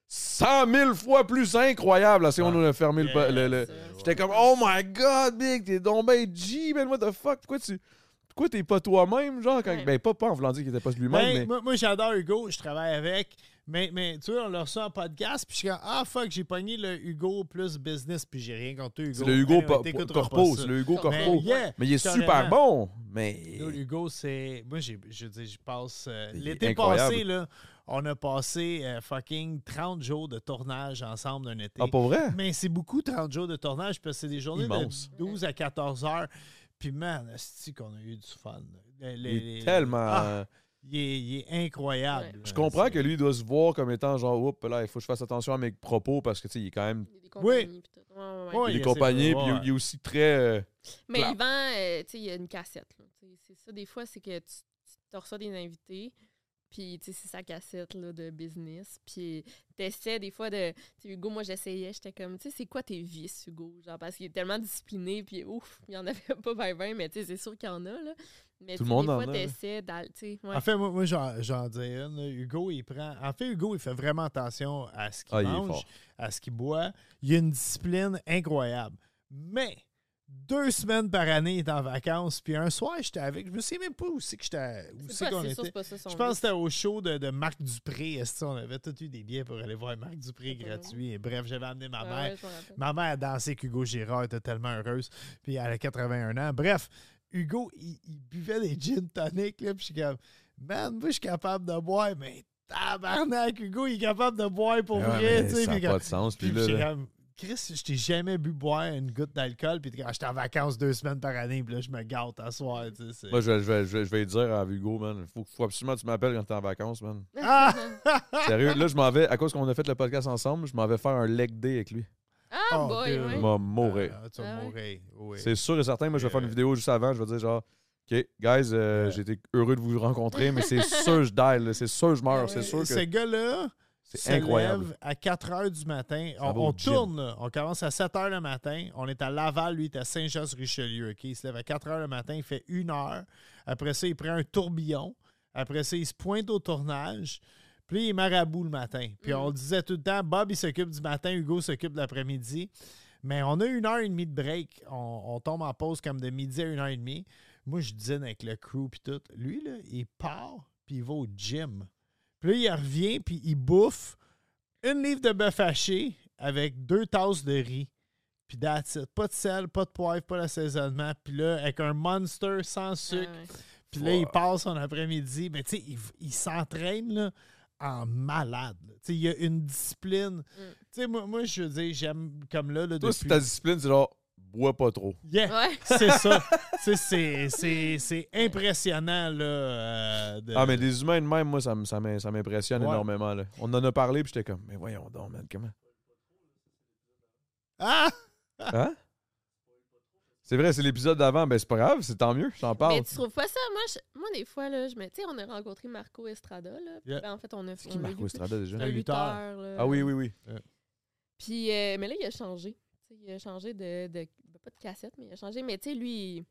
S2: 100 000 fois plus incroyable. Là, c'est on
S3: Ah.
S2: a fermé le, po- le- le-
S4: Ça,
S2: J'étais comme, oh my god, Big, t'es donc ben G, man, what the fuck? Pourquoi tu. Pourquoi t'es pas toi-même, genre, quand.
S4: Ouais.
S2: Ben, pas, pas en voulant dire qu'il était pas
S3: Ben,
S2: lui-même, mais.
S3: Moi, moi, j'adore Hugo, je travaille avec. Mais, mais tu vois, on l'a reçu en podcast, puis je suis comme Ah fuck, j'ai pogné le Hugo plus business, puis j'ai rien contre toi, Hugo.
S2: C'est le Hugo
S3: Anyway,
S2: po-
S3: t'écouteras
S2: Corpo,
S3: pas ça.
S2: c'est le Hugo
S4: Mais,
S2: Corpo.
S3: yeah,
S2: mais il est super
S3: carrément.
S2: bon, mais.
S3: Là, Hugo, c'est. Moi, j'ai- je dis, je passe. euh,
S2: Il est
S3: L'été
S2: incroyable.
S3: passé, là, on a passé euh, fucking 30 jours de tournage ensemble d'un été.
S2: Ah, pas vrai?
S3: Mais c'est beaucoup 30 jours de tournage parce que c'est des journées
S2: Immense.
S3: de 12 à 14 heures. Puis man, c'est qu'on a eu du fun. Les- les-
S2: Il est
S3: les-
S2: tellement.
S3: Ah, il, est, il est incroyable.
S2: Je comprends que lui il doit se voir comme étant genre, oups, là, il faut que je fasse attention à mes propos parce que, tu sais, il est quand même.
S4: Il y a des compagnies. pis tout. Ouais, ouais, ouais.
S3: Ouais,
S2: il est
S3: il
S2: compagné,
S3: essaie de-
S2: puis il-
S3: ouais.
S2: il est aussi très. euh,
S4: Mais
S2: Clap.
S4: il vend, euh, tu sais, il y a une cassette. là. Tu sais, C'est ça, des fois, c'est que tu, tu te reçois des invités, puis tu sais, c'est sa cassette là, de business. Puis t'essaies des fois de. Tu sais, Hugo, moi, j'essayais, j'étais comme, tu sais, c'est quoi tes vices, Hugo? Genre, parce qu'il est tellement discipliné, puis ouf, il n'y en avait pas 20, 20, mais tu sais, c'est sûr qu'il y en a, là. Mais
S2: Tout le
S4: tu sais,
S2: monde
S4: des
S2: en
S4: fois,
S2: a, là.
S4: t'essaies d'aller, tu sais, ouais.
S3: En fait, moi, moi, j'en, j'en dis une. là. Hugo, il prend. En fait, Hugo, il fait vraiment attention à ce qu'il
S2: Ah, il est
S3: mange,
S2: fort.
S3: à ce qu'il boit. Il a une discipline incroyable. Mais deux semaines par année, il est en vacances. Puis un soir, j'étais avec. Je me sais même pas où c'est que j'étais. Où
S4: C'est
S3: c'est
S4: pas-
S3: qu'on
S4: c'est
S3: était.
S4: sûr, c'est pas ça son
S3: je pense que
S4: but.
S3: c'était au show de, de Marc Dupré. Est-ce qu'on avait tous eu des billets pour aller voir Marc Dupré gratuit? Et bref, j'avais amené ma
S4: Ouais,
S3: mère.
S4: Ah ouais, je m'en rappelle.
S3: Ma mère dansait avec Hugo Girard, était tellement heureuse. Puis elle a 81 ans. Bref, Hugo, il, il buvait des gin tonic. Là, puis je suis comme, man, moi, je suis capable de boire, mais tabarnak, Hugo, il est capable de boire pour
S2: Ah,
S3: vrai.
S2: mais
S3: tu sais.
S2: ça a
S3: Puis
S2: pas
S3: comme-
S2: de sens, puis
S3: Puis
S2: là,
S3: j'étais
S2: là.
S3: comme, Chris, je t'ai jamais bu boire une goutte d'alcool. Puis quand j'étais en vacances deux semaines par année, puis là, je me gâte à soir. tu sais, c'est-
S2: Moi, je vais, je vais- je vais- je vais dire à Hugo, man, faut, faut absolument que tu m'appelles quand t'es en vacances, man.
S3: Ah!
S2: Sérieux, là, je m'en vais, à cause qu'on a fait le podcast ensemble, je m'en vais faire un leg day avec lui.
S4: Ah,
S3: Oh,
S4: boy,
S3: dude.
S4: ouais.
S2: Il m'a mourir.
S3: Ah, tu vas
S4: Ah ouais.
S3: mourir. Oui.
S2: C'est sûr et certain, moi, je vais
S4: euh,
S2: faire une vidéo juste avant, je vais dire genre, OK, guys, euh, j'ai été heureux de vous rencontrer, mais c'est sûr je die, là, c'est sûr je meurs, c'est sûr
S3: Ben Ce
S2: que
S3: gars-là.
S2: c'est
S3: se
S2: incroyable.
S3: lève à 4 h du matin. On,
S2: Ça va au
S3: on
S2: gym.
S3: tourne, là. on commence à 7 h le matin. On est à Laval, lui, il est à Saint-Jean-sur-Richelieu. OK? Il se lève à 4 h le matin, il fait une heure. Après ça, il prend un tourbillon. Après ça, il se pointe au tournage. Puis il est marabout le matin. Puis
S2: Mm.
S3: on le disait tout le temps, Bob, il s'occupe du matin, Hugo s'occupe de l'après-midi. Mais on a une heure et demie de break. On, on tombe en pause comme de midi à une heure et demie. Moi, je dîne avec le crew puis tout. Lui, là, il part, puis il va au gym. Puis là, il revient, puis il bouffe une livre de bœuf haché avec deux tasses de riz. Puis that's it. Pas de sel, pas de poivre, pas d'assaisonnement. Puis là, avec un monster sans sucre.
S4: Ah ouais.
S3: Puis là, il passe son après-midi. Mais tu sais, il, il s'entraîne là, en malade. là. Tu sais, il y a une
S4: Mm.
S3: discipline. Tu sais, moi, moi, je veux dire, j'aime comme là. là
S2: Toi, c'est
S3: depuis...
S2: ta discipline, c'est genre, bois pas trop.
S3: Yeah,
S4: Ouais.
S3: c'est ça. Tu sais, c'est- c'est c'est impressionnant, là. euh, de-
S2: Ah, mais des humains de même, moi, ça, me- ça m'im- ça m'impressionne
S3: Ouais.
S2: énormément. Là. On en a parlé, puis j'étais comme, mais voyons donc, man, comment.
S3: Ah!
S2: Hein? C'est vrai, c'est l'épisode d'avant, ben c'est pas grave, c'est tant mieux, j'en
S4: Mais
S2: parle.
S4: tu trouves pas ça? Moi, je- moi des fois, là, je me. Tu sais, on a rencontré Marco Estrada, là. puis
S3: Yeah.
S4: ben, en fait, on a.
S2: C'est qui
S4: on l'a
S2: Marco
S4: vu-
S2: Estrada déjà?
S4: C'est un
S3: Un lutteur.
S4: lutteur, là.
S2: Ah oui, oui, oui.
S4: Puis, euh, mais là, il a changé. Tu sais, il a changé de, de- ben, Pas de cassette, mais il a changé. Mais tu sais, lui il-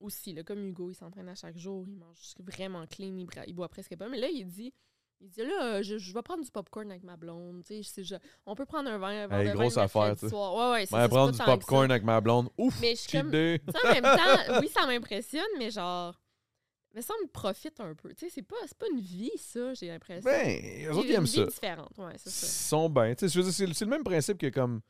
S4: aussi, là, comme Hugo, il s'entraîne à chaque jour. Il mange vraiment clean. Il, bra- il boit presque pas. Mais là, il dit. Il dit là, euh, je, je vais prendre du popcorn avec ma blonde. Tu sais, c'est- je- on peut prendre un verre. un verre
S2: Hey,
S4: de vin
S2: grosse
S4: le
S2: affaire,
S4: mercredi
S2: tu sais.
S4: soir. Ouais, ouais,
S2: Ben, prendre du
S4: popcorn
S2: popcorn avec ma blonde. Ouf,
S4: Mais je suis
S2: cheat
S4: comme-
S2: day.
S4: Tu sais, en même temps, oui, ça m'impressionne, mais genre, mais ça me profite un peu. Tu sais, c'est pas, c'est pas une vie, ça, j'ai l'impression.
S2: Ben, eux
S4: C'est
S2: autres, ils
S4: une
S2: aiment
S4: vie
S2: ça.
S4: différente, ouais, c'est
S2: Ils
S4: ça.
S2: sont bien. Tu sais, je veux dire, C'est c'est le même principe que comme.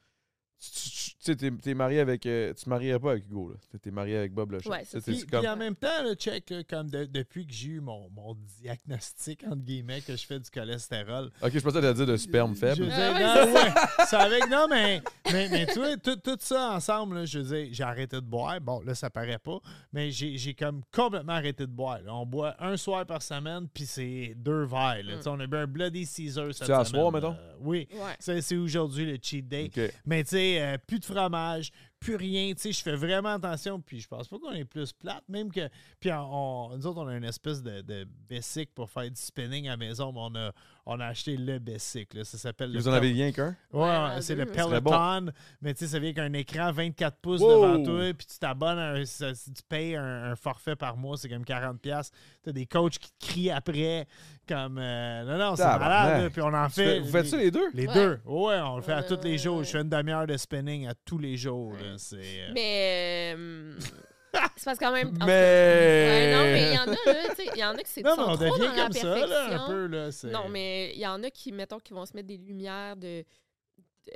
S2: tu- tu- tu- sais, t'es, t'es marié avec. euh, tu te marierais pas avec Hugo, là. T'es- T'es marié avec Bob le chat.
S4: Ouais, c'est
S2: Tu sais,
S3: Puis,
S2: c'est comme-
S3: puis en même temps, le check, là, comme de- depuis que j'ai eu mon, mon diagnostic, entre guillemets, que je fais du cholestérol.
S2: Ok, je pensais que t'allais dire de sperme
S3: Je
S2: faible.
S3: veux
S4: Ah
S3: dire,
S4: ouais,
S3: non, ouais, c'est avec, non, mais, mais, mais tu vois, tout, tout ça ensemble, là, je veux dire, j'ai arrêté de boire. Bon, là, ça paraît pas, mais j'ai j'ai comme complètement arrêté de boire. là. On boit un soir par semaine, puis c'est deux verres. là. Tu sais, On a bu un Bloody Caesar cette
S2: C'est à
S3: semaine.
S2: soir,
S3: là.
S2: mettons?
S3: oui,
S4: Hmm. Ouais.
S3: c'est c'est aujourd'hui le cheat day.
S2: Ok.
S3: Mais tu sais, euh, plus de fromage, plus rien. Tu sais, je fais vraiment attention. Puis je pense pas qu'on est plus plate, même que. Puis on, on- nous autres, on a une espèce de, de Bessic pour faire du spinning à la maison. Mais on a, on a acheté le Bessic. là. Ça s'appelle le.
S2: Vous en avez
S3: Pel-
S2: rien qu'un.
S3: Ouais,
S4: Ouais,
S3: ouais, c'est
S4: deux,
S3: le
S4: ouais.
S2: Très
S3: Peloton.
S2: bon.
S3: Mais tu sais, ça vient avec un écran 24 pouces
S2: Wow!
S3: devant toi. Puis tu t'abonnes, à un- ça- si tu payes un, un forfait par mois, c'est comme 40$. Tu as des coachs qui te crient après. Comme. euh, non, non, c'est
S2: Tabarnak.
S3: malade. là, Puis on en
S2: Tu fais-
S3: fait.
S2: vous faites ça les deux?
S3: Les
S4: Ouais.
S3: deux. Ouais, on le fait à
S4: Ouais,
S3: tous les
S4: ouais,
S3: jours.
S4: ouais.
S3: Je fais une demi-heure de spinning à tous les jours. là. C'est. euh,
S4: Mais. euh, c'est parce que quand même. en tout cas-
S2: Mais-
S4: Ouais, non, mais il y en a, là. tu sais, Il y en a qui c'est
S3: Non, mais
S4: sont
S3: on
S4: trop dans
S3: devient
S4: la
S3: comme ça, là,
S4: perfection.
S3: un peu. Là, c'est-
S4: Non, mais il y en a qui, mettons, qui vont se mettre des lumières de.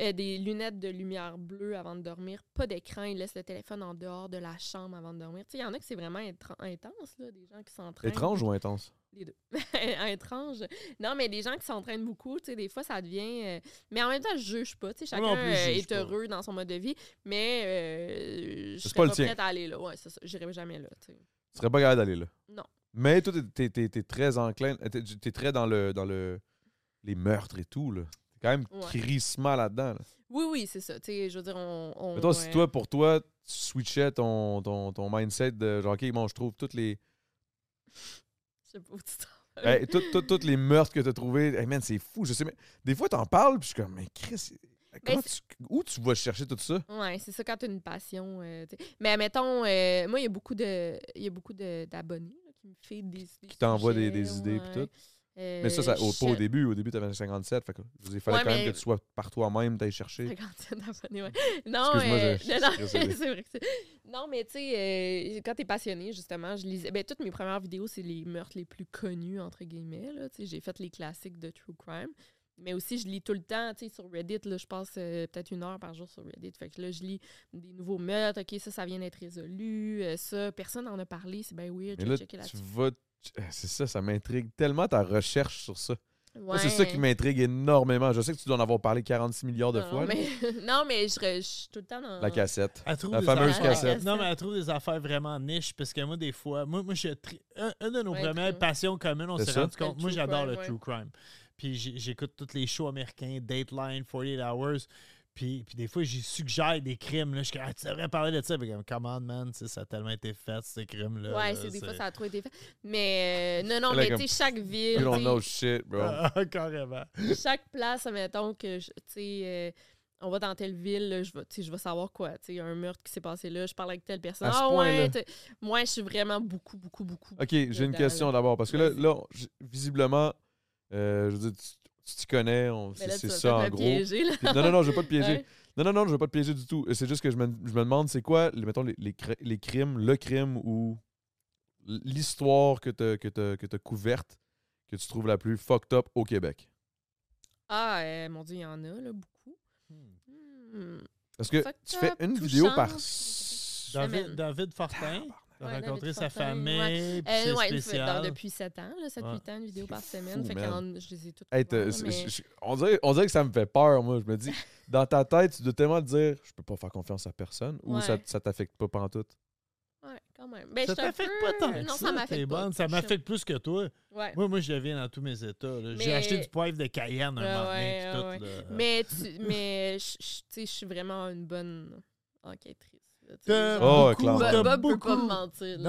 S4: euh, des lunettes de lumière bleue avant de dormir, pas d'écran, ils laissent le téléphone en dehors de la chambre avant de dormir. Tu sais, il y en a qui c'est vraiment intra- intense, là, des gens qui s'entraînent.
S2: Étrange ou intense?
S4: Les deux. étrange. Non, mais des gens qui s'entraînent beaucoup, tu sais, des fois, ça devient... euh, Mais en même temps, je juge pas, tu sais,
S3: Moi non
S4: chacun
S3: plus, je
S4: euh,
S3: juge
S4: est
S3: pas.
S4: heureux dans son mode de vie, mais euh, je
S2: C'est
S4: serais
S2: pas
S4: pas,
S2: le tien.
S4: prête à aller là. Ouais, c'est ça, j'irai jamais là, tu sais.
S2: Tu serais pas capable d'aller là.
S4: Non.
S2: Mais toi, t'es- t'es, t'es- t'es très enclin. euh, T'es, t'es très dans le dans le les meurtres et tout, là. T'es quand même
S4: Ouais.
S2: crissement là-dedans. là.
S4: Oui, oui, c'est ça, tu sais, je veux dire, on... on
S2: Mettons, si
S4: euh,
S2: toi, pour toi, tu switchais ton, ton, ton mindset de genre, OK, bon, je trouve toutes les,
S4: Je sais pas où tu t'en vas.
S2: hey, Ben, tout- tout- toutes les meurtres que tu as trouvés. Hey man, c'est fou. Je sais, mais des fois, t'en parles, puis je suis comme, mais Chris, comment tu- où tu vas chercher tout ça?
S4: Ouais, c'est ça quand t'as une passion. euh, tu sais. mais mettons, euh, moi, il y a beaucoup de, il y a beaucoup de- d'abonnés là, qui me fait des, des
S2: Qui t'envoie des,
S4: sujets,
S2: des idées, puis
S4: ouais.
S2: tout. Mais ça, ça
S4: Euh,
S2: au,
S4: je
S2: pas au
S4: cher-
S2: début. Au début, t'avais 57. Fait que, je veux dire, il fallait
S4: Ouais,
S2: quand même
S4: mais-
S2: que tu sois par toi-même, t'ailles chercher.
S4: Cinquantaine d'abonnés, ouais. Non,
S2: Mm. Excuse-moi,
S4: euh,
S2: je-
S4: non, non,
S2: je suis
S4: c'est
S2: désolé.
S4: vrai que c'est- Non, mais tu sais, euh, quand t'es passionné, justement, je lisais. Ben, toutes mes premières vidéos, c'est les meurtres les plus connus, entre guillemets. là, tu sais, J'ai fait les classiques de True Crime. Mais aussi, je lis tout le temps, tu sais, sur Reddit, là, je passe euh, peut-être une heure par jour sur Reddit. Fait que là, je lis des nouveaux meurtres, OK, ça, ça vient d'être résolu, euh, ça, personne n'en a parlé, c'est bien weird, je
S2: Mais là,
S4: vais
S2: tu
S4: checker là-dessus.
S2: vas. eh, C'est ça, ça m'intrigue tellement ta recherche sur ça. Moi, C'est ça
S4: Ouais.
S2: qui m'intrigue énormément. Je sais que tu dois en avoir parlé 46 milliards de
S4: Non,
S2: fois. là.
S4: mais- Ah, Non, mais je re- je suis tout le temps dans...
S2: La cassette.
S3: Elle trouve
S2: La
S3: des
S2: fameuse
S3: affaires-
S2: cassette.
S3: Non, mais elle trouve des affaires vraiment niches parce que moi, des fois, moi, moi je suis tri- un- une de nos
S4: Ouais,
S3: premières
S4: true.
S3: passions communes, on
S2: C'est
S3: s'est
S2: ça?
S3: rendu compte.
S4: Le
S3: Moi,
S4: true
S3: j'adore
S4: crime,
S3: le
S4: ouais.
S3: true crime. Puis j'ai- j'écoute tous les shows américains, Dateline, 48 Hours. Puis, puis des fois, j'y suggère des crimes. Là. Je suis comme, Ah, tu devrais parler de ça. Puis comme, comment, man, tu sais, ça a tellement été fait, ces crimes-là.
S2: Euh,
S4: Ouais,
S3: là,
S4: c'est des fois, ça a trop été fait. Mais euh, non, non,
S2: Elle est
S4: mais
S2: comme,
S4: tu sais, chaque ville,
S2: You don't
S4: tu
S2: know
S4: sais,
S2: shit, bro.
S3: Ah, Carrément.
S4: chaque place, mettons que, je- tu sais, euh, on va dans telle ville, là, je vais, tu sais, je vais savoir quoi. Tu sais, un meurtre qui s'est passé là, je parle avec telle personne.
S2: À ce
S4: Ah
S2: point-là.
S4: ouais, tu- moi, je suis vraiment beaucoup, beaucoup, beaucoup.
S2: OK, j'ai une
S4: Dans-
S2: question d'abord. Parce que là,
S4: Vas-y.
S2: là on- j- visiblement, euh, je veux dire, tu- tu t'y connais, on-
S4: Mais
S2: c'est
S4: là, tu
S2: c'est
S4: vas
S2: ça en
S4: peut-être me
S2: gros.
S4: piéger, là.
S2: Puis- non, non, non, je veux pas te piéger.
S4: Ouais.
S2: Non, non, non, je veux pas te piéger du tout. C'est juste que je me, je me demande, c'est quoi, les- mettons, les, les, cr- les crimes, le crime ou l'histoire que t'as que t'as- que t'as couverte que tu trouves la plus fucked up au Québec?
S4: Ah, euh, mon Dieu, il y en a, là, beaucoup. Hmm.
S2: Parce que
S4: Fucked
S2: tu fais
S4: up,
S2: une
S4: touchante.
S2: vidéo par...
S3: David,
S4: Semaine.
S3: David Fortin, t'as
S4: Ouais, David
S3: rencontré sa
S4: Fortin,
S3: famille.
S4: ouais.
S3: puis
S4: Euh,
S3: c'est
S4: ouais, une fois-
S3: spécial.
S4: dans- depuis 7 ans, là, 7-8 ans, une vidéo par semaine.
S2: fou,
S4: fait
S2: man.
S4: que je les ai toutes.
S2: Hey, t'as-
S4: couvertes,
S2: c'est-
S4: mais-
S2: je- je- on, dirait, on dirait que ça me fait peur, moi. Je me dis, dans ta tête, tu dois tellement te dire, je peux pas faire confiance à personne ou
S4: Ouais.
S2: ça, ça t'affecte pas pantoute.
S4: Ouais, quand même. Ben,
S3: ça
S4: je suis un
S3: t'affecte
S4: peu-
S3: pas tant que
S4: Non,
S3: ça,
S4: ça
S3: t'es
S4: m'affecte pas.
S3: bonne. Ça
S4: Je suis un-
S3: m'affecte plus que toi.
S4: Ouais.
S3: Moi, moi, je le viens dans tous mes états. là. J'ai
S4: Mais-
S3: acheté du poivre de Cayenne un
S4: Ouais,
S3: moment donné.
S4: ouais,
S3: puis tout,
S4: ouais,
S3: là.
S4: Mais, tu, mais je- je- tu sais, je suis vraiment une bonne enquêtrice. là, tu sais,
S3: T'as
S4: genre,
S2: Oh,
S3: beaucoup,
S2: clairement.
S3: t'as
S4: Bob, Bob peut
S3: beaucoup.
S4: pas me mentir. là,
S3: Non,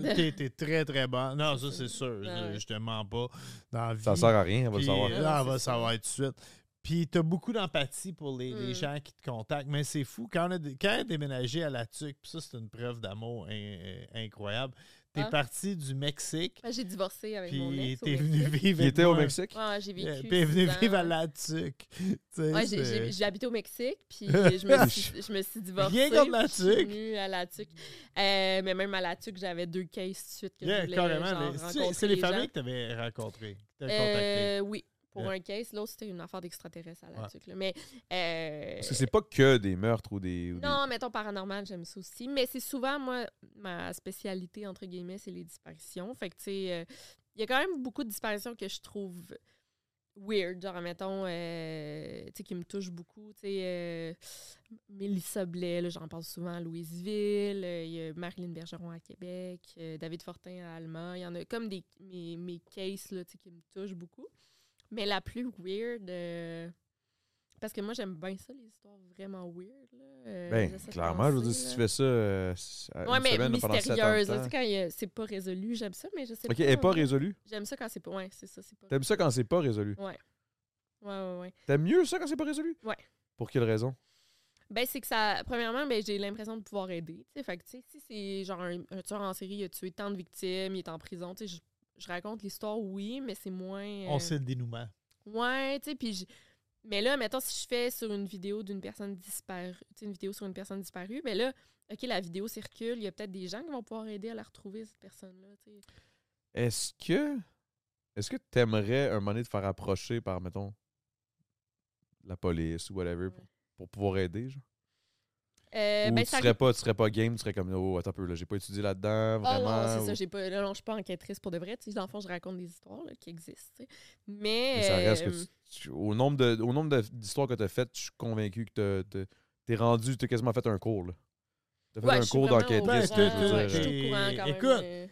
S4: je- Ah
S3: non, t'es, t'es très, très bon. Non, ça, c'est sûr.
S4: Ouais.
S3: Je, je te mens pas. Dans la vie.
S2: Ça sert à rien, on va
S3: Puis,
S2: le savoir.
S3: euh, là, on
S4: Ouais,
S3: va le
S4: c'est ça.
S3: savoir tout de suite. Puis, t'as beaucoup d'empathie pour les, les
S4: Mm.
S3: gens qui te contactent. Mais c'est fou. Quand on a, dé- quand on a déménagé à La Tuque, puis ça, c'est une preuve d'amour in- euh, incroyable. T'es
S4: Ah.
S3: parti du Mexique,
S4: Ben, J'ai divorcé avec mon
S3: puis
S4: ex. au
S3: t'es
S4: Mexique.
S3: venu vivre.
S2: Il
S3: avec
S2: était au
S3: moi.
S2: Mexique?
S4: Ouais, j'ai vécu.
S3: Euh, Puis, est venu
S4: six ans.
S3: vivre à La Tuque. Tu sais,
S4: Ouais, j'ai-
S3: c'est-
S4: j'ai j'ai habité au Mexique, puis je me suis, je me suis divorcée.
S3: euh, Rien contre la
S4: puis Je suis
S3: tuque.
S4: venue à la tuque. Euh, mais même à la tuque, j'avais deux cases tout de suite que
S3: Yeah,
S4: je voulais
S3: carrément.
S4: genre,
S3: les- c'est-
S4: rencontrer
S3: C'est les
S4: gens.
S3: familles que t'avais rencontrées, que t'avais contactées.
S4: Euh, oui. pour
S3: Ouais.
S4: un case. L'autre, c'était une affaire d'extraterrestre à la
S3: Ouais.
S4: tuque, là. Mais. euh,
S2: Parce que c'est pas que des meurtres ou des. ou des-
S4: Non, mettons paranormal, j'aime ça aussi. Mais c'est souvent, moi, ma spécialité, entre guillemets, c'est les disparitions. Fait que, tu sais, euh, il y a quand même beaucoup de disparitions que je trouve weird. Genre, mettons, euh, tu sais, qui me touchent beaucoup. Tu sais, euh, Mélissa Blais, là, j'en parle souvent à Louisville. Euh, Il y a Marilyn Bergeron à Québec. euh, David Fortin à Allemagne. Il y en a comme des, mes, mes cases, là, tu sais, qui me touchent beaucoup. Mais la plus weird. euh, parce que moi, j'aime bien ça, les histoires vraiment weird. Là. Euh,
S2: Ben,
S4: j'essaie de
S2: clairement, je veux dire,
S4: penser,
S2: si tu
S4: là.
S2: fais ça euh, s- à
S4: Ouais,
S2: une
S4: mais
S2: semaine pendant 7 ans. de
S4: mystérieuse. là,
S2: temps.
S4: Tu sais, quand il y a- c'est pas résolu, j'aime ça, mais je sais
S2: Ok,
S4: pas.
S2: elle n'est pas
S4: euh,
S2: résolue.
S4: J'aime ça quand c'est pas. Ouais, c'est ça, c'est pas.
S2: T'aimes ça quand c'est pas résolu.
S4: Ouais. Ouais, ouais, ouais.
S2: T'aimes mieux ça quand c'est pas résolu?
S4: Ouais.
S2: Pour quelle raison?
S4: Ben, c'est que ça. Premièrement, ben, j'ai l'impression de pouvoir aider. tu sais. Fait que, tu sais, si c'est genre un, un tueur en série, il a tué tant de victimes, il est en prison, tu sais, je, je raconte l'histoire, oui, mais c'est moins.
S3: On
S4: euh,
S3: sait le dénouement.
S4: Ouais, tu sais, puis je- Mais là, mettons, si je fais sur une vidéo d'une personne disparue, tu sais, une vidéo sur une personne disparue, ben là, OK, la vidéo circule, il y a peut-être des gens qui vont pouvoir aider à la retrouver, cette personne-là, tu sais.
S2: Est-ce que. Est-ce que t'aimerais un moment donné te faire approcher par, mettons, la police ou whatever pour, pour pouvoir aider, genre?
S4: Euh,
S2: ou
S4: ben,
S2: tu
S4: ça
S2: serais, pas, tu serais pas game, tu serais comme, oh, attends un peu, là, j'ai pas étudié là-dedans,
S4: Ah
S2: vraiment.
S4: non, c'est
S2: ou-
S4: ça, j'ai pas, là, non, je suis pas enquêtrice pour de vrai. Tu sais, dans le fond, je raconte des histoires là, qui existent. tu sais. Mais,
S2: Mais ça reste
S4: euh,
S2: que tu- tu- au nombre de au nombre de- d'histoires que tu as faites, je suis convaincu que tu t'es rendu, tu as quasiment fait un cours. là. T'as fait
S4: ouais,
S2: un
S4: je suis
S2: cours
S4: vraiment
S2: d'enquête.
S4: au
S3: Ben,
S2: je veux
S3: t'as-
S4: courant,
S3: t'as-
S4: ouais,
S2: dire,
S4: je suis
S2: euh,
S4: au courant quand même,
S3: Écoute,
S4: euh,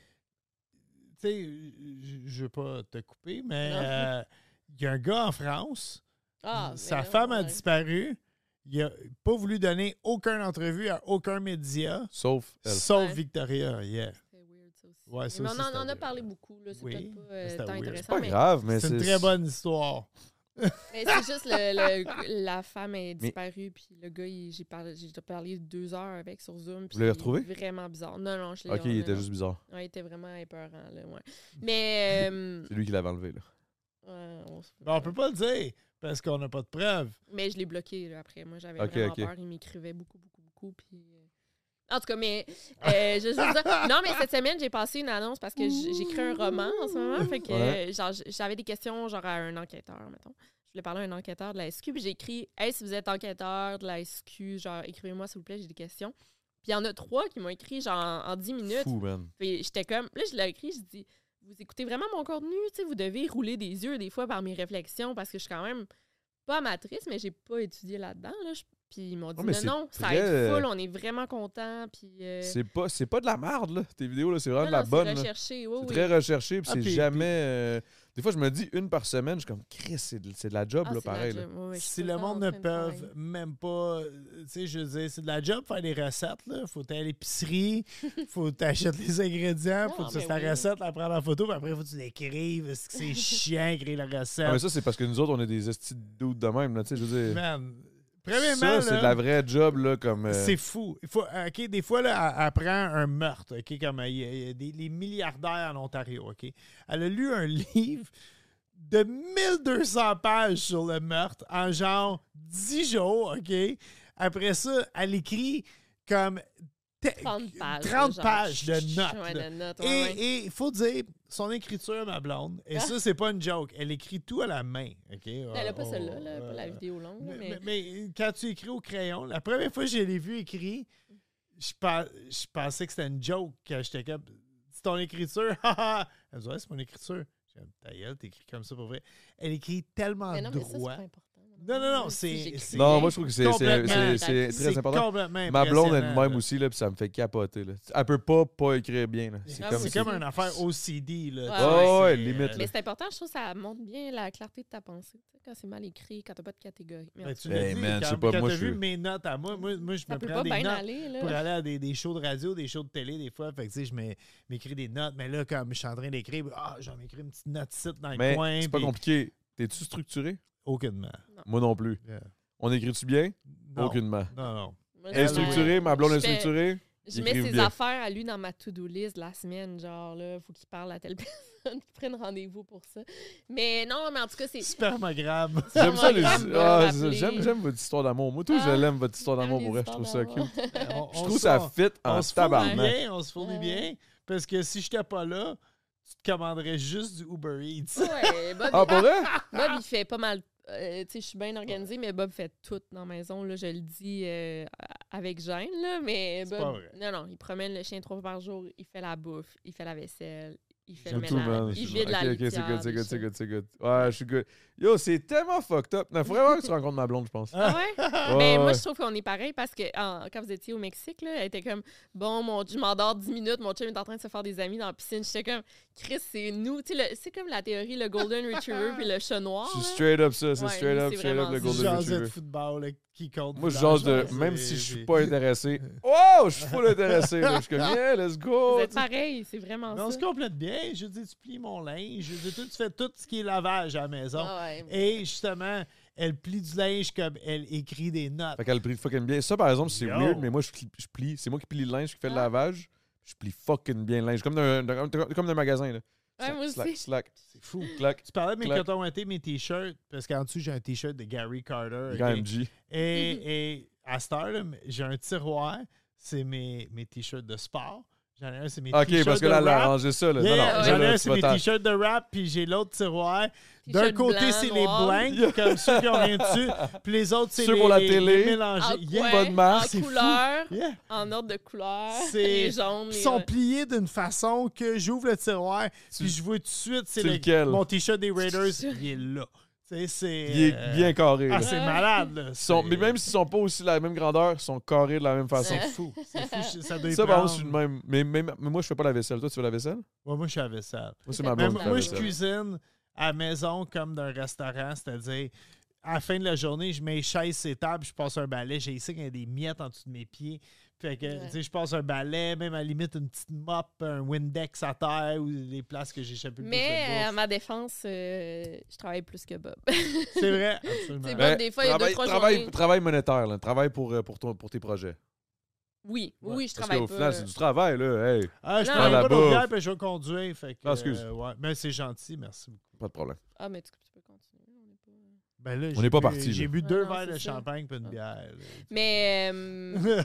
S3: Tu sais, je- je veux pas te couper, mais
S4: Non.
S3: euh, il y a un gars en France,
S4: ah,
S3: sa
S4: mais non,
S3: femme a
S4: ouais.
S3: disparu, il a pas voulu donner aucune entrevue à aucun média,
S2: Sauf elle.
S3: sauf
S4: Ouais.
S3: Victoria, yeah.
S4: C'est weird, ça aussi.
S3: Ouais, ça
S4: mais on
S3: aussi,
S4: en-
S3: c'était
S4: on en a
S3: weird.
S4: parlé beaucoup. là, C'est
S3: Oui,
S4: peut-être pas euh, tant
S3: c'était weird.
S2: C'est
S4: intéressant.
S2: pas
S4: mais-
S2: grave, mais
S3: C'est une très bonne histoire.
S4: Mais c'est juste le, le- la femme est disparue, puis le gars, il- j'ai parlé, j'ai parlé deux heures avec sur Zoom. puis
S2: Vous l'avez retrouvé?
S4: Vraiment bizarre. Non, non, je l'ai
S2: Ok,
S4: non,
S2: il était
S4: non.
S2: juste bizarre.
S4: Ouais, il était vraiment épeurant, là, ouais. Mais. euh,
S2: C'est lui qui l'avait enlevé. Là.
S4: ouais, on se-
S3: Ben, on peut pas le dire, parce qu'on n'a pas de preuves.
S4: Mais je l'ai bloqué là, après. Moi, j'avais
S2: Ok,
S4: vraiment
S2: ok.
S4: peur. Il m'écrivait beaucoup, beaucoup, beaucoup. Puis... euh, En tout cas, mais euh, je veux juste dire- Non, mais cette semaine, j'ai passé une annonce parce que j- j'écris un roman en ce moment. Fait que
S2: Ouais.
S4: euh, genre, j- j'avais des questions genre à un enquêteur, mettons. Je voulais parler à un enquêteur de la SQ. Puis j'ai écrit Hey, si vous êtes enquêteur de la SQ, genre écrivez-moi s'il vous plaît, j'ai des questions. Puis il y en a trois qui m'ont écrit genre en 10 minutes.
S2: Fou, man.
S4: Puis j'étais comme, là, je l'ai écrit, je dis, vous écoutez vraiment mon contenu, tu sais, vous devez rouler des yeux des fois par mes réflexions parce que je suis quand même pas amatrice, mais j'ai pas étudié là-dedans. Là. Je- Puis ils m'ont dit,
S2: Ah, mais
S4: non,
S2: c'est
S4: non, ça
S2: très,
S4: aide full,
S2: euh,
S4: on est vraiment contents. Puis. euh,
S2: C'est pas, c'est pas de la merde, là. Tes vidéos, là, c'est vraiment
S4: non,
S2: de la
S4: non, c'est
S2: bonne. là.
S4: recherché, oui,
S2: c'est
S4: oui.
S2: très recherché, puis
S3: Ah,
S2: c'est
S3: puis-
S2: jamais. euh, Des fois, je me dis une par semaine, je suis comme, Chris, c'est de, c'est de la job,
S4: Ah,
S2: là,
S4: c'est de la
S2: pareil. là.
S4: job, oui, oui, je suis
S3: si
S4: tout
S3: le
S4: temps en
S3: monde
S4: train
S3: ne
S4: de
S3: peut
S4: travailler.
S3: même pas, euh, tu sais, je veux dire, c'est de la job faire des recettes, là. Faut aller à l'épicerie, faut t'acheter les ingrédients, faut
S4: Non,
S3: que tu fasses
S4: mais
S3: la
S4: oui.
S3: recette, la prendre en photo, puis après, faut que tu l'écrives, est-ce que c'est chiant écrire la recette.
S2: Ah, mais ça, c'est parce que nous autres, on est des estis de doutes de même, là, tu sais, je veux dire.
S3: Man,
S2: ça,
S3: premièrement,
S2: c'est de
S3: là,
S2: la vraie job, là, comme. euh,
S3: c'est fou. Il faut, OK, des fois, là, elle, elle prend un meurtre, OK, comme euh, il y a- il y a des, les milliardaires en Ontario, OK. Elle a lu un livre de 1200 pages sur le meurtre en genre 10 jours, OK. Après ça, elle écrit comme te-
S4: 30 pages,
S3: 30
S4: genre,
S3: pages de
S4: chut,
S3: notes.
S4: ouais,
S3: là.
S4: de notes, ouais, ouais. Ah.
S3: et il faut dire, son écriture, ma blonde, et ça, c'est pas une joke, elle écrit tout à la main, OK.
S4: Elle a
S3: Oh,
S4: pas
S3: oh,
S4: celle-là, là, pas la
S3: euh,
S4: vidéo longue, là,
S3: mais,
S4: mais.
S3: mais- mais quand tu écris au crayon, la première fois que je l'ai vu écrit, je, pa- je pensais que c'était une joke quand j'étais comme C'est ton écriture, haha! Elle me dit Ouais, c'est mon écriture. J'ai comme Ta gueule, t'écris comme ça pour vrai. Elle écrit tellement
S4: Mais non, mais ça, c'est pas
S3: droit.
S4: important.
S3: non, non, non,
S4: Moi, si
S3: c'est.
S4: j'écris-
S3: c'est-
S2: Non, moi, je trouve que c'est- c'est-
S3: complètement-
S2: c'est c'est très
S3: c'est
S2: important.
S3: complètement
S2: Ma blonde elle est de
S3: impressionnant,
S2: même
S3: là.
S2: aussi, là, puis ça me fait capoter. Là. Elle peut pas pas écrire bien. là. C'est
S4: Ah,
S2: comme,
S3: C'est
S4: c'est-
S3: comme une affaire OCD. Là,
S4: Ouais, ouais,
S3: Ah
S2: ouais,
S3: c'est- euh,
S2: limite,
S4: Mais c'est important, je trouve que ça montre bien la clarté de ta pensée. tu sais, Quand c'est mal écrit, quand t'as pas de catégorie.
S3: Ben, tu l'as
S2: Hey,
S3: dit,
S2: man, je sais
S3: quand,
S2: pas,
S3: quand
S2: moi,
S3: t'as
S2: je
S3: vu
S2: suis-
S3: mes notes à moi, moi, moi je
S4: Ça
S3: me
S4: peut
S3: prends
S4: pas
S3: des
S4: bien
S3: notes
S4: aller, là.
S3: pour aller à des, des shows de radio, des shows de télé des fois. Fait que, tu sais, je m'ai- m'écris des notes, mais là, comme je suis en train d'écrire, ah, j'en écris une petite note site dans le
S2: Mais
S3: coin.
S2: c'est pas
S3: puis-
S2: compliqué. T'es-tu structuré?
S3: Aucunement.
S2: Moi non plus.
S3: Yeah.
S2: On écrit-tu bien?
S3: Non,
S2: Aucunement.
S3: Non, non.
S4: Moi,
S2: Elle est
S4: je fais-
S2: structurée, ma blonde est
S4: je fais-
S2: structurée.
S4: Je mets
S2: Écrive
S4: ses
S2: bien.
S4: affaires à lui dans ma to-do list de la semaine. Genre, là, faut qu'il parle à telle personne, qu'il prenne rendez-vous pour ça. Mais non, mais en tout cas, c'est.
S3: Spermogramme.
S2: J'aime ça, les...
S4: Spermogramme,
S2: Ah,
S4: on va l'appeler.
S2: j'aime, j'aime votre histoire d'amour. Moi, tout, je
S4: Ah,
S2: l'aime, votre histoire d'amour,
S4: les
S2: pour vrai. Je trouve ça
S4: histoires
S2: cute.
S4: d'amour.
S3: On-
S2: Je
S3: on
S2: trouve
S3: se-
S2: ça fit
S3: on
S2: en
S3: se fournit
S2: tabarnak.
S3: bien, on se fournit bien. Parce que si j'étais pas là, tu te commanderais juste du Uber Eats.
S4: Ouais, Bob,
S2: Ah, pour vrai?
S4: Bob, il fait pas mal. euh, tu sais, je suis bien organisée, mais Bob fait tout dans la maison. Là, je le dis euh, avec gêne, là, mais
S3: C'est
S4: Bob.
S3: pas vrai.
S4: Non, non, il promène le chien trois fois par jour. Il fait la bouffe, il fait la vaisselle, il fait le
S2: J'aime tout, man.
S4: ménage, il vide la
S2: Ok, ok, c'est
S4: litière,
S2: good, c'est
S4: des
S2: good, c'est
S4: choses.
S2: good, c'est good. Ouais, je suis good. Yo, c'est tellement fucked up. Il faudrait vraiment que tu rencontres ma blonde, je pense.
S4: Ah ouais? Mais moi,
S2: ouais.
S4: je trouve qu'on est pareil parce que en- quand vous étiez au Mexique, là, elle était comme Bon, mon, je m'endors 10 minutes, mon chum est en train de se faire des amis dans la piscine. J'étais comme Chris, c'est nous. Tu sais, le- c'est comme la théorie, le Golden Retriever puis le chat noir.
S2: C'est
S4: là.
S2: straight up ça, c'est
S4: Ouais,
S2: straight
S4: lui,
S2: up,
S4: c'est
S2: straight up
S4: vraiment
S2: le
S4: ça.
S2: Golden
S3: Jaser de
S2: Retriever.
S3: football là, qui compte.
S2: Moi, je
S3: dans
S2: jase de.
S3: la
S2: Même
S3: chose,
S2: si je
S3: c'est-
S2: suis pas intéressé. Oh, je suis full intéressé. là. Je suis comme, yeah, let's go.
S4: Vous êtes pareil, c'est vraiment
S3: Mais on
S4: ça.
S3: se complète bien. Je dis, tu plies mon linge. Je dis, toi, tu fais tout ce qui est lavage à la maison.
S4: Ah ouais.
S3: Et justement, elle plie du linge comme elle écrit des notes.
S2: Fait qu'elle plie fucking bien. Ça, par exemple, c'est
S3: Yo.
S2: weird, mais moi, je plie. je plie- C'est moi qui plie le linge, qui fais le
S4: Ah.
S2: lavage. Je plie fucking bien le linge. Comme d'un- d'un comme- comme d'un magasin, là.
S4: Ouais, moi
S2: Slack,
S4: aussi.
S2: slack.
S3: C'est fou.
S2: Clac.
S3: Tu parlais de mes
S2: Clac.
S3: cotons à thé, mes t-shirts, parce qu'en dessous, j'ai un t-shirt de Gary Carter. ok?
S2: KMG.
S4: Mhm.
S3: Et, et à cette heure, là, j'ai un tiroir, c'est mes, mes t-shirts de sport. J'en ai un, c'est mes
S2: Ok,
S3: t-shirts
S2: parce que
S3: de
S2: là,
S3: rap.
S2: elle a arrangé ça. Là.
S3: Yeah,
S2: non, non,
S3: j'en ai
S2: là,
S3: un,
S2: tu
S3: c'est
S2: vas
S3: mes
S2: t'en-
S3: t-shirts de rap, puis j'ai l'autre tiroir. D'un
S4: T-shirt
S3: côté,
S4: blanc,
S3: c'est les
S4: noir.
S3: blancs, comme ceux qui ont rien dessus. Puis les autres, c'est
S2: Ceux
S3: les,
S2: pour la
S3: les-
S2: télé.
S3: les mélangés.
S4: En,
S3: Yeah.
S4: coin,
S2: bonne marque,
S4: Ah, en
S2: c'est fou.
S4: couleur,
S3: Yeah.
S4: en ordre de couleur,
S3: C'est-
S4: Ah, les jaunes,
S3: Ils
S4: les
S3: sont pliés d'une façon que j'ouvre le tiroir, puis je vois tout de suite, c'est
S2: c'est
S3: le-
S2: lequel?
S3: mon t-shirt des Raiders, il est là. Tu sais, c'est...
S2: Il est
S3: euh,
S2: bien carré. là.
S3: Ah, c'est malade, là.
S2: Ils sont-
S3: C'est-
S2: mais même s'ils sont pas aussi de la même grandeur, ils sont carrés de la même façon.
S3: C'est fou. C'est fou. je- Ça, doit y
S2: Ça, par
S3: prendre-
S2: contre, je suis de même. Mais, mais- mais moi, je fais pas la vaisselle. Toi, tu fais la vaisselle?
S3: Ouais, moi, je suis à la vaisselle.
S2: Moi, c'est ma
S3: Mais moi,
S2: blonde. qui fait la
S3: moi, je
S2: vaisselle.
S3: cuisine à la maison comme d'un restaurant, c'est-à-dire, à la fin de la journée, je mets chaise et table, je passe un balai. J'ai ici qu'il y a des miettes en dessous de mes pieds. Fait que, tu sais, je passe un balai, même à la limite une petite mop, un Windex à terre ou des places que j'ai échappé le plus de
S4: Mais euh, à
S3: bouffe.
S4: ma défense, euh, je travaille plus que Bob.
S3: C'est vrai, absolument.
S4: C'est
S2: Ben,
S4: Bob, des fois, il y a deux,
S2: travail,
S4: trois
S2: travail-
S4: journées.
S2: travail monétaire, là. travail pour, euh, pour, ton- pour tes projets.
S4: Oui, oui, oui, je
S2: Parce
S4: travaille
S2: qu'au
S4: pas. euh,
S2: final, c'est du travail. Là. Hey,
S3: Ah, je
S4: Non,
S3: prends
S2: la
S3: pas d'autres
S2: bouffe.
S3: bières, puis je vais conduire. Fait que,
S2: Ah, excuse.
S3: euh, ouais. Mais c'est gentil, merci beaucoup.
S2: pas de problème.
S4: Ah, mais tu, tu peux continuer. on est pas-
S3: Ben là,
S2: On
S3: j'ai
S2: est pas
S3: bu-
S2: parti, là.
S3: J'ai bu
S4: Ah
S3: deux
S4: non,
S3: verres de
S4: c'est ça. Ah.
S3: champagne puis une bière.
S4: Mais euh,
S3: là.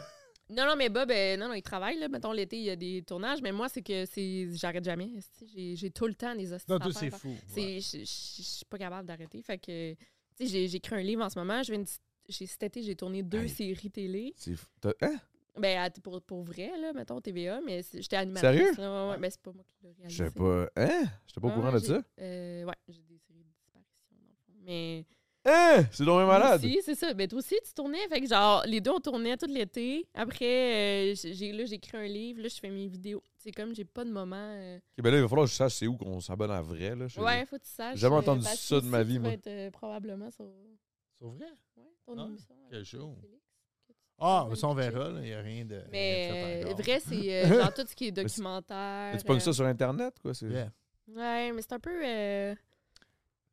S4: non, non, mais Bob, euh, non, non, il travaille. Là. Mettons, l'été, il y a des tournages, mais moi, c'est que c'est j'arrête jamais. esti. J'ai- J'ai tout le temps des hosties.
S3: Non, toi,
S4: d'affaires
S3: c'est
S4: à faire.
S3: fou.
S4: C'est- Je je- je suis pas capable d'arrêter. Fait que, tu sais, j'ai- j'écris un livre en ce moment. Je viens de- j'ai- Cet été, j'ai tourné deux
S2: Hey.
S4: séries télé.
S2: C'est f- t'as- hein?
S4: Ben, à- pour, pour vrai, là, mettons, TVA, mais c'est- j'étais animatrice.
S2: Sérieux?
S4: là, ouais, ouais, mais c'est pas moi qui l'ai
S2: Je
S4: réalisé.
S2: sais pas. Hein? J'étais pas au
S4: Ouais,
S2: courant de
S4: j'ai-
S2: ça.
S4: euh, ouais, j'ai des séries de disparition, dans le fond. Mais.
S2: Hein? C'est donc bien
S4: Moi
S2: malade.
S4: aussi, c'est ça. Mais toi aussi, tu tournais. Fait que genre, les deux, on tournait tout l'été. Après, euh, j- j'ai là, j'écris un livre, là, je fais mes vidéos. C'est comme, j'ai pas de moment. euh,
S2: Ok, ben là, il va falloir que je sache c'est où qu'on s'abonne à vrai. Là, Je-
S4: Ouais, faut que tu saches.
S2: J'ai jamais
S4: euh,
S2: entendu
S4: parce que
S2: ça de ma
S4: aussi,
S2: vie,
S4: tu vas
S2: moi.
S4: être, euh, probablement sur
S3: C'est vrai?
S4: ouais, ton
S3: Ah,
S4: émission.
S3: quel
S4: avec, euh,
S3: jour.
S4: Félix, que tu-
S3: Ah,
S4: tu vas
S3: mais ça, on
S4: aller
S3: verra.
S4: checker.
S3: Il n'y a rien de. rien
S4: Mais
S3: de fait
S4: euh,
S3: encore.
S4: vrai, c'est euh, genre tout ce qui est
S2: c'est-
S4: documentaire.
S2: Mais Tu pognes
S4: euh,
S2: ça sur Internet, quoi. C'est
S3: Yeah.
S4: Ouais, mais c'est un peu. euh,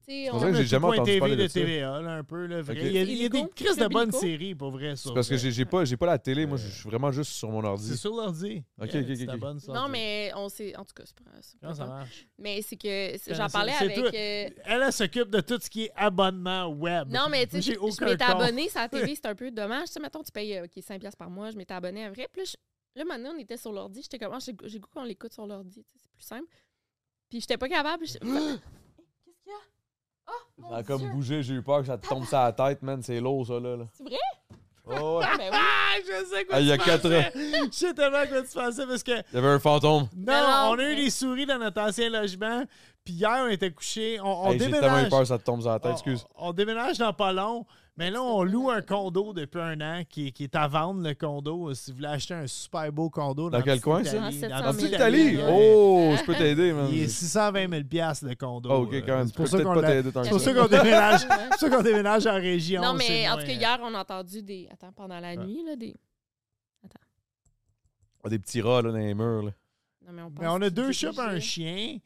S4: tu sais,
S2: pour ça que
S4: on.
S2: j'ai jamais
S3: Point
S2: entendu
S3: TV
S2: parler de
S3: de
S2: ça.
S3: TVA, là, un peu. Là, vrai.
S2: Ok.
S3: Il y a, il y a des
S4: Illico,
S3: crises de
S4: Club
S3: bonnes
S4: Illico.
S3: séries, pour vrai. sur-
S2: C'est parce que j'ai j'ai pas, j'ai pas la télé. Moi, je je suis vraiment juste sur mon
S3: C'est
S2: ordi.
S3: sur l'ordi. Euh,
S2: Ok,
S3: Yeah,
S2: ok, ok,
S3: tu
S2: ok.
S3: t'abonnes sur
S4: Non,
S3: l'ordi.
S4: mais on sait. En tout cas, c'est pas c'est pas
S3: Comment ça
S4: grave.
S3: marche?
S4: Mais c'est que c'est-
S3: Comment
S4: j'en
S3: ça-
S4: parlais
S3: c'est
S4: avec.
S3: toi-
S4: euh,
S3: Elle, elle s'occupe de tout ce qui est abonnement web.
S4: Non, mais tu sais,
S3: Moi, j'ai
S4: je- je
S3: aucun
S4: m'étais
S3: compte.
S4: abonné à la TV, c'est un peu dommage. Tu sais, mettons, tu payes euh, OK, 5$ piastres par mois, je m'étais abonné à vrai. Puis là, je- là, maintenant, on était sur l'ordi. J'étais comme, Ah, j'ai j'ai goût qu'on l'écoute sur l'ordi, tu sais, c'est plus simple. Puis j'étais pas capable. je- Qu'est-ce qu'il y a? Oh,
S2: Ça
S4: mon
S2: a comme
S4: Dieu!
S2: bougé, j'ai eu peur que ça te tombe sur la tête, man. C'est lourd, ça, là. là.
S4: C'est vrai?
S2: Oh, ouais.
S4: Ah, ben oui.
S3: Ah, je sais quoi.
S2: Ah, il y a
S3: tu
S2: quatre ans.
S3: pensais. Je sais tellement quoi tu pensais parce que.
S2: Il y avait un fantôme.
S3: Non,
S4: non,
S3: on a
S4: mais-
S3: eu des souris dans notre ancien logement. Puis hier, on était couchés. On, on
S2: Hey, J'ai tellement eu
S3: déménage.
S2: peur que ça te tombe sur la tête,
S3: On-
S2: excuse.
S3: On, déménage dans pas long, mais là, on loue un condo depuis un an qui, est- qui est à vendre, le condo. Euh, Si vous voulez acheter un super beau condo.
S2: Dans
S3: la
S2: quel
S3: petite
S2: coin, ça?
S3: Italie,
S4: Dans
S3: la
S2: En
S4: mais-
S2: petite
S3: petite
S2: Italie!
S3: Italie, ouais.
S2: Oh, je peux t'aider, man.
S3: Il est 620 000 le condo.
S2: Ah, ok,
S3: Euh,
S2: quand même.
S3: C'est pour
S2: Tu
S3: ça
S2: peux peut-être
S3: qu'on
S2: pas
S3: l'a-
S2: t'aider tant
S3: c'est
S2: que
S3: pour
S2: ça.
S3: ça qu'on déménage. c'est pour ça qu'on déménage en région.
S4: Non, mais
S3: c'est
S4: en
S3: moins- euh.
S4: tout cas, hier, on a entendu des. Attends, pendant la nuit, là, des.
S2: Ah, Des petits rats, là, dans les murs, là.
S4: Non, mais on, pense
S3: Mais on a
S4: que
S3: deux
S4: c'est
S3: chats et un
S4: des-
S3: chien.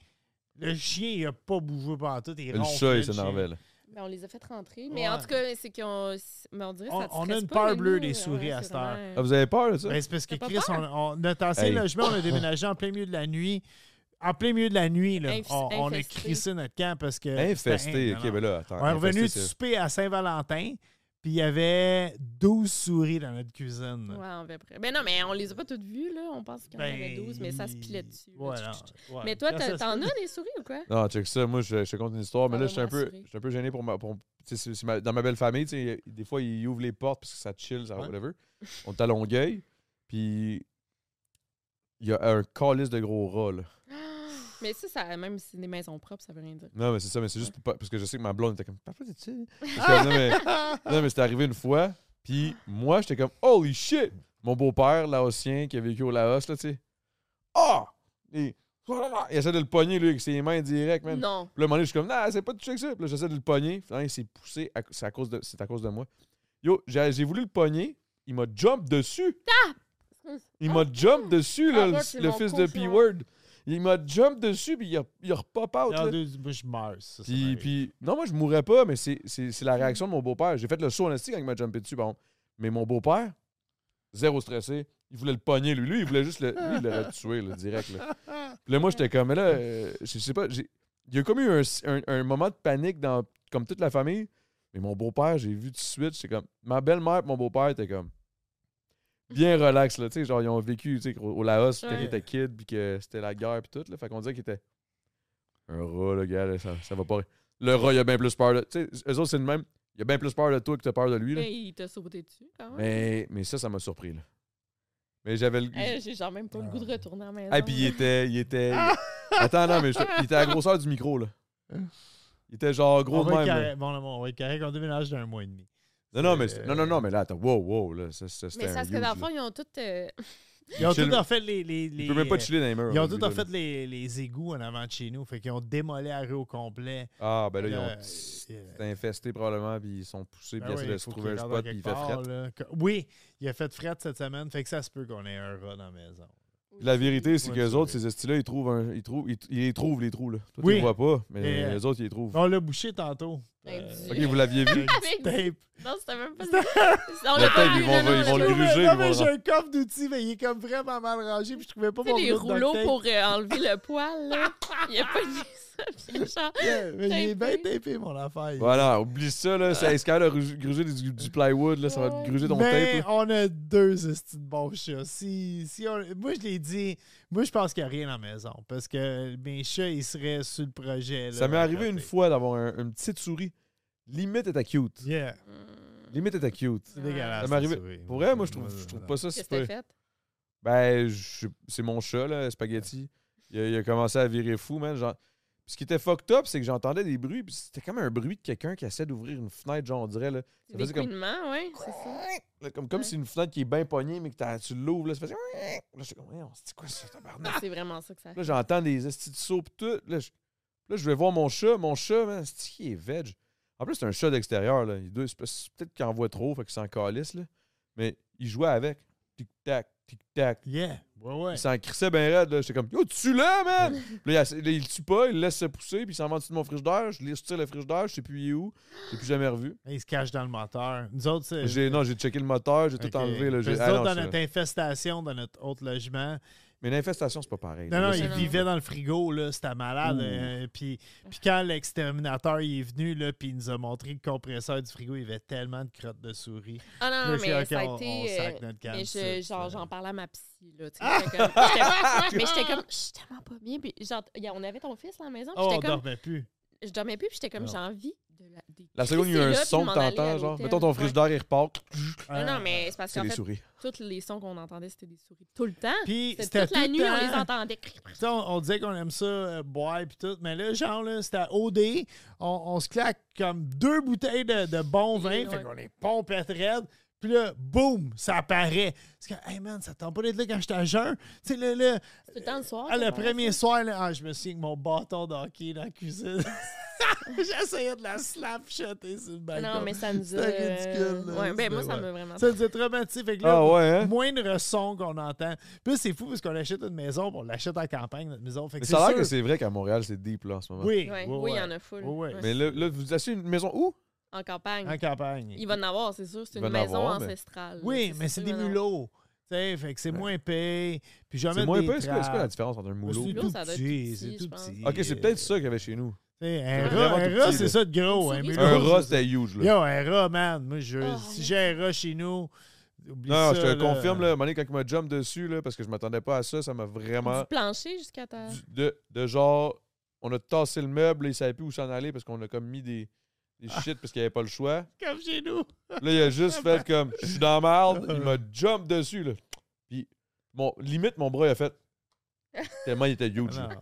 S3: Le chien, il a pas bougé pendant tout. Il
S2: Le
S3: ronflait,
S2: chat,
S3: le
S2: il s'énervait,
S3: chien.
S2: là.
S4: Ben, on les a fait rentrer. Mais en
S3: Ouais.
S4: tout cas, c'est qu'on. s- Mais on dirait que ça
S3: On-
S4: te
S3: on a
S4: stresse
S3: une
S4: pas,
S3: peur
S4: là,
S3: bleue
S4: nous,
S3: des
S4: ouais,
S3: souris à
S4: c'est
S3: cette heure.
S4: vraiment-
S2: Ah, vous avez peur de ça?
S3: Ben, c'est parce que
S4: T'as pas
S3: Chris, on,
S4: peur?
S3: on- notre ancien
S2: Hey.
S3: logement, on a déménagé en plein milieu de la nuit. En plein milieu de la nuit, là,
S4: Inf-
S3: on, on a
S4: infesté.
S3: crissé notre camp parce que.
S2: Infesté.
S3: c'était-
S2: Ok,
S3: non, non.
S2: ben là, attends.
S3: On est revenu
S2: infesté, c'est-
S3: souper à Saint-Valentin. Puis il y avait 12 souris dans notre cuisine. Ben,
S4: Ouais, on va après. Ben non, mais on les a pas toutes vues, là. On pense qu'il y en avait 12, mais ça se pilait dessus. là.
S3: Voilà, ouais.
S4: Mais toi,
S3: Quand
S4: t'as-
S3: ça se-
S4: t'en as des souris ou quoi?
S2: Non, check ça. Moi, je, je te conte une histoire, mais là, je suis un,
S4: Parle-moi
S2: peu-
S4: assuré.
S2: je suis un peu gêné pour ma. Pour, tu sais, c'est- c'est ma- dans ma belle famille, tu sais, des fois, ils ouvrent les portes parce que ça chill, ça
S3: Ouais.
S2: whatever. On est à Longueuil, puis il y a un calice de gros rats, là.
S4: Mais ça, ça, même si c'est des maisons propres, ça veut rien dire.
S2: Non, mais c'est ça, mais c'est juste pour pas- parce que je sais que ma blonde était comme, papa, t'es-tu? Parce que, non, mais, non, mais c'était arrivé une fois, puis moi, j'étais comme, holy shit! Mon beau-père, laotien, qui a vécu au Laos, là, tu sais. Ah! Il, il essaie de le pogner, lui, avec ses mains direct, man.
S4: Non.
S2: Puis là, à un moment donné, je suis comme, non, c'est pas touché que ça. Puis là, j'essaie de le pogner. Finalement, il s'est poussé. à- C'est à, cause de- c'est à cause de moi. Yo, j'ai j'ai voulu le pogner. Il m'a jump dessus. Il m'a jump dessus, là,
S4: Ah,
S2: le-
S4: moi, c'est
S2: le,
S4: mon
S2: fils de
S4: cauchemar.
S2: P-Word. Il m'a jump dessus, puis il a, il a repop out.
S3: Non,
S2: là.
S3: deux- moi, je meurs. ça, ça
S2: Puis,
S3: m'arrive.
S2: puis- non, moi, je mourrais pas, mais c'est c'est- c'est la réaction de mon beau-père. J'ai fait le saut en esti quand il m'a jumpé dessus. Bon. Mais mon beau-père, zéro stressé. Il voulait le pogner, lui. Lui, il voulait juste le. Lui, il l'aurait tué, là, direct. Là. Puis là, moi, j'étais comme, mais là, euh, je sais pas. j'ai- Il y a comme eu un, un- un moment de panique dans comme toute la famille. Mais mon beau-père, j'ai vu tout de suite. J'étais comme, ma belle-mère et mon beau-père étaient comme. Bien relax, là, tu sais, genre, ils ont vécu, tu sais, au, au Laos, quand
S4: Ouais.
S2: ils étaient kids, puis que c'était la guerre, puis tout, là, fait qu'on dirait qu'ils étaient un rat, le gars, là, ça, ça va pas. Le rat, il a bien plus peur de. Tu sais, eux autres, c'est le même. Il a bien plus peur de toi que t'as peur de lui. Là.
S4: Mais il t'a sauté dessus, quand même.
S2: Mais, mais ça, ça m'a surpris. Là. Mais j'avais le.
S4: Eh, J'ai genre même pas le goût de retourner à la maison.
S2: Ah, Ben, puis il était. Il était... Attends, non, mais je- il était à la grosseur du micro, là. Il était genre gros
S3: on
S2: de
S3: va
S2: même.
S3: être
S2: là.
S3: Ah, carré- bon, bon, on va être correct, on déménage d'un mois et demi.
S2: Non, non, mais, c'est- non,
S3: euh,
S2: non, non, mais là, attends, wow, wow, là. Ça, ça,
S4: Mais
S2: c'était un
S4: c'est parce que dans le
S2: huge,
S4: fond,
S2: là.
S4: ils ont toutes. euh,
S3: Ils ont
S2: Chill.
S3: tout en fait les. les, les
S2: Il peut même pas
S3: euh,
S2: chiller dans les murs.
S3: Ils ont
S2: là,
S3: tout
S2: lui,
S3: en
S2: là.
S3: fait les, les égouts en avant de chez nous. Fait qu'ils ont démolé la rue au complet.
S2: Ah, ben là, ils
S3: Euh,
S2: ont. C'était infesté probablement, puis ils sont poussés,
S3: Ben
S2: puis ils
S3: oui,
S2: essaient de
S3: il
S2: se
S3: faut
S2: trouver un
S3: qu'il rentre
S2: spot, puis il fait
S3: quelque
S2: fret.
S3: part, là. Que- Oui, il a fait fret cette semaine. Fait que ça se peut qu'on ait un rat dans la maison.
S2: La vérité, c'est
S3: Ouais,
S2: que les
S3: c'est
S2: autres,
S3: vrai.
S2: ces estis-là, ils trouvent, un, ils trouvent, ils, ils les trouvent les trous là. Toi, tu
S3: Oui. euh,
S2: les vois pas, mais
S3: Mais,
S2: les autres, ils les trouvent.
S3: On l'a bouché tantôt.
S4: Ben, Dieu.
S2: Ok, vous l'aviez vu
S4: Avec-
S3: Tape.
S4: Non, c'était même pas.
S3: C'était-
S4: On l'a
S2: Peut-être
S4: pas
S2: qu'ils
S4: vu,
S2: vont-
S4: non, non,
S2: ils vont
S4: on l'a
S2: le
S4: pas vu.
S2: gruger,
S3: mais
S2: ils
S3: non,
S2: vont
S3: mais j'ai
S2: ra-
S3: un coffre d'outils, mais il est comme vraiment mal rangé. Puis je trouvais pas
S4: Tu sais,
S3: mon
S4: les
S3: bout de duct
S4: rouleaux
S3: tape.
S4: pour euh, enlever le poil, là. Il a pas mis ça, puis genre.
S3: Yeah, mais il est bien
S4: tapé.
S3: tapé, mon affaire.
S2: Voilà, oublie ça là, c'est escalade à ru- gruger du, du plywood là, ça va te gruger ton
S3: Mais oh,
S2: tape. là.
S3: on a deux estis de bons chats. Si, si on- moi, je l'ai dit, moi, je pense qu'il n'y a rien à la maison parce que mes chats, ils seraient sur le projet. là,
S2: Ça m'est
S3: à
S2: arrivé
S3: côté.
S2: une fois d'avoir un- une petite souris. Limite était cute.
S3: Yeah, Ah,
S2: Limite était cute.
S3: c'est dégueulasse.
S2: Ça m'est arrivé.
S3: cette souris.
S2: Pour vrai, moi je trouve, je trouve pas ça
S4: Qu'est-ce que t'as
S2: super.
S4: fait?
S2: Ben, je- c'est mon chat, là, Spaghetti. Il a, il a commencé à virer fou, man. Genre... Puis Ce qui était fucked up, c'est que j'entendais des bruits. puis C'était comme un bruit de quelqu'un qui essaie d'ouvrir une fenêtre, genre, on dirait. Là. Ça
S4: Des
S2: faisait comme,
S4: couinements, ouais, c'est ça.
S2: là, comme, comme si une fenêtre qui est bien pognée, mais que t'as- tu l'ouvres, là, ça fait. Là, je suis comme, Voyons, c'est quoi ça, tabarnak?
S4: C'est vraiment ça que ça fait.
S2: Là, j'entends des estis de sauts pis tout. Là je, là, je vais voir mon chat. Mon chat, man, c'est qui est veg. En plus, c'est un chat d'extérieur. là. Il est deux- c'est pas- c'est Peut-être qu'il en voit trop, fait qu'il s'en calisse. Là. Mais il jouait avec. Tic-tac, tic-tac.
S3: Yeah, ouais, ouais.
S2: Il s'en crissait bien raide. là. J'étais comme, yo, tue-le, man! Puis là, il, essa- là, il le tue pas, il le laisse se pousser, puis il s'en va en dessous de mon frigidaire. Je lui tire le frigidaire, je sais plus il est où. Je l'ai plus jamais revu.
S3: Ils se cachent dans le moteur. Nous autres, c'est.
S2: J'ai- Non, j'ai checké le moteur, j'ai
S3: Euh, Ok.
S2: tout enlevé. Là,
S3: Parce
S2: j'ai-
S3: que nous
S2: Ah, non,
S3: autres, dans
S2: je-
S3: notre infestation, dans notre autre logement,
S2: Mais l'infestation, c'est pas pareil.
S3: Non,
S2: Là,
S3: non,
S2: c'est-
S3: il
S4: non.
S3: vivait dans le frigo, là, c'était malade. euh, puis, puis quand l'exterminateur il est venu, là, puis il nous a montré le compresseur du frigo, il y avait tellement de crottes de souris.
S4: Ah non,
S3: Là,
S4: non,
S3: je
S4: mais
S3: suis,
S4: ça
S3: ok,
S4: a
S3: on-
S4: été.
S3: on sac
S4: euh,
S3: notre canne
S4: mais
S3: de Ah!
S4: je-
S3: sucre,
S4: genre,
S3: euh.
S4: j'en parlais à ma psy, là. tu sais, j'étais comme- j'étais- mais j'étais comme, je suis tellement pas bien. Puis, genre, il y a- on avait ton fils dans la maison. puis
S3: Oh, on
S4: j'étais comme,
S3: dormait plus.
S4: je dormais plus, puis j'étais comme,
S3: Non.
S4: j'ai envie de la. des-
S2: Oh. La seconde, il y
S4: crisser
S2: a un
S4: là, puis
S2: son
S4: m'en
S2: que
S4: aller à
S2: t'entends, genre,
S4: l'hôtel.
S2: mettons ton
S4: Ouais.
S2: frigidaire, il repart.
S4: Non, non, mais c'est parce
S2: C'est
S4: qu'en
S2: les
S4: fait,
S2: souris.
S4: tous les sons qu'on entendait, c'était des souris. Tout le temps.
S3: Puis,
S4: C'était
S3: c'était
S4: toute la
S3: tout le
S4: nuit, on les
S3: temps-
S4: entendait.
S3: Tu sais, on, on disait qu'on aime ça, euh, boire puis tout, mais là, genre, là, c'était à OD, on, on se claque comme deux bouteilles de, de bon vin,
S4: Ouais.
S3: fait qu'on est pompette raide, puis là, boum, ça apparaît. C'est que, hey man, ça tombe pas d'être là quand j'étais à jeun. Tu sais, là, là,
S4: Tout le temps le soir.
S3: Ah, le
S4: ça passe.
S3: premier soir, là, ah, je me souviens que mon bâton d'hockey dans la cuisine. J'essayais de la slap shotter sur le balcon.
S4: Non, mais ça nous a.
S3: ben, C'était ridicule. là.
S4: Ouais, ben moi, ça
S3: C'était- ouais.
S4: m'a vraiment.
S3: Ça nous a traumatisé. Fait que là,
S2: Ah ouais, hein?
S3: moindre son qu'on entend. Puis là, c'est fou parce qu'on achète une maison, puis on l'achète en campagne, notre maison. Fait
S2: Mais
S3: que
S2: ça a l'air que
S3: sûr-
S2: c'est vrai qu'à Montréal, c'est deep, là, en ce moment.
S3: Oui,
S4: Ouais,
S3: oui,
S4: oui, il y
S3: ouais.
S4: en a full.
S3: Oui, oui.
S4: Ouais.
S2: Mais là, là, vous achetez une maison où?
S4: En campagne.
S3: En campagne.
S4: Il va en avoir, c'est sûr. C'est
S2: Il va
S4: une
S2: en
S4: maison
S2: avoir, mais-
S4: ancestrale. là,
S3: Oui, mais
S4: sûr
S3: c'est
S4: qu'il
S3: des
S4: va en avoir.
S3: mulots. Tu sais, fait que c'est moins payé. Puis jamais
S2: C'est moins
S3: des
S2: peu. Est-ce que- est-ce que
S3: trappes.
S2: la différence entre un
S3: C'est
S2: mulot?
S3: tout
S4: Mulot, ça doit être tout
S3: petit,
S4: petit,
S3: c'est
S4: je
S3: tout
S4: pense.
S3: petit.
S2: Ok, c'est peut-être ça qu'il y avait chez nous.
S3: Tu sais, un
S2: C'est
S3: rat,
S2: vraiment tout
S3: un rat,
S2: petit,
S3: c'est
S2: là.
S3: ça de gros. Un,
S4: Un
S3: mulot,
S2: Un
S3: c'est
S2: rat,
S3: ça.
S2: c'était huge. Là.
S3: Yo, un rat, man. Moi, je,
S4: Oh,
S3: si
S4: mon
S3: j'ai un rat chez nous, oublie ça.
S2: Non, je te
S3: là. euh,
S2: confirme, là, à un moment donné, quand il m'a jump dessus, là, parce que je m'attendais pas à ça, ça m'a vraiment.
S4: Du plancher jusqu'à ta.
S2: du- de, de genre, on a tassé le meuble, il savait plus où s'en aller parce qu'on a comme mis des, des shit parce qu'il n'y avait pas le choix.
S3: Comme chez nous.
S2: Là, il a juste fait comme, je suis dans la merde, il m'a jump dessus, là. Puis, mon, limite, mon bras, il a fait. Tellement il était huge.
S4: Ah,
S3: Non.
S2: là.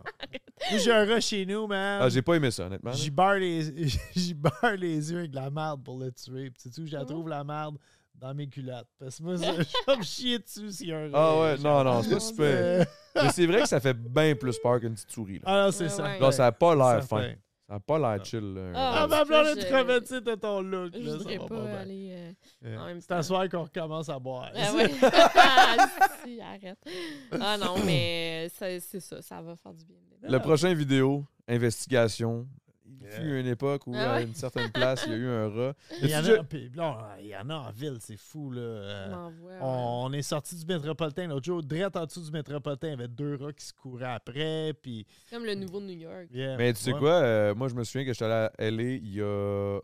S3: Moi, j'ai un rat chez nous, man.
S2: Ah, j'ai pas aimé ça, honnêtement. là.
S3: J'y barre les, j'y barre les yeux avec de la merde pour le tuer. Puis sais-tu où
S4: Mhm.
S3: je la trouve, la merde? Dans mes culottes. Parce que moi, ça- je vais me chier dessus s'il y a un rat.
S2: Ah ouais, non, non, c'est pas
S4: Mon
S2: super. Mais c'est vrai que ça fait bien plus peur qu'une petite souris, là.
S3: Ah non, c'est
S4: Ouais,
S3: ça.
S4: ouais.
S2: Non, ça a pas l'air
S3: Certain.
S2: fin. Ça a pas l'air chill, là.
S4: Ah,
S3: Ah,
S4: ouais.
S3: ma blonde est
S4: Je-
S3: traumatisée de ton look.
S4: Je
S3: là, ça
S4: voudrais
S3: va
S4: pas,
S3: bien.
S4: aller euh,
S3: Ouais.
S4: en même
S3: C'est à
S4: temps.
S3: soir qu'on recommence à boire.
S4: Ah ouais. Ah, si, arrête. Ah non, mais ça- c'est ça, ça va faire du bien.
S2: Le prochain vidéo, investigation. Il y a eu une époque où,
S4: Ah
S2: à
S4: ouais.
S2: une certaine place, il y a eu un rat.
S3: Il y, en
S2: As-tu
S3: a,
S2: déjà-
S3: puis là, il y en a en ville, c'est fou. Là.
S4: Je
S3: Euh,
S4: m'en vois, ouais.
S3: on, on est sorti du métropolitain l'autre jour, direct en dessous du métropolitain, il y avait deux rats qui se couraient après. Puis,
S4: C'est Comme le nouveau New York.
S3: yeah,
S2: Mais tu sais
S3: ouais.
S2: quoi? euh, moi, je me souviens que j'étais allé à LA il y a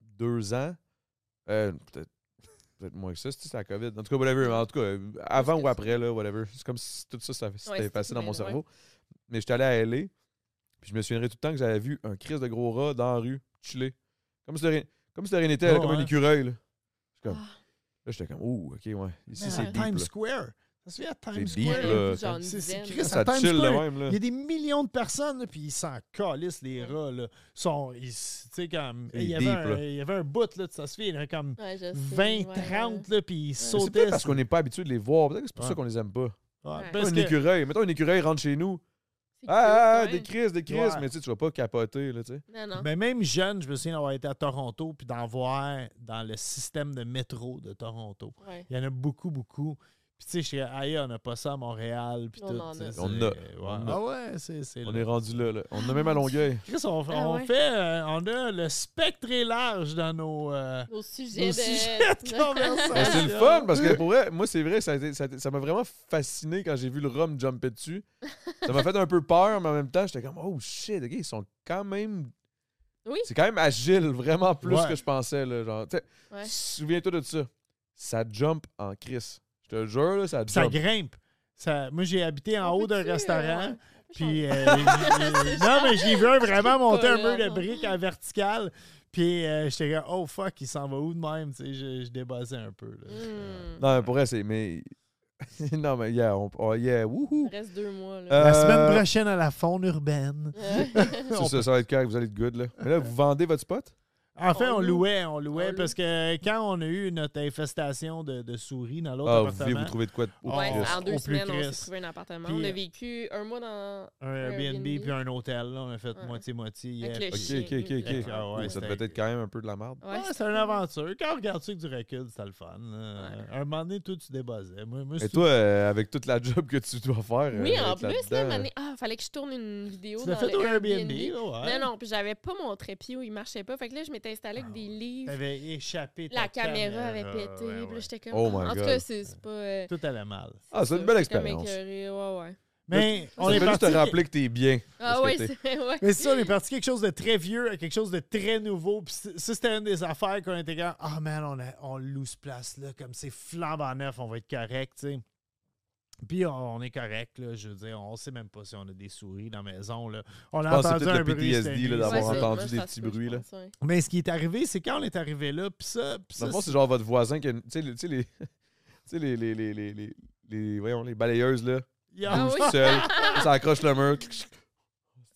S2: deux ans. Euh, peut-être peut-être moins que ça, c'était la COVID. En tout cas, whatever. En tout cas, euh, avant
S4: que
S2: ou
S4: ça.
S2: après, là, whatever. C'est comme si tout ça, ça c'était
S4: c'est
S2: effacé
S4: tout
S2: dans mon
S4: mêlé, ouais.
S2: cerveau. Mais j'étais allé à LA, puis je me souviendrai tout le temps que j'avais vu un crise de gros rat dans la rue, chillé. Comme si de rien, comme si de rien n'était,
S3: Ah
S2: là, comme un
S3: ouais.
S2: écureuil. Là,
S4: Ah,
S2: Comme- là j'étais comme, oh, ok, ouais. Ici,
S3: Mais
S2: c'est
S3: à
S2: deep.
S3: Times
S2: là.
S3: Square. Ça se fait à Times
S2: C'est deep,
S3: Square.
S2: là.
S4: genre une
S3: C'est- c'est
S4: dizaine.
S3: Chris,
S2: Ça
S3: à Times
S2: chill de
S3: Square.
S2: même. Là.
S3: Il y a des millions de personnes, là, puis ils s'en calissent, les rats. Là. Ils Sont, ils- tu sais, comme,
S2: C'est
S3: il, y
S2: deep,
S3: avait un,
S2: là.
S3: il y avait un bout, là, de ça se fait, il y en a comme
S4: Ouais, je sais,
S3: 20,
S4: ouais.
S3: 30, là, puis ils
S2: Mais C'est peut-être
S3: sautaient.
S2: parce
S3: sur- Ah, ben,
S2: qu'on n'est pas habitué de les voir. Peut-être que c'est pour
S3: Ouais.
S2: ça qu'on les aime pas.
S3: Ouais,
S4: Ouais.
S3: parce
S2: un
S3: que-
S2: écureuil. Mettons, un écureuil rentre chez nous.
S4: C'est
S2: Ah, ah, ah,
S4: cute, ouais.
S2: des crises, des crises.
S3: Ouais.
S2: Mais tu sais, tu vas pas capoter, là, tu sais.
S4: Non, non.
S3: Mais même jeune, je me souviens d'avoir été à Toronto puis d'en voir dans le système de métro de Toronto.
S4: Ouais.
S3: Il y en a beaucoup, beaucoup. Puis tu sais, je suis aïe, on n'a pas ça à Montréal. Puis
S4: On
S3: tout,
S4: en a.
S3: tu sais,
S2: On
S3: c'est-
S2: a.
S3: ouais.
S2: On a.
S3: Ah ouais, c'est. c'est
S2: On
S3: là.
S2: est rendu là, là. On a même à Longueuil.
S3: Chris, on,
S4: Ah
S3: on
S4: ouais.
S3: fait. euh, on a le spectre est large dans nos. euh,
S4: Nos sujets de.
S3: nos sujets de conversation.
S2: Mais c'est le fun parce que pour vrai, moi, c'est vrai, ça a été- ça a été- ça m'a vraiment fasciné quand j'ai vu le rhum jumper dessus. Ça m'a fait un peu peur, mais en même temps, j'étais comme, oh shit, ok, ils sont quand même.
S4: Oui.
S2: C'est quand même agile, vraiment plus
S3: Ouais.
S2: que je pensais, là. Genre, tu sais,
S4: Ouais.
S2: souviens-toi de ça. Ça jump en crise. Je te le jure, là, ça jump.
S3: Ça grimpe. Ça, moi, j'ai habité en
S4: On
S3: haut d'un
S4: peut-tu, euh,
S3: restaurant.
S4: ouais,
S3: Puis,
S4: changer?
S3: euh, j'ai- non, mais j'ai vu un vraiment monter
S4: pas
S3: un
S4: là,
S3: peu de
S4: non.
S3: briques à verticale. Puis, euh, j'étais comme, oh fuck, il s'en va où de même? Tu sais, je, je débossais un peu. là.
S4: Hmm.
S2: Non, mais pour vrai, c'est. Mais. non, mais yeah, on... oh, yeah, wouhou.
S4: Il reste deux mois, là.
S3: La
S2: Euh,
S3: semaine prochaine à la faune urbaine.
S2: C'est ça, ça va être correct, vous allez être good, là. Mais là, vous vendez votre spot?
S3: En fait,
S4: On
S3: on
S4: loue.
S3: louait, on louait
S4: On
S3: parce que quand on a eu notre infestation de, de souris dans l'autre
S2: Ah, vous
S3: appartement,
S2: pouvez vous trouver de quoi de au
S4: Ouais,
S2: plus.
S3: Oh,
S4: en deux
S3: au plus
S4: semaines, on
S3: Chris.
S4: s'est trouvé un appartement.
S3: Puis,
S4: on
S3: euh,
S4: a vécu un mois dans.
S3: un Airbnb puis un hôtel, là, on a fait
S4: Ouais.
S3: moitié-moitié. hier.
S4: Avec le
S2: Ok,
S4: chien.
S2: ok, ok, ok.
S3: Ah ouais,
S2: Ouh, ça
S3: c'était-
S2: devait être quand même un peu de la merde.
S4: Ouais,
S3: Ouais, c'est une aventure. Quand on regarde ça avec du recul, c'était le fun. Euh, Un moment donné, toi, tu débassais. Moi, moi,
S2: Et
S3: c'est-
S2: toi, euh, avec toute la job que tu dois faire.
S4: Oui,
S2: euh,
S4: en
S2: être
S4: plus, là,
S2: là-dedans,
S4: mané... ah, fallait que je tourne une vidéo.
S3: tu
S4: dans
S3: l'as fait
S4: le
S3: au Airbnb, ouais.
S4: Non, non, puis j'avais pas mon trépied où il marchait pas. Fait que là, je m'étais installée avec des livres.
S3: Ah T'avais échappé ta
S4: La caméra avait pété.
S3: ouais,
S4: puis là,
S3: ouais.
S4: j'étais comme.
S2: Oh my
S4: en tout
S2: God.
S4: cas, c'est c'est pas. euh,
S3: Tout allait mal.
S2: Ah, c'est
S4: ça,
S2: une belle
S4: j'étais comme euh,
S2: expérience. Ça
S4: écœurée, Ouais, ouais.
S3: Mais on
S2: fait
S3: est
S2: juste
S3: parti...
S2: te rappeler que t'es bien.
S4: Ah,
S2: Parce
S4: ouais,
S2: que t'es-
S4: c'est. Ouais.
S3: Mais ça, on est parti quelque chose de très vieux à quelque chose de très nouveau. Puis c- ça, c'était une des affaires qu'on était comme « Ah, man, on, a, on loue ce place-là. Comme c'est flambant neuf, on va être correct, tu sais. » Puis on, on est correct, là. Je veux dire, on sait même pas si on a des souris dans la maison, là. On
S2: Je
S3: a
S2: pense que c'est
S3: entendu
S2: peut-être
S3: un
S2: le
S3: bruit, c'était
S2: PTSD, là,
S3: une-
S2: d'avoir
S4: Ouais,
S3: Ouais,
S4: ça,
S2: entendu
S4: moi,
S2: des
S4: ça
S2: petits
S4: se peut, je
S2: bruits, là.
S4: pense, ouais.
S3: Mais ce qui est arrivé, c'est quand on est arrivé là, puis ça, puis ça,
S2: Dans le fond,
S3: c'est-
S2: c'est genre votre voisin qui a une- Tu sais, les- tu sais, les. Tu sais, les. les, les, les, les- les- voyons, les balayeuses, là.
S3: Yeah.
S4: Ah oui.
S2: Seul. Ça accroche le mur.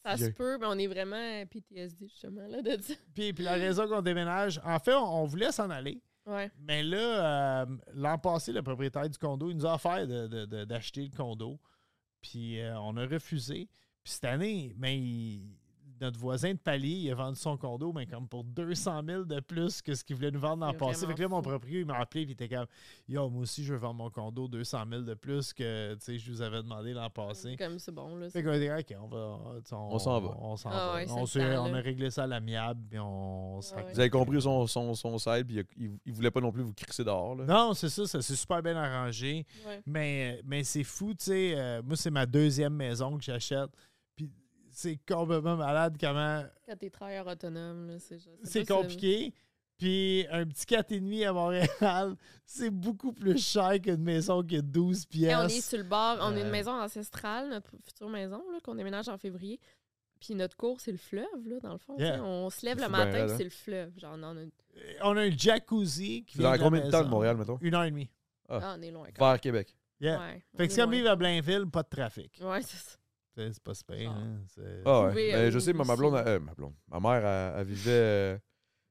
S4: Ça se
S2: Yeah.
S4: peut, mais on est vraiment euh, PTSD, justement, là, de ça.
S3: Puis, puis la raison qu'on déménage, en fait, on, on voulait s'en aller.
S4: Ouais.
S3: Mais là, euh, l'an passé, le propriétaire du condo, il nous a offert de- de- de- d'acheter le condo. Puis euh, on a refusé. Puis cette année, mais il- notre voisin de palier, il a vendu son condo, mais comme pour 200 000 de plus que ce qu'il voulait nous vendre l'an
S4: C'est
S3: passé. Fait que là, mon
S4: vraiment fou.
S3: propriétaire, il m'a appelé, puis il était comme Yo, moi aussi, je veux vendre mon condo 200 000 de plus que tu sais, je vous avais demandé l'an passé.
S4: Comme c'est bon, là.
S3: Fait qu'on a dit, OK, on va. tu sais,
S2: On s'en va.
S3: On s'en
S4: Ah
S3: va.
S4: ouais, c'est
S3: on,
S4: le
S3: s'est-
S4: plan,
S3: on
S4: là.
S3: a réglé ça à l'amiable, puis on s'en
S4: Ouais.
S2: Vous avez compris son, son, son side, puis il, a- il- il voulait pas non plus vous crisser dehors, là.
S3: Non, c'est ça, ça s'est super bien arrangé.
S4: Ouais.
S3: Mais, mais c'est fou, tu sais. euh, moi, c'est ma deuxième maison que j'achète. Puis c'est complètement malade comment
S4: Quand t'es travailleur autonome, là, c'est juste-
S3: c'est
S4: pas si-
S3: compliqué. Puis un petit 4,5 à Montréal, c'est beaucoup plus cher qu'une maison qui a 12
S4: Et
S3: pièces.
S4: Eh, on est sur le bord, on a
S3: Euh.
S4: une maison ancestrale, notre future maison, là, qu'on déménage en février. Puis notre cours, c'est le fleuve, là, dans le fond.
S3: Yeah.
S4: tu sais. On se lève
S2: C'est
S4: le
S2: bien
S4: matin,
S2: raide,
S4: puis
S2: hein.
S4: c'est le fleuve. Genre, non, on, a-
S3: On a un jacuzzi qui
S2: Dans
S3: vient de la
S2: combien de temps de
S3: maison.
S2: Montréal, mettons?
S3: Une heure et demie.
S4: ah, on est loin. Quand
S2: Vers Québec.
S3: Yeah.
S4: même. Ouais,
S3: fait
S4: on
S3: que
S4: est
S3: si on
S4: loin.
S3: vit à Blainville, pas de trafic.
S4: Ouais, c'est ça.
S3: C'est c'est pas super. Hein? C'est-
S2: Ah ouais.
S4: pouvez,
S2: Ben,
S4: euh,
S2: je sais, ma, ma
S4: aussi.
S2: blonde, euh, ma blonde, ma mère, elle, elle vivait, euh,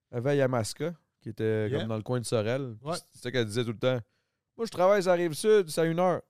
S2: elle vivait à Yamaska, qui était
S3: Yeah.
S2: comme dans le coin de Sorel. Puis
S3: Ouais.
S2: C'est ça qu'elle disait tout le temps. Moi, je travaille sur la rive sud, c'est à une heure.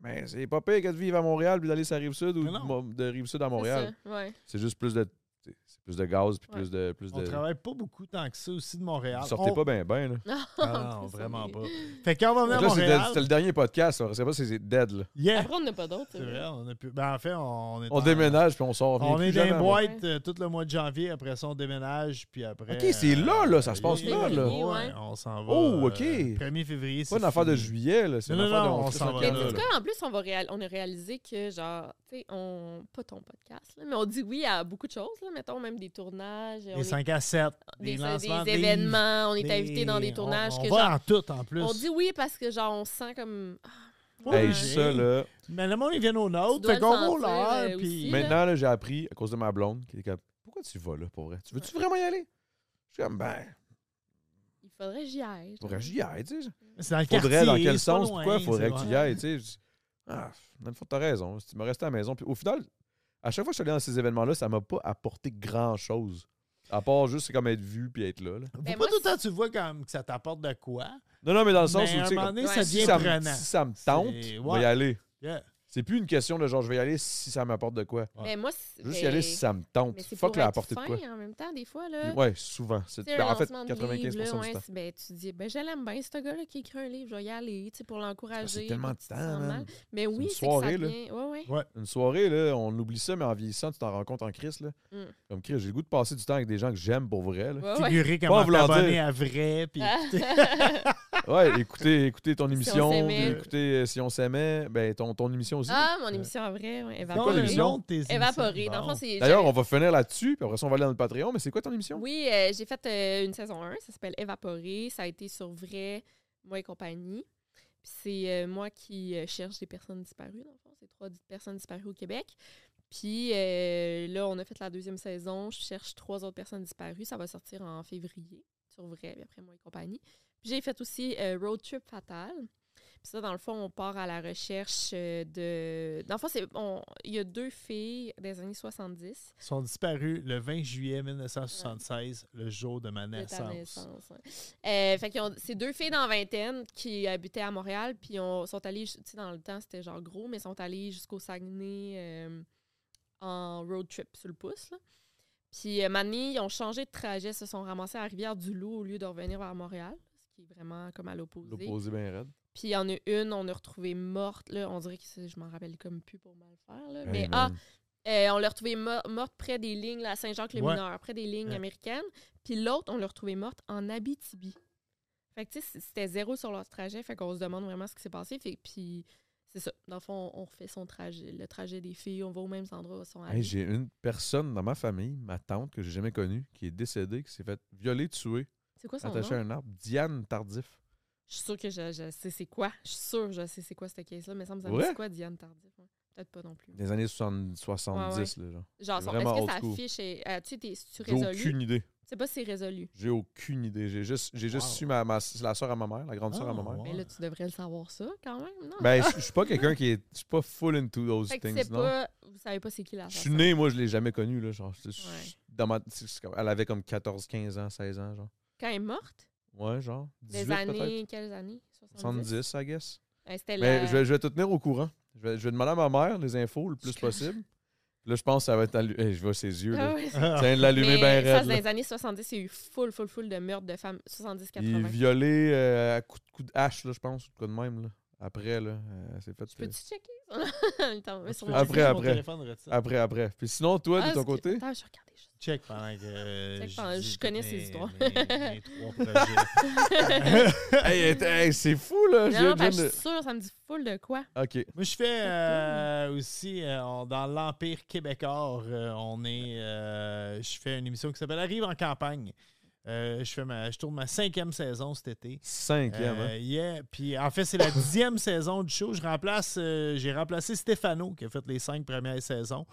S2: Mais c'est pas pire que de vivre à Montréal puis d'aller sur la rive sud ou
S3: Mais non.
S2: de Mo- de rive sud à
S4: C'est
S2: Montréal.
S4: ça, ouais.
S2: C'est juste plus de, c'est plus de gaz puis
S4: Ouais.
S2: plus de, plus
S3: On
S2: de.
S3: travaille pas beaucoup tant que ça aussi de Montréal.
S2: Vous sortez
S3: On-
S2: pas bien, bien là.
S4: Non,
S3: Ah
S4: en
S3: non,
S4: plus,
S3: vraiment
S4: on est-
S3: pas. Fait que quand on va
S2: Fait
S3: venir
S2: que
S3: à
S2: là, c'était c'était
S3: Montréal,
S2: le dernier podcast. On ne sait pas si c'est dead. Là.
S3: yeah,
S4: Après, on n'a pas d'autres.
S3: c'est
S4: euh.
S3: vrai, on a pu. Ben en fait, on est.
S2: On
S3: en-
S2: déménage puis on sort.
S3: On
S2: revient
S3: est
S2: plus
S3: dans
S2: jamais
S3: les
S2: à Montréal.
S3: boîtes euh, tout le mois de janvier, après ça on déménage, puis après.
S2: Ok, c'est là, là, ça se
S3: euh,
S2: passe
S4: là, là.
S3: Ouais,
S4: Ouais.
S3: on s'en va.
S2: Oh, ok.
S3: euh, 1er février.
S2: C'est pas
S3: c'est
S2: une affaire de
S3: fini.
S2: juillet, là. C'est
S3: Non,
S2: une
S3: non,
S2: affaire
S3: non,
S2: de.
S3: on
S2: se
S3: s'en
S2: fait
S3: va
S4: Mais
S2: ça
S3: là,
S2: en
S4: dis
S2: cas,
S4: quoi, en plus, on, va réal- on a réalisé que, genre, tu sais, on. Pas ton podcast, là, mais on dit oui à beaucoup de choses, là, mettons, même des tournages. on
S3: Des
S4: est-
S3: 5 à 7, des,
S4: des,
S3: lancements,
S4: des
S3: de livres,
S4: événements, on est
S3: des-
S4: invité dans des
S3: on-
S4: tournages.
S3: On,
S4: que
S3: va
S4: genre,
S3: en tout en plus.
S4: on dit oui parce que, genre, on se sent comme. ah,
S3: Pas
S2: Hey,
S3: obligé.
S2: ça, là.
S3: Mais le monde, ils viennent au nôtre,
S4: Tu dois
S3: fait qu'on
S4: le
S3: va au
S4: sentir,
S3: leur,
S4: euh,
S3: puis.
S4: aussi.
S2: Maintenant, là, j'ai appris à cause de ma blonde qui est comme Pourquoi tu vas là pour vrai Tu veux-tu vraiment y aller Je suis comme Ben,
S4: il faudrait que j'y aille.
S2: faudrait que j'y aille, tu sais.
S3: C'est dans le
S2: Faudrait, dans
S3: quartier,
S2: quel
S3: c'est pas
S2: sens
S3: loin,
S2: Pourquoi faudrait
S3: c'est
S2: que tu y
S3: vrai.
S2: ailles, tu sais Je- Ah, dans le fond, t'as raison. Si tu me restais à la maison. Puis au final, à chaque fois que je suis allé dans ces événements-là, ça m'a pas apporté grand-chose. À part juste, c'est comme être vu puis être là. là.
S3: Faut
S4: Ben,
S3: pas
S4: moi,
S3: tout le temps
S4: c'est-
S3: tu vois comme que ça t'apporte de quoi.
S2: Non, non, mais dans le sens
S3: mais à
S2: où, tu
S3: un
S2: sais,
S3: moment
S2: comme,
S3: donné,
S4: ouais,
S3: ça
S2: si
S3: devient
S2: ça, me,
S3: prenant.
S2: si ça me tente,
S3: C'est-
S2: je
S3: ouais.
S2: vais y aller.
S3: Yeah.
S2: C'est plus une question de genre, je vais y aller si ça m'apporte de quoi.
S4: Mais moi, c'est-
S2: Juste
S4: mais-
S2: y aller si ça me tente.
S4: Mais c'est
S2: Fuck
S4: pour
S2: la
S4: être
S2: apporter de
S4: fin,
S2: quoi.
S4: en même temps, des fois, là.
S2: Ouais, souvent. C'est- ben,
S4: tu sais, un
S2: en fait,
S4: lancement de
S2: 95%
S4: livre, là,
S2: du
S4: ouais,
S2: temps.
S4: c'est- ben, tu te dis, ben, je l'aime bien, ce gars-là qui écrit un livre, je vais y aller, tu sais, pour l'encourager.
S2: Ah, C'est tellement
S4: puis
S2: de
S4: tu te
S2: temps,
S4: sens
S2: man.
S4: mal. Mais
S2: une
S4: oui, c'est que ça
S2: soirée, là.
S4: vient. Ouais, ouais.
S3: Ouais.
S2: Une soirée, là, on oublie ça, mais en vieillissant, tu t'en rends compte en crise. Là.
S4: Mm.
S2: Comme Chris, j'ai le goût de passer du temps avec des gens que j'aime pour vrai.
S4: Ouais,
S2: là.
S4: ouais. Ah.
S3: Figurer
S2: Pas
S3: comment
S2: vouloir
S3: t'abonner
S2: dire.
S3: à vrai, puis
S2: Ouais, écoutez, écoutez ton émission, puis
S4: s'aimait.
S2: écoutez euh, si on s'aimait, ben ton, ton émission aussi.
S4: Ah, mon émission en vrai, ouais,
S3: Non,
S2: quoi
S3: le
S4: évaporée.
S2: l'émission?
S3: nom de tes émissions.
S4: Évaporée. Dans le
S3: Bon.
S4: fond, c'est.
S2: D'ailleurs, on va finir là-dessus, puis après ça, on va aller dans le Patreon. Mais c'est quoi ton émission?
S4: Oui, euh, j'ai fait euh, une saison 1, ça s'appelle Évaporé. Ça a été sur Vrai, Moi et compagnie. Puis c'est euh, moi qui euh, cherche des personnes disparues, dans le fond. C'est trois di- personnes disparues au Québec. Puis euh, là, on a fait la deuxième saison. Je cherche trois autres personnes disparues. Ça va sortir en février, sur Vrai, puis après Moi et compagnie. Puis j'ai fait aussi euh, Road Trip Fatal. Puis ça, dans le fond, on part à la recherche euh, de... Dans le fond, c'est- on- il y a deux filles des années 70
S3: Ils sont disparus le 20 juillet 1976, le jour de ma
S4: de ta
S3: naissance.
S4: naissance, ouais. Euh, fait qu'ils ont- c'est deux filles dans la vingtaine qui habitaient à Montréal, puis on sont allées, ju- tu sais, dans le temps, c'était genre gros, mais sont allées jusqu'au Saguenay euh, en road trip sur le pouce. là. Puis euh, Mané, ils ont changé de trajet, se sont ramassés à Rivière-du-Loup au lieu de revenir vers Montréal, ce qui est vraiment comme à l'opposé.
S2: L'opposé bien raide.
S4: Puis il y en a une, on a retrouvée morte, là, on dirait que c'est- je m'en rappelle comme plus pour mal faire, là. mais
S2: Hey,
S4: ah,
S2: man.
S4: euh, on l'a retrouvée mo- morte près des lignes là, à Saint-Jacques-le-Mineur, près des lignes
S3: Ouais.
S4: américaines. Puis l'autre, on l'a retrouvée morte en Abitibi. Fait que, tu sais, c- c'était zéro sur leur trajet. Fait qu'on se demande vraiment ce qui s'est passé. Fait, puis c'est ça. Dans le fond, on, on refait son trajet, le trajet des filles. On va au même endroit où sont
S2: Hey,
S4: allées.
S2: j'ai une personne dans ma famille, ma tante que j'ai jamais connue, qui est décédée, qui s'est faite violer, tuer,
S4: c'est quoi son nom?
S2: attachée à un arbre. Diane Tardif.
S4: Je suis sûre que je, je sais c'est quoi. Je suis sûre que je sais c'est quoi cette case-là. Mais ça me semble
S2: Ouais?
S4: c'est quoi, Diane Tardif? Ouais. Peut-être pas non plus.
S2: Des années 70, 70 là, genre.
S4: Genre,
S2: C'est
S4: son-
S2: vraiment
S4: est-ce
S2: old
S4: que
S2: school.
S4: sa fiche est. euh, tu sais, t'es- tu
S2: J'ai aucune
S4: résolu?
S2: idée.
S4: Je sais pas si c'est résolu.
S2: J'ai aucune idée. J'ai juste, j'ai juste
S3: Wow.
S2: su ma, ma- la soeur à ma mère, la grande soeur à ma
S3: Ah,
S2: mère.
S3: ouais.
S4: Mais là, tu devrais le savoir ça quand même. Non?
S2: Ben, je je suis pas quelqu'un qui est. Je suis pas full into those
S4: Ah. Fait que
S2: things,
S4: c'est
S2: non?
S4: pas, vous savez pas c'est qui la
S2: Je suis né, moi, je l'ai jamais connu, là. Genre, c'est-
S4: Ouais.
S2: dans ma- c'est- c'est comme- elle avait comme 14, 15 ans, 16 ans, genre.
S4: Quand elle est morte,
S2: Ouais, genre. 18
S4: des
S2: peut-être.
S4: années, quelles années 70.
S2: 70, I guess.
S4: Ouais, C'était
S2: Mais
S4: la-
S2: je vais, je vais te tenir au courant. Je vais, je vais demander à ma mère les infos le plus
S4: Je comprends.
S2: possible. Là, je pense que ça va être. allu- Hey, je vois ses yeux,
S4: Ah
S2: là.
S4: ouais, c'est-
S2: Ça vient de l'allumer
S4: Mais
S2: bien
S4: ça,
S2: raide,
S4: c'est
S2: là.
S4: dans les années 70, il y a eu full, full, full de meurtres de femmes. 70-80.
S2: Il est violé euh, à coup de, coup de hache, là, je pense, ou de quoi de même, là. Après, là, euh, c'est fait.
S4: Je peux-tu
S2: euh,
S4: checker ça? Attends, mais sur mon-
S2: Après,
S3: Mon
S2: après.
S3: téléphone retient.
S2: Après, après. Puis sinon, toi,
S4: Ah,
S2: de ton
S4: est-ce que-
S2: côté,
S4: Attends, je regardais juste.
S3: Check pendant que. euh,
S4: Check pendant- je
S3: dis
S4: connais
S3: mes-
S4: ces histoires.
S3: mes- mes trois projets.
S2: Hey, hey, hey, c'est fou, là.
S4: Non,
S2: j'ai-
S4: ben,
S2: j'ai-
S4: je suis sûre, ça me dit full de quoi.
S2: OK.
S3: Moi, je fais euh, aussi, euh, on- dans l'Empire québécois, euh, on est. euh, je fais une émission qui s'appelle Arrive en campagne. Euh, je, fais ma, je tourne ma cinquième saison cet été.
S2: Cinquième,
S3: Euh,
S2: hein?
S3: yeah. Puis en fait, c'est la dixième saison du show. Je remplace, euh, j'ai remplacé Stéphano qui a fait les cinq premières saisons.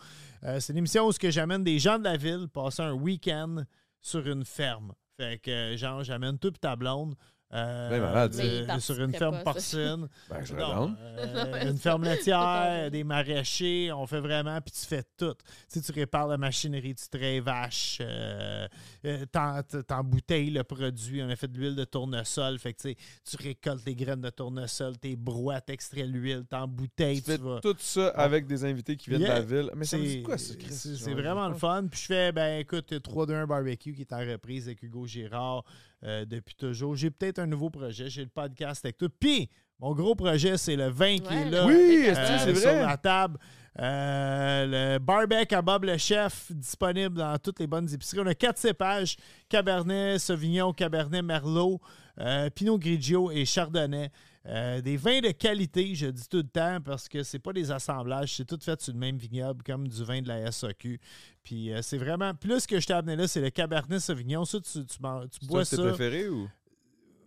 S3: Euh, c'est une émission où ce que j'amène des gens de la ville passer un week-end sur une ferme. Fait que euh, genre, j'amène tout ta blonde. euh,
S2: Ben, malade, ça.
S4: Mais il
S3: de- sur une
S4: participerait
S3: ferme
S4: pas, ça.
S3: porcine.
S2: Ben, je
S3: Non,
S2: redonne.
S3: euh,
S4: Non, mais
S3: une
S4: c'est-
S3: ferme laitière,
S4: totalement.
S3: des maraîchers, on fait vraiment, puis tu fais tout. Tu sais, tu répares la machinerie, tu traites vache, euh, euh, t'en- t- t'embouteilles le produit. On a fait de l'huile de tournesol, fait que tu sais, tu récoltes les graines de tournesol, tes broies, t'extrais l'huile, t'embouteilles,
S2: Tu
S3: tu
S2: fais
S3: vas.
S2: tout ça avec des invités qui viennent
S3: Ah. Yeah.
S2: de la ville. Mais ça me dit
S3: C'est-
S2: quoi, ça, Chris?
S3: C'est
S2: J'en
S3: c'est
S2: ai
S3: vraiment
S2: pas.
S3: le fun. Puis je fais, ben écoute, 3 2 1 Barbecue qui est en reprise avec Hugo Girard euh, depuis toujours. J'ai peut-être un nouveau projet. J'ai le podcast avec tout. Puis, mon gros projet, c'est le vin qui
S4: Ouais,
S3: est
S4: le
S3: là.
S4: vin.
S2: Oui,
S4: Euh,
S2: est-ce que c'est
S3: Euh, sur
S2: vrai?
S3: la table. Euh, le barbecue à Bob le Chef, disponible dans toutes les bonnes épiceries. On a quatre cépages Cabernet Sauvignon, Cabernet Merlot, euh, Pinot Grigio et Chardonnay. Euh, des vins de qualité, je dis tout le temps, parce que c'est pas des assemblages, c'est tout fait sur le même vignoble, comme du vin de la SAQ. Puis euh, c'est vraiment, plus que je t'ai amené là, c'est le Cabernet Sauvignon. Ça, tu, tu, m'en- tu
S2: C'est
S3: bois
S2: toi,
S3: ça.
S2: c'est préféré ou?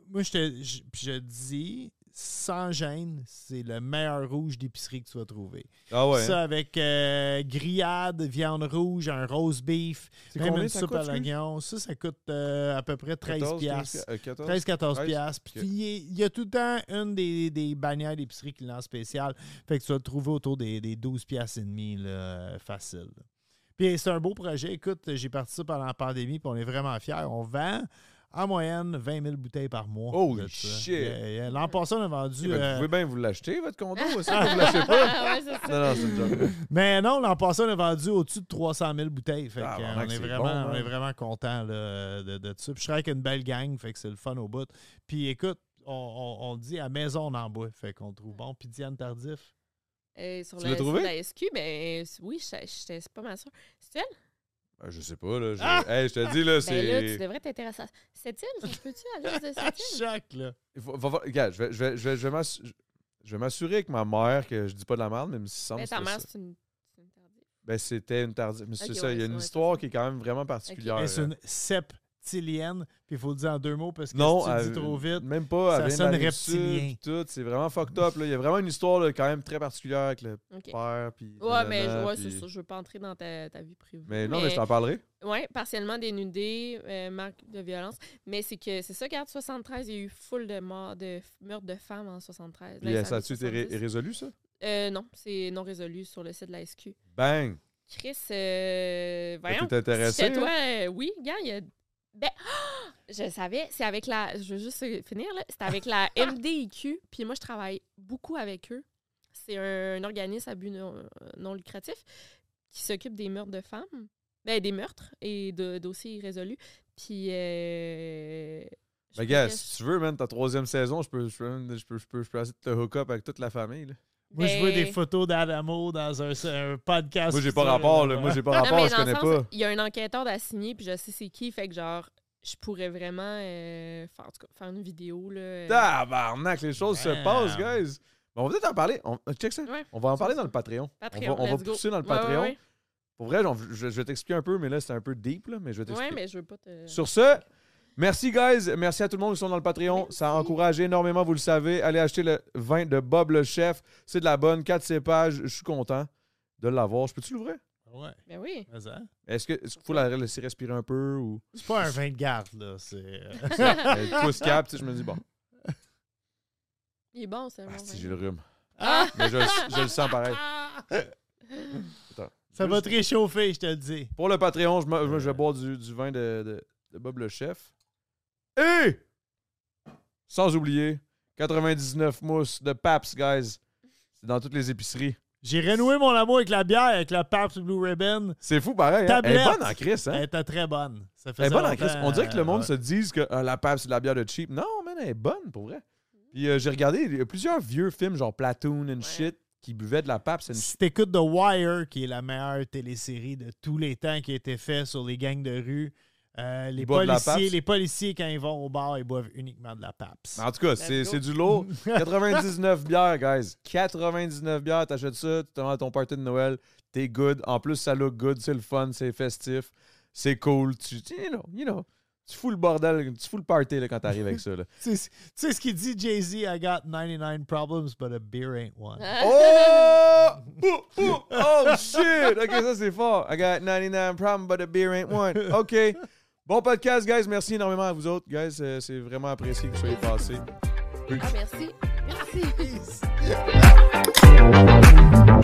S3: Moi, je te je- puis je dis, sans gêne, c'est le meilleur rouge d'épicerie que tu vas trouver.
S2: Ah ouais.
S3: Ça
S2: hein?
S3: avec euh, grillade, viande rouge, un roast beef,
S2: C'est
S3: même
S2: combien
S3: une
S2: ça
S3: soupe
S2: coûte,
S3: à
S2: excuse?
S3: l'oignon. Ça, ça coûte euh, à peu près 13
S2: 14,
S3: piastres.
S2: 15, euh, 14?
S3: 13-14
S2: 13,
S3: piastres. Puis
S2: ok.
S3: il est- il y a tout le temps une des, des bannières d'épicerie qui lance spécial. Fait que tu vas le trouver autour des, des 12 piastres et demi, là, euh, facile. Puis c'est un beau projet. Écoute, j'ai participé pendant la pandémie, puis on est vraiment fiers. On vend en moyenne 20 000 bouteilles par mois.
S2: Holy
S3: de ça.
S2: shit!
S3: Yeah, yeah. L'an passé, on a vendu...
S2: Ben,
S3: euh,
S2: Vous pouvez bien vous l'acheter, votre condo aussi, vous l'achetez pas?
S4: Ah ouais, c'est ça.
S2: Non, non, c'est une joke.
S3: Mais non, l'an passé, on a vendu au-dessus de 300 000 bouteilles. Fait
S2: Ah,
S3: que, euh,
S2: vraiment
S3: on,
S2: que
S3: est
S2: c'est
S3: vraiment,
S2: bon, hein.
S3: on est vraiment content là, de, de ça. Puis je travaille avec une belle gang, fait que c'est le fun au bout. Puis écoute, on, on- on dit à maison, on en boit. Fait qu'on le trouve bon. Puis Diane Tardif.
S4: Euh, sur
S2: Tu
S4: la,
S2: l'as trouvé?
S4: sur la SQ, ben euh, oui, je- j'étais c'est pas mal sûre. C'est elle?
S2: Ben, Je sais pas, là. je-
S3: Ah!
S2: Hey, je te dis, là,
S4: Ben là, tu
S2: c'est.
S4: devrais t'intéresser à ça. Cette île, ça peux-tu aller de
S3: À
S4: cette île?
S3: chaque, là.
S2: Il faut- va- va- Regarde, je vais- je vais- je vais- je vais m'assu- je vais m'assurer avec ma mère que je dis pas de la merde, mais il me semble
S4: Ben,
S2: que
S4: ta
S2: c'était
S4: mère,
S2: ça.
S4: c'est une. c'est une tardive.
S2: Ben, c'était une tardive. Mais c'est
S4: Ok,
S2: ça,
S4: ouais,
S2: il y a
S4: c'est
S2: une
S4: vrai,
S2: histoire
S4: c'est
S2: qui est quand même vraiment particulière. euh.
S4: Ah,
S3: Mais c'est une septilienne. Puis il faut le dire en deux mots parce que
S2: Non,
S3: si tu le
S2: elle-
S3: dis trop vite.
S2: Même pas,
S3: ça
S2: elle
S3: sonne
S2: vient de la Rive-Sud,
S3: reptilien.
S2: puis tout, c'est vraiment fucked up. Là. Il y a vraiment une histoire là, quand même très particulière avec le
S4: Ok.
S2: père. Puis
S4: Ouais, mais
S2: nanana,
S4: ouais,
S2: puis-
S4: c'est ça. Je veux pas entrer dans ta, ta vie privée.
S2: Mais non, mais je t'en parlerai.
S4: Ouais, partiellement dénudé, euh, marque de violence. Mais c'est que, c'est ça, regarde, 73, il y a eu full de morts, de f- meurtres de femmes en Ben, 73. Là,
S2: Puis, euh,
S4: les
S2: ça
S4: années
S2: a-tu été ré-
S4: 70.
S2: résolu, ça?
S4: Euh, non, c'est non résolu sur le site de la SQ.
S2: Bang!
S4: Chris, euh, voyons.
S2: t'es intéressé, hein?
S4: si c'était
S2: là?
S4: toi, euh, oui, gars, il y a. Ben, je savais, c'est avec la. Je veux juste euh, finir, là. C'est avec la MDIQ, puis moi, je travaille beaucoup avec eux. C'est un, un organisme à but non, non lucratif qui s'occupe des meurtres de femmes, ben, des meurtres et de dossiers irrésolus. Puis. Euh, je
S2: Ben,
S4: voulais-
S2: gars, si tu veux, man, ta troisième saison, je peux, je peux, je peux, je peux, je peux essayer de te hook up avec toute la famille. là.
S3: Moi, je vois
S4: Ben-
S3: des photos d'Adamo dans un, un
S4: Ah,
S3: podcast.
S2: Moi, j'ai pas rapport, là. Moi, j'ai pas
S4: Non,
S2: rapport,
S4: mais
S2: je
S4: dans le
S2: connais
S4: sens,
S2: pas.
S4: Il y a un enquêteur d'assigné, puis je sais c'est qui, fait que genre, je pourrais vraiment euh, faire, en tout cas, faire une vidéo. Là, euh,
S2: Tabarnak, les choses se
S3: Damn.
S2: passent, guys! Bon, on va peut-être en parler. On, euh, check ça.
S4: Ouais.
S2: On va en parler dans le Patreon.
S4: Patreon,
S2: on va, on va
S4: let's go.
S2: pousser dans le
S4: Ouais, ouais,
S2: Patreon.
S4: ouais.
S2: Pour vrai, j'en- je, je vais t'expliquer un peu, mais là, c'est un peu deep, là, mais je vais
S4: Ouais,
S2: t'expliquer.
S4: mais euh, je veux pas te.
S2: Sur ce, merci, guys. Merci à tout le monde qui sont dans le Patreon. Ça encourage énormément, vous le savez. Allez acheter le vin de Bob le Chef. C'est de la bonne, 4 cépages. Je suis content de l'avoir. Je peux-tu l'ouvrir?
S3: Ouais,
S4: Ben oui.
S3: mais ça.
S2: Est-ce que- est-ce qu'il faut la laisser respirer un peu ou.
S3: C'est pas un vin de garde, là. C'est. euh,
S2: Elle pousse cap, tu sais, je me dis, bon,
S4: Il est bon, c'est un
S2: ah,
S4: bon
S2: si,
S4: vin.
S2: j'ai le rhume. Mais je, le- je le sens pareil.
S4: Ah!
S2: Attends.
S3: Ça va te réchauffer, je te le dis.
S2: Pour le Patreon, je, me- je vais boire du, du vin de, de- de Bob le Chef. Et sans oublier, 99 mousses de Paps, guys. C'est dans toutes les épiceries.
S3: J'ai renoué mon amour avec la bière, avec la Pabst Blue Ribbon.
S2: C'est fou, pareil. hein? Elle
S3: Tablette.
S2: est bonne en Chris, hein?
S3: Elle était très bonne. Ça
S2: Elle est
S3: faisait
S2: bonne en
S3: longtemps,
S2: Chris. On dirait que le monde
S3: euh,
S2: se dise que euh, la Paps, c'est de la bière de cheap. Non, man, elle est bonne, pour vrai. Puis euh, j'ai regardé, il y a plusieurs vieux films, genre Platoon and shit, qui buvaient de la Paps. and shit.
S3: Si t'écoutes The Wire, qui est la meilleure télésérie de tous les temps qui a été faite sur les gangs de rue, Euh, les,
S2: Ils boivent de la
S3: policiers,
S2: Pabst? Ah,
S3: les policiers, quand ils vont au bar, ils boivent uniquement de la PAPS.
S2: En tout cas, c'est
S4: go.
S2: c'est du lourd. 99 bières, guys. 99 bières, t'achètes ça, tu te rends à ton party de Noël, t'es good. En plus, ça look good, c'est le fun, c'est festif, c'est cool. Tu, tu- you know, you know, tu fous le bordel, tu fous le party là, quand t'arrives avec ça. là.
S3: Tu sais, tu sais ce qu'il dit, Jay-Z? I got 99 problems, but a beer ain't one.
S2: Oh! Oh, oh! Oh, shit! OK, ça, c'est fort. I got 99 problems, but a beer ain't one. OK. Bon podcast, guys. Merci énormément à vous autres, guys. Euh, C'est vraiment apprécié que vous soyez passés.
S4: Ah, merci. Merci.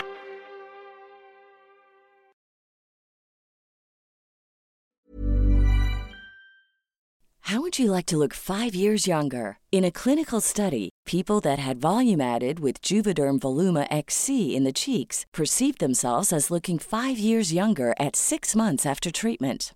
S6: How would you like to look five years younger? In a clinical study, people that had volume added with Juvederm Voluma XC in the cheeks perceived themselves as looking five years younger at six months after treatment.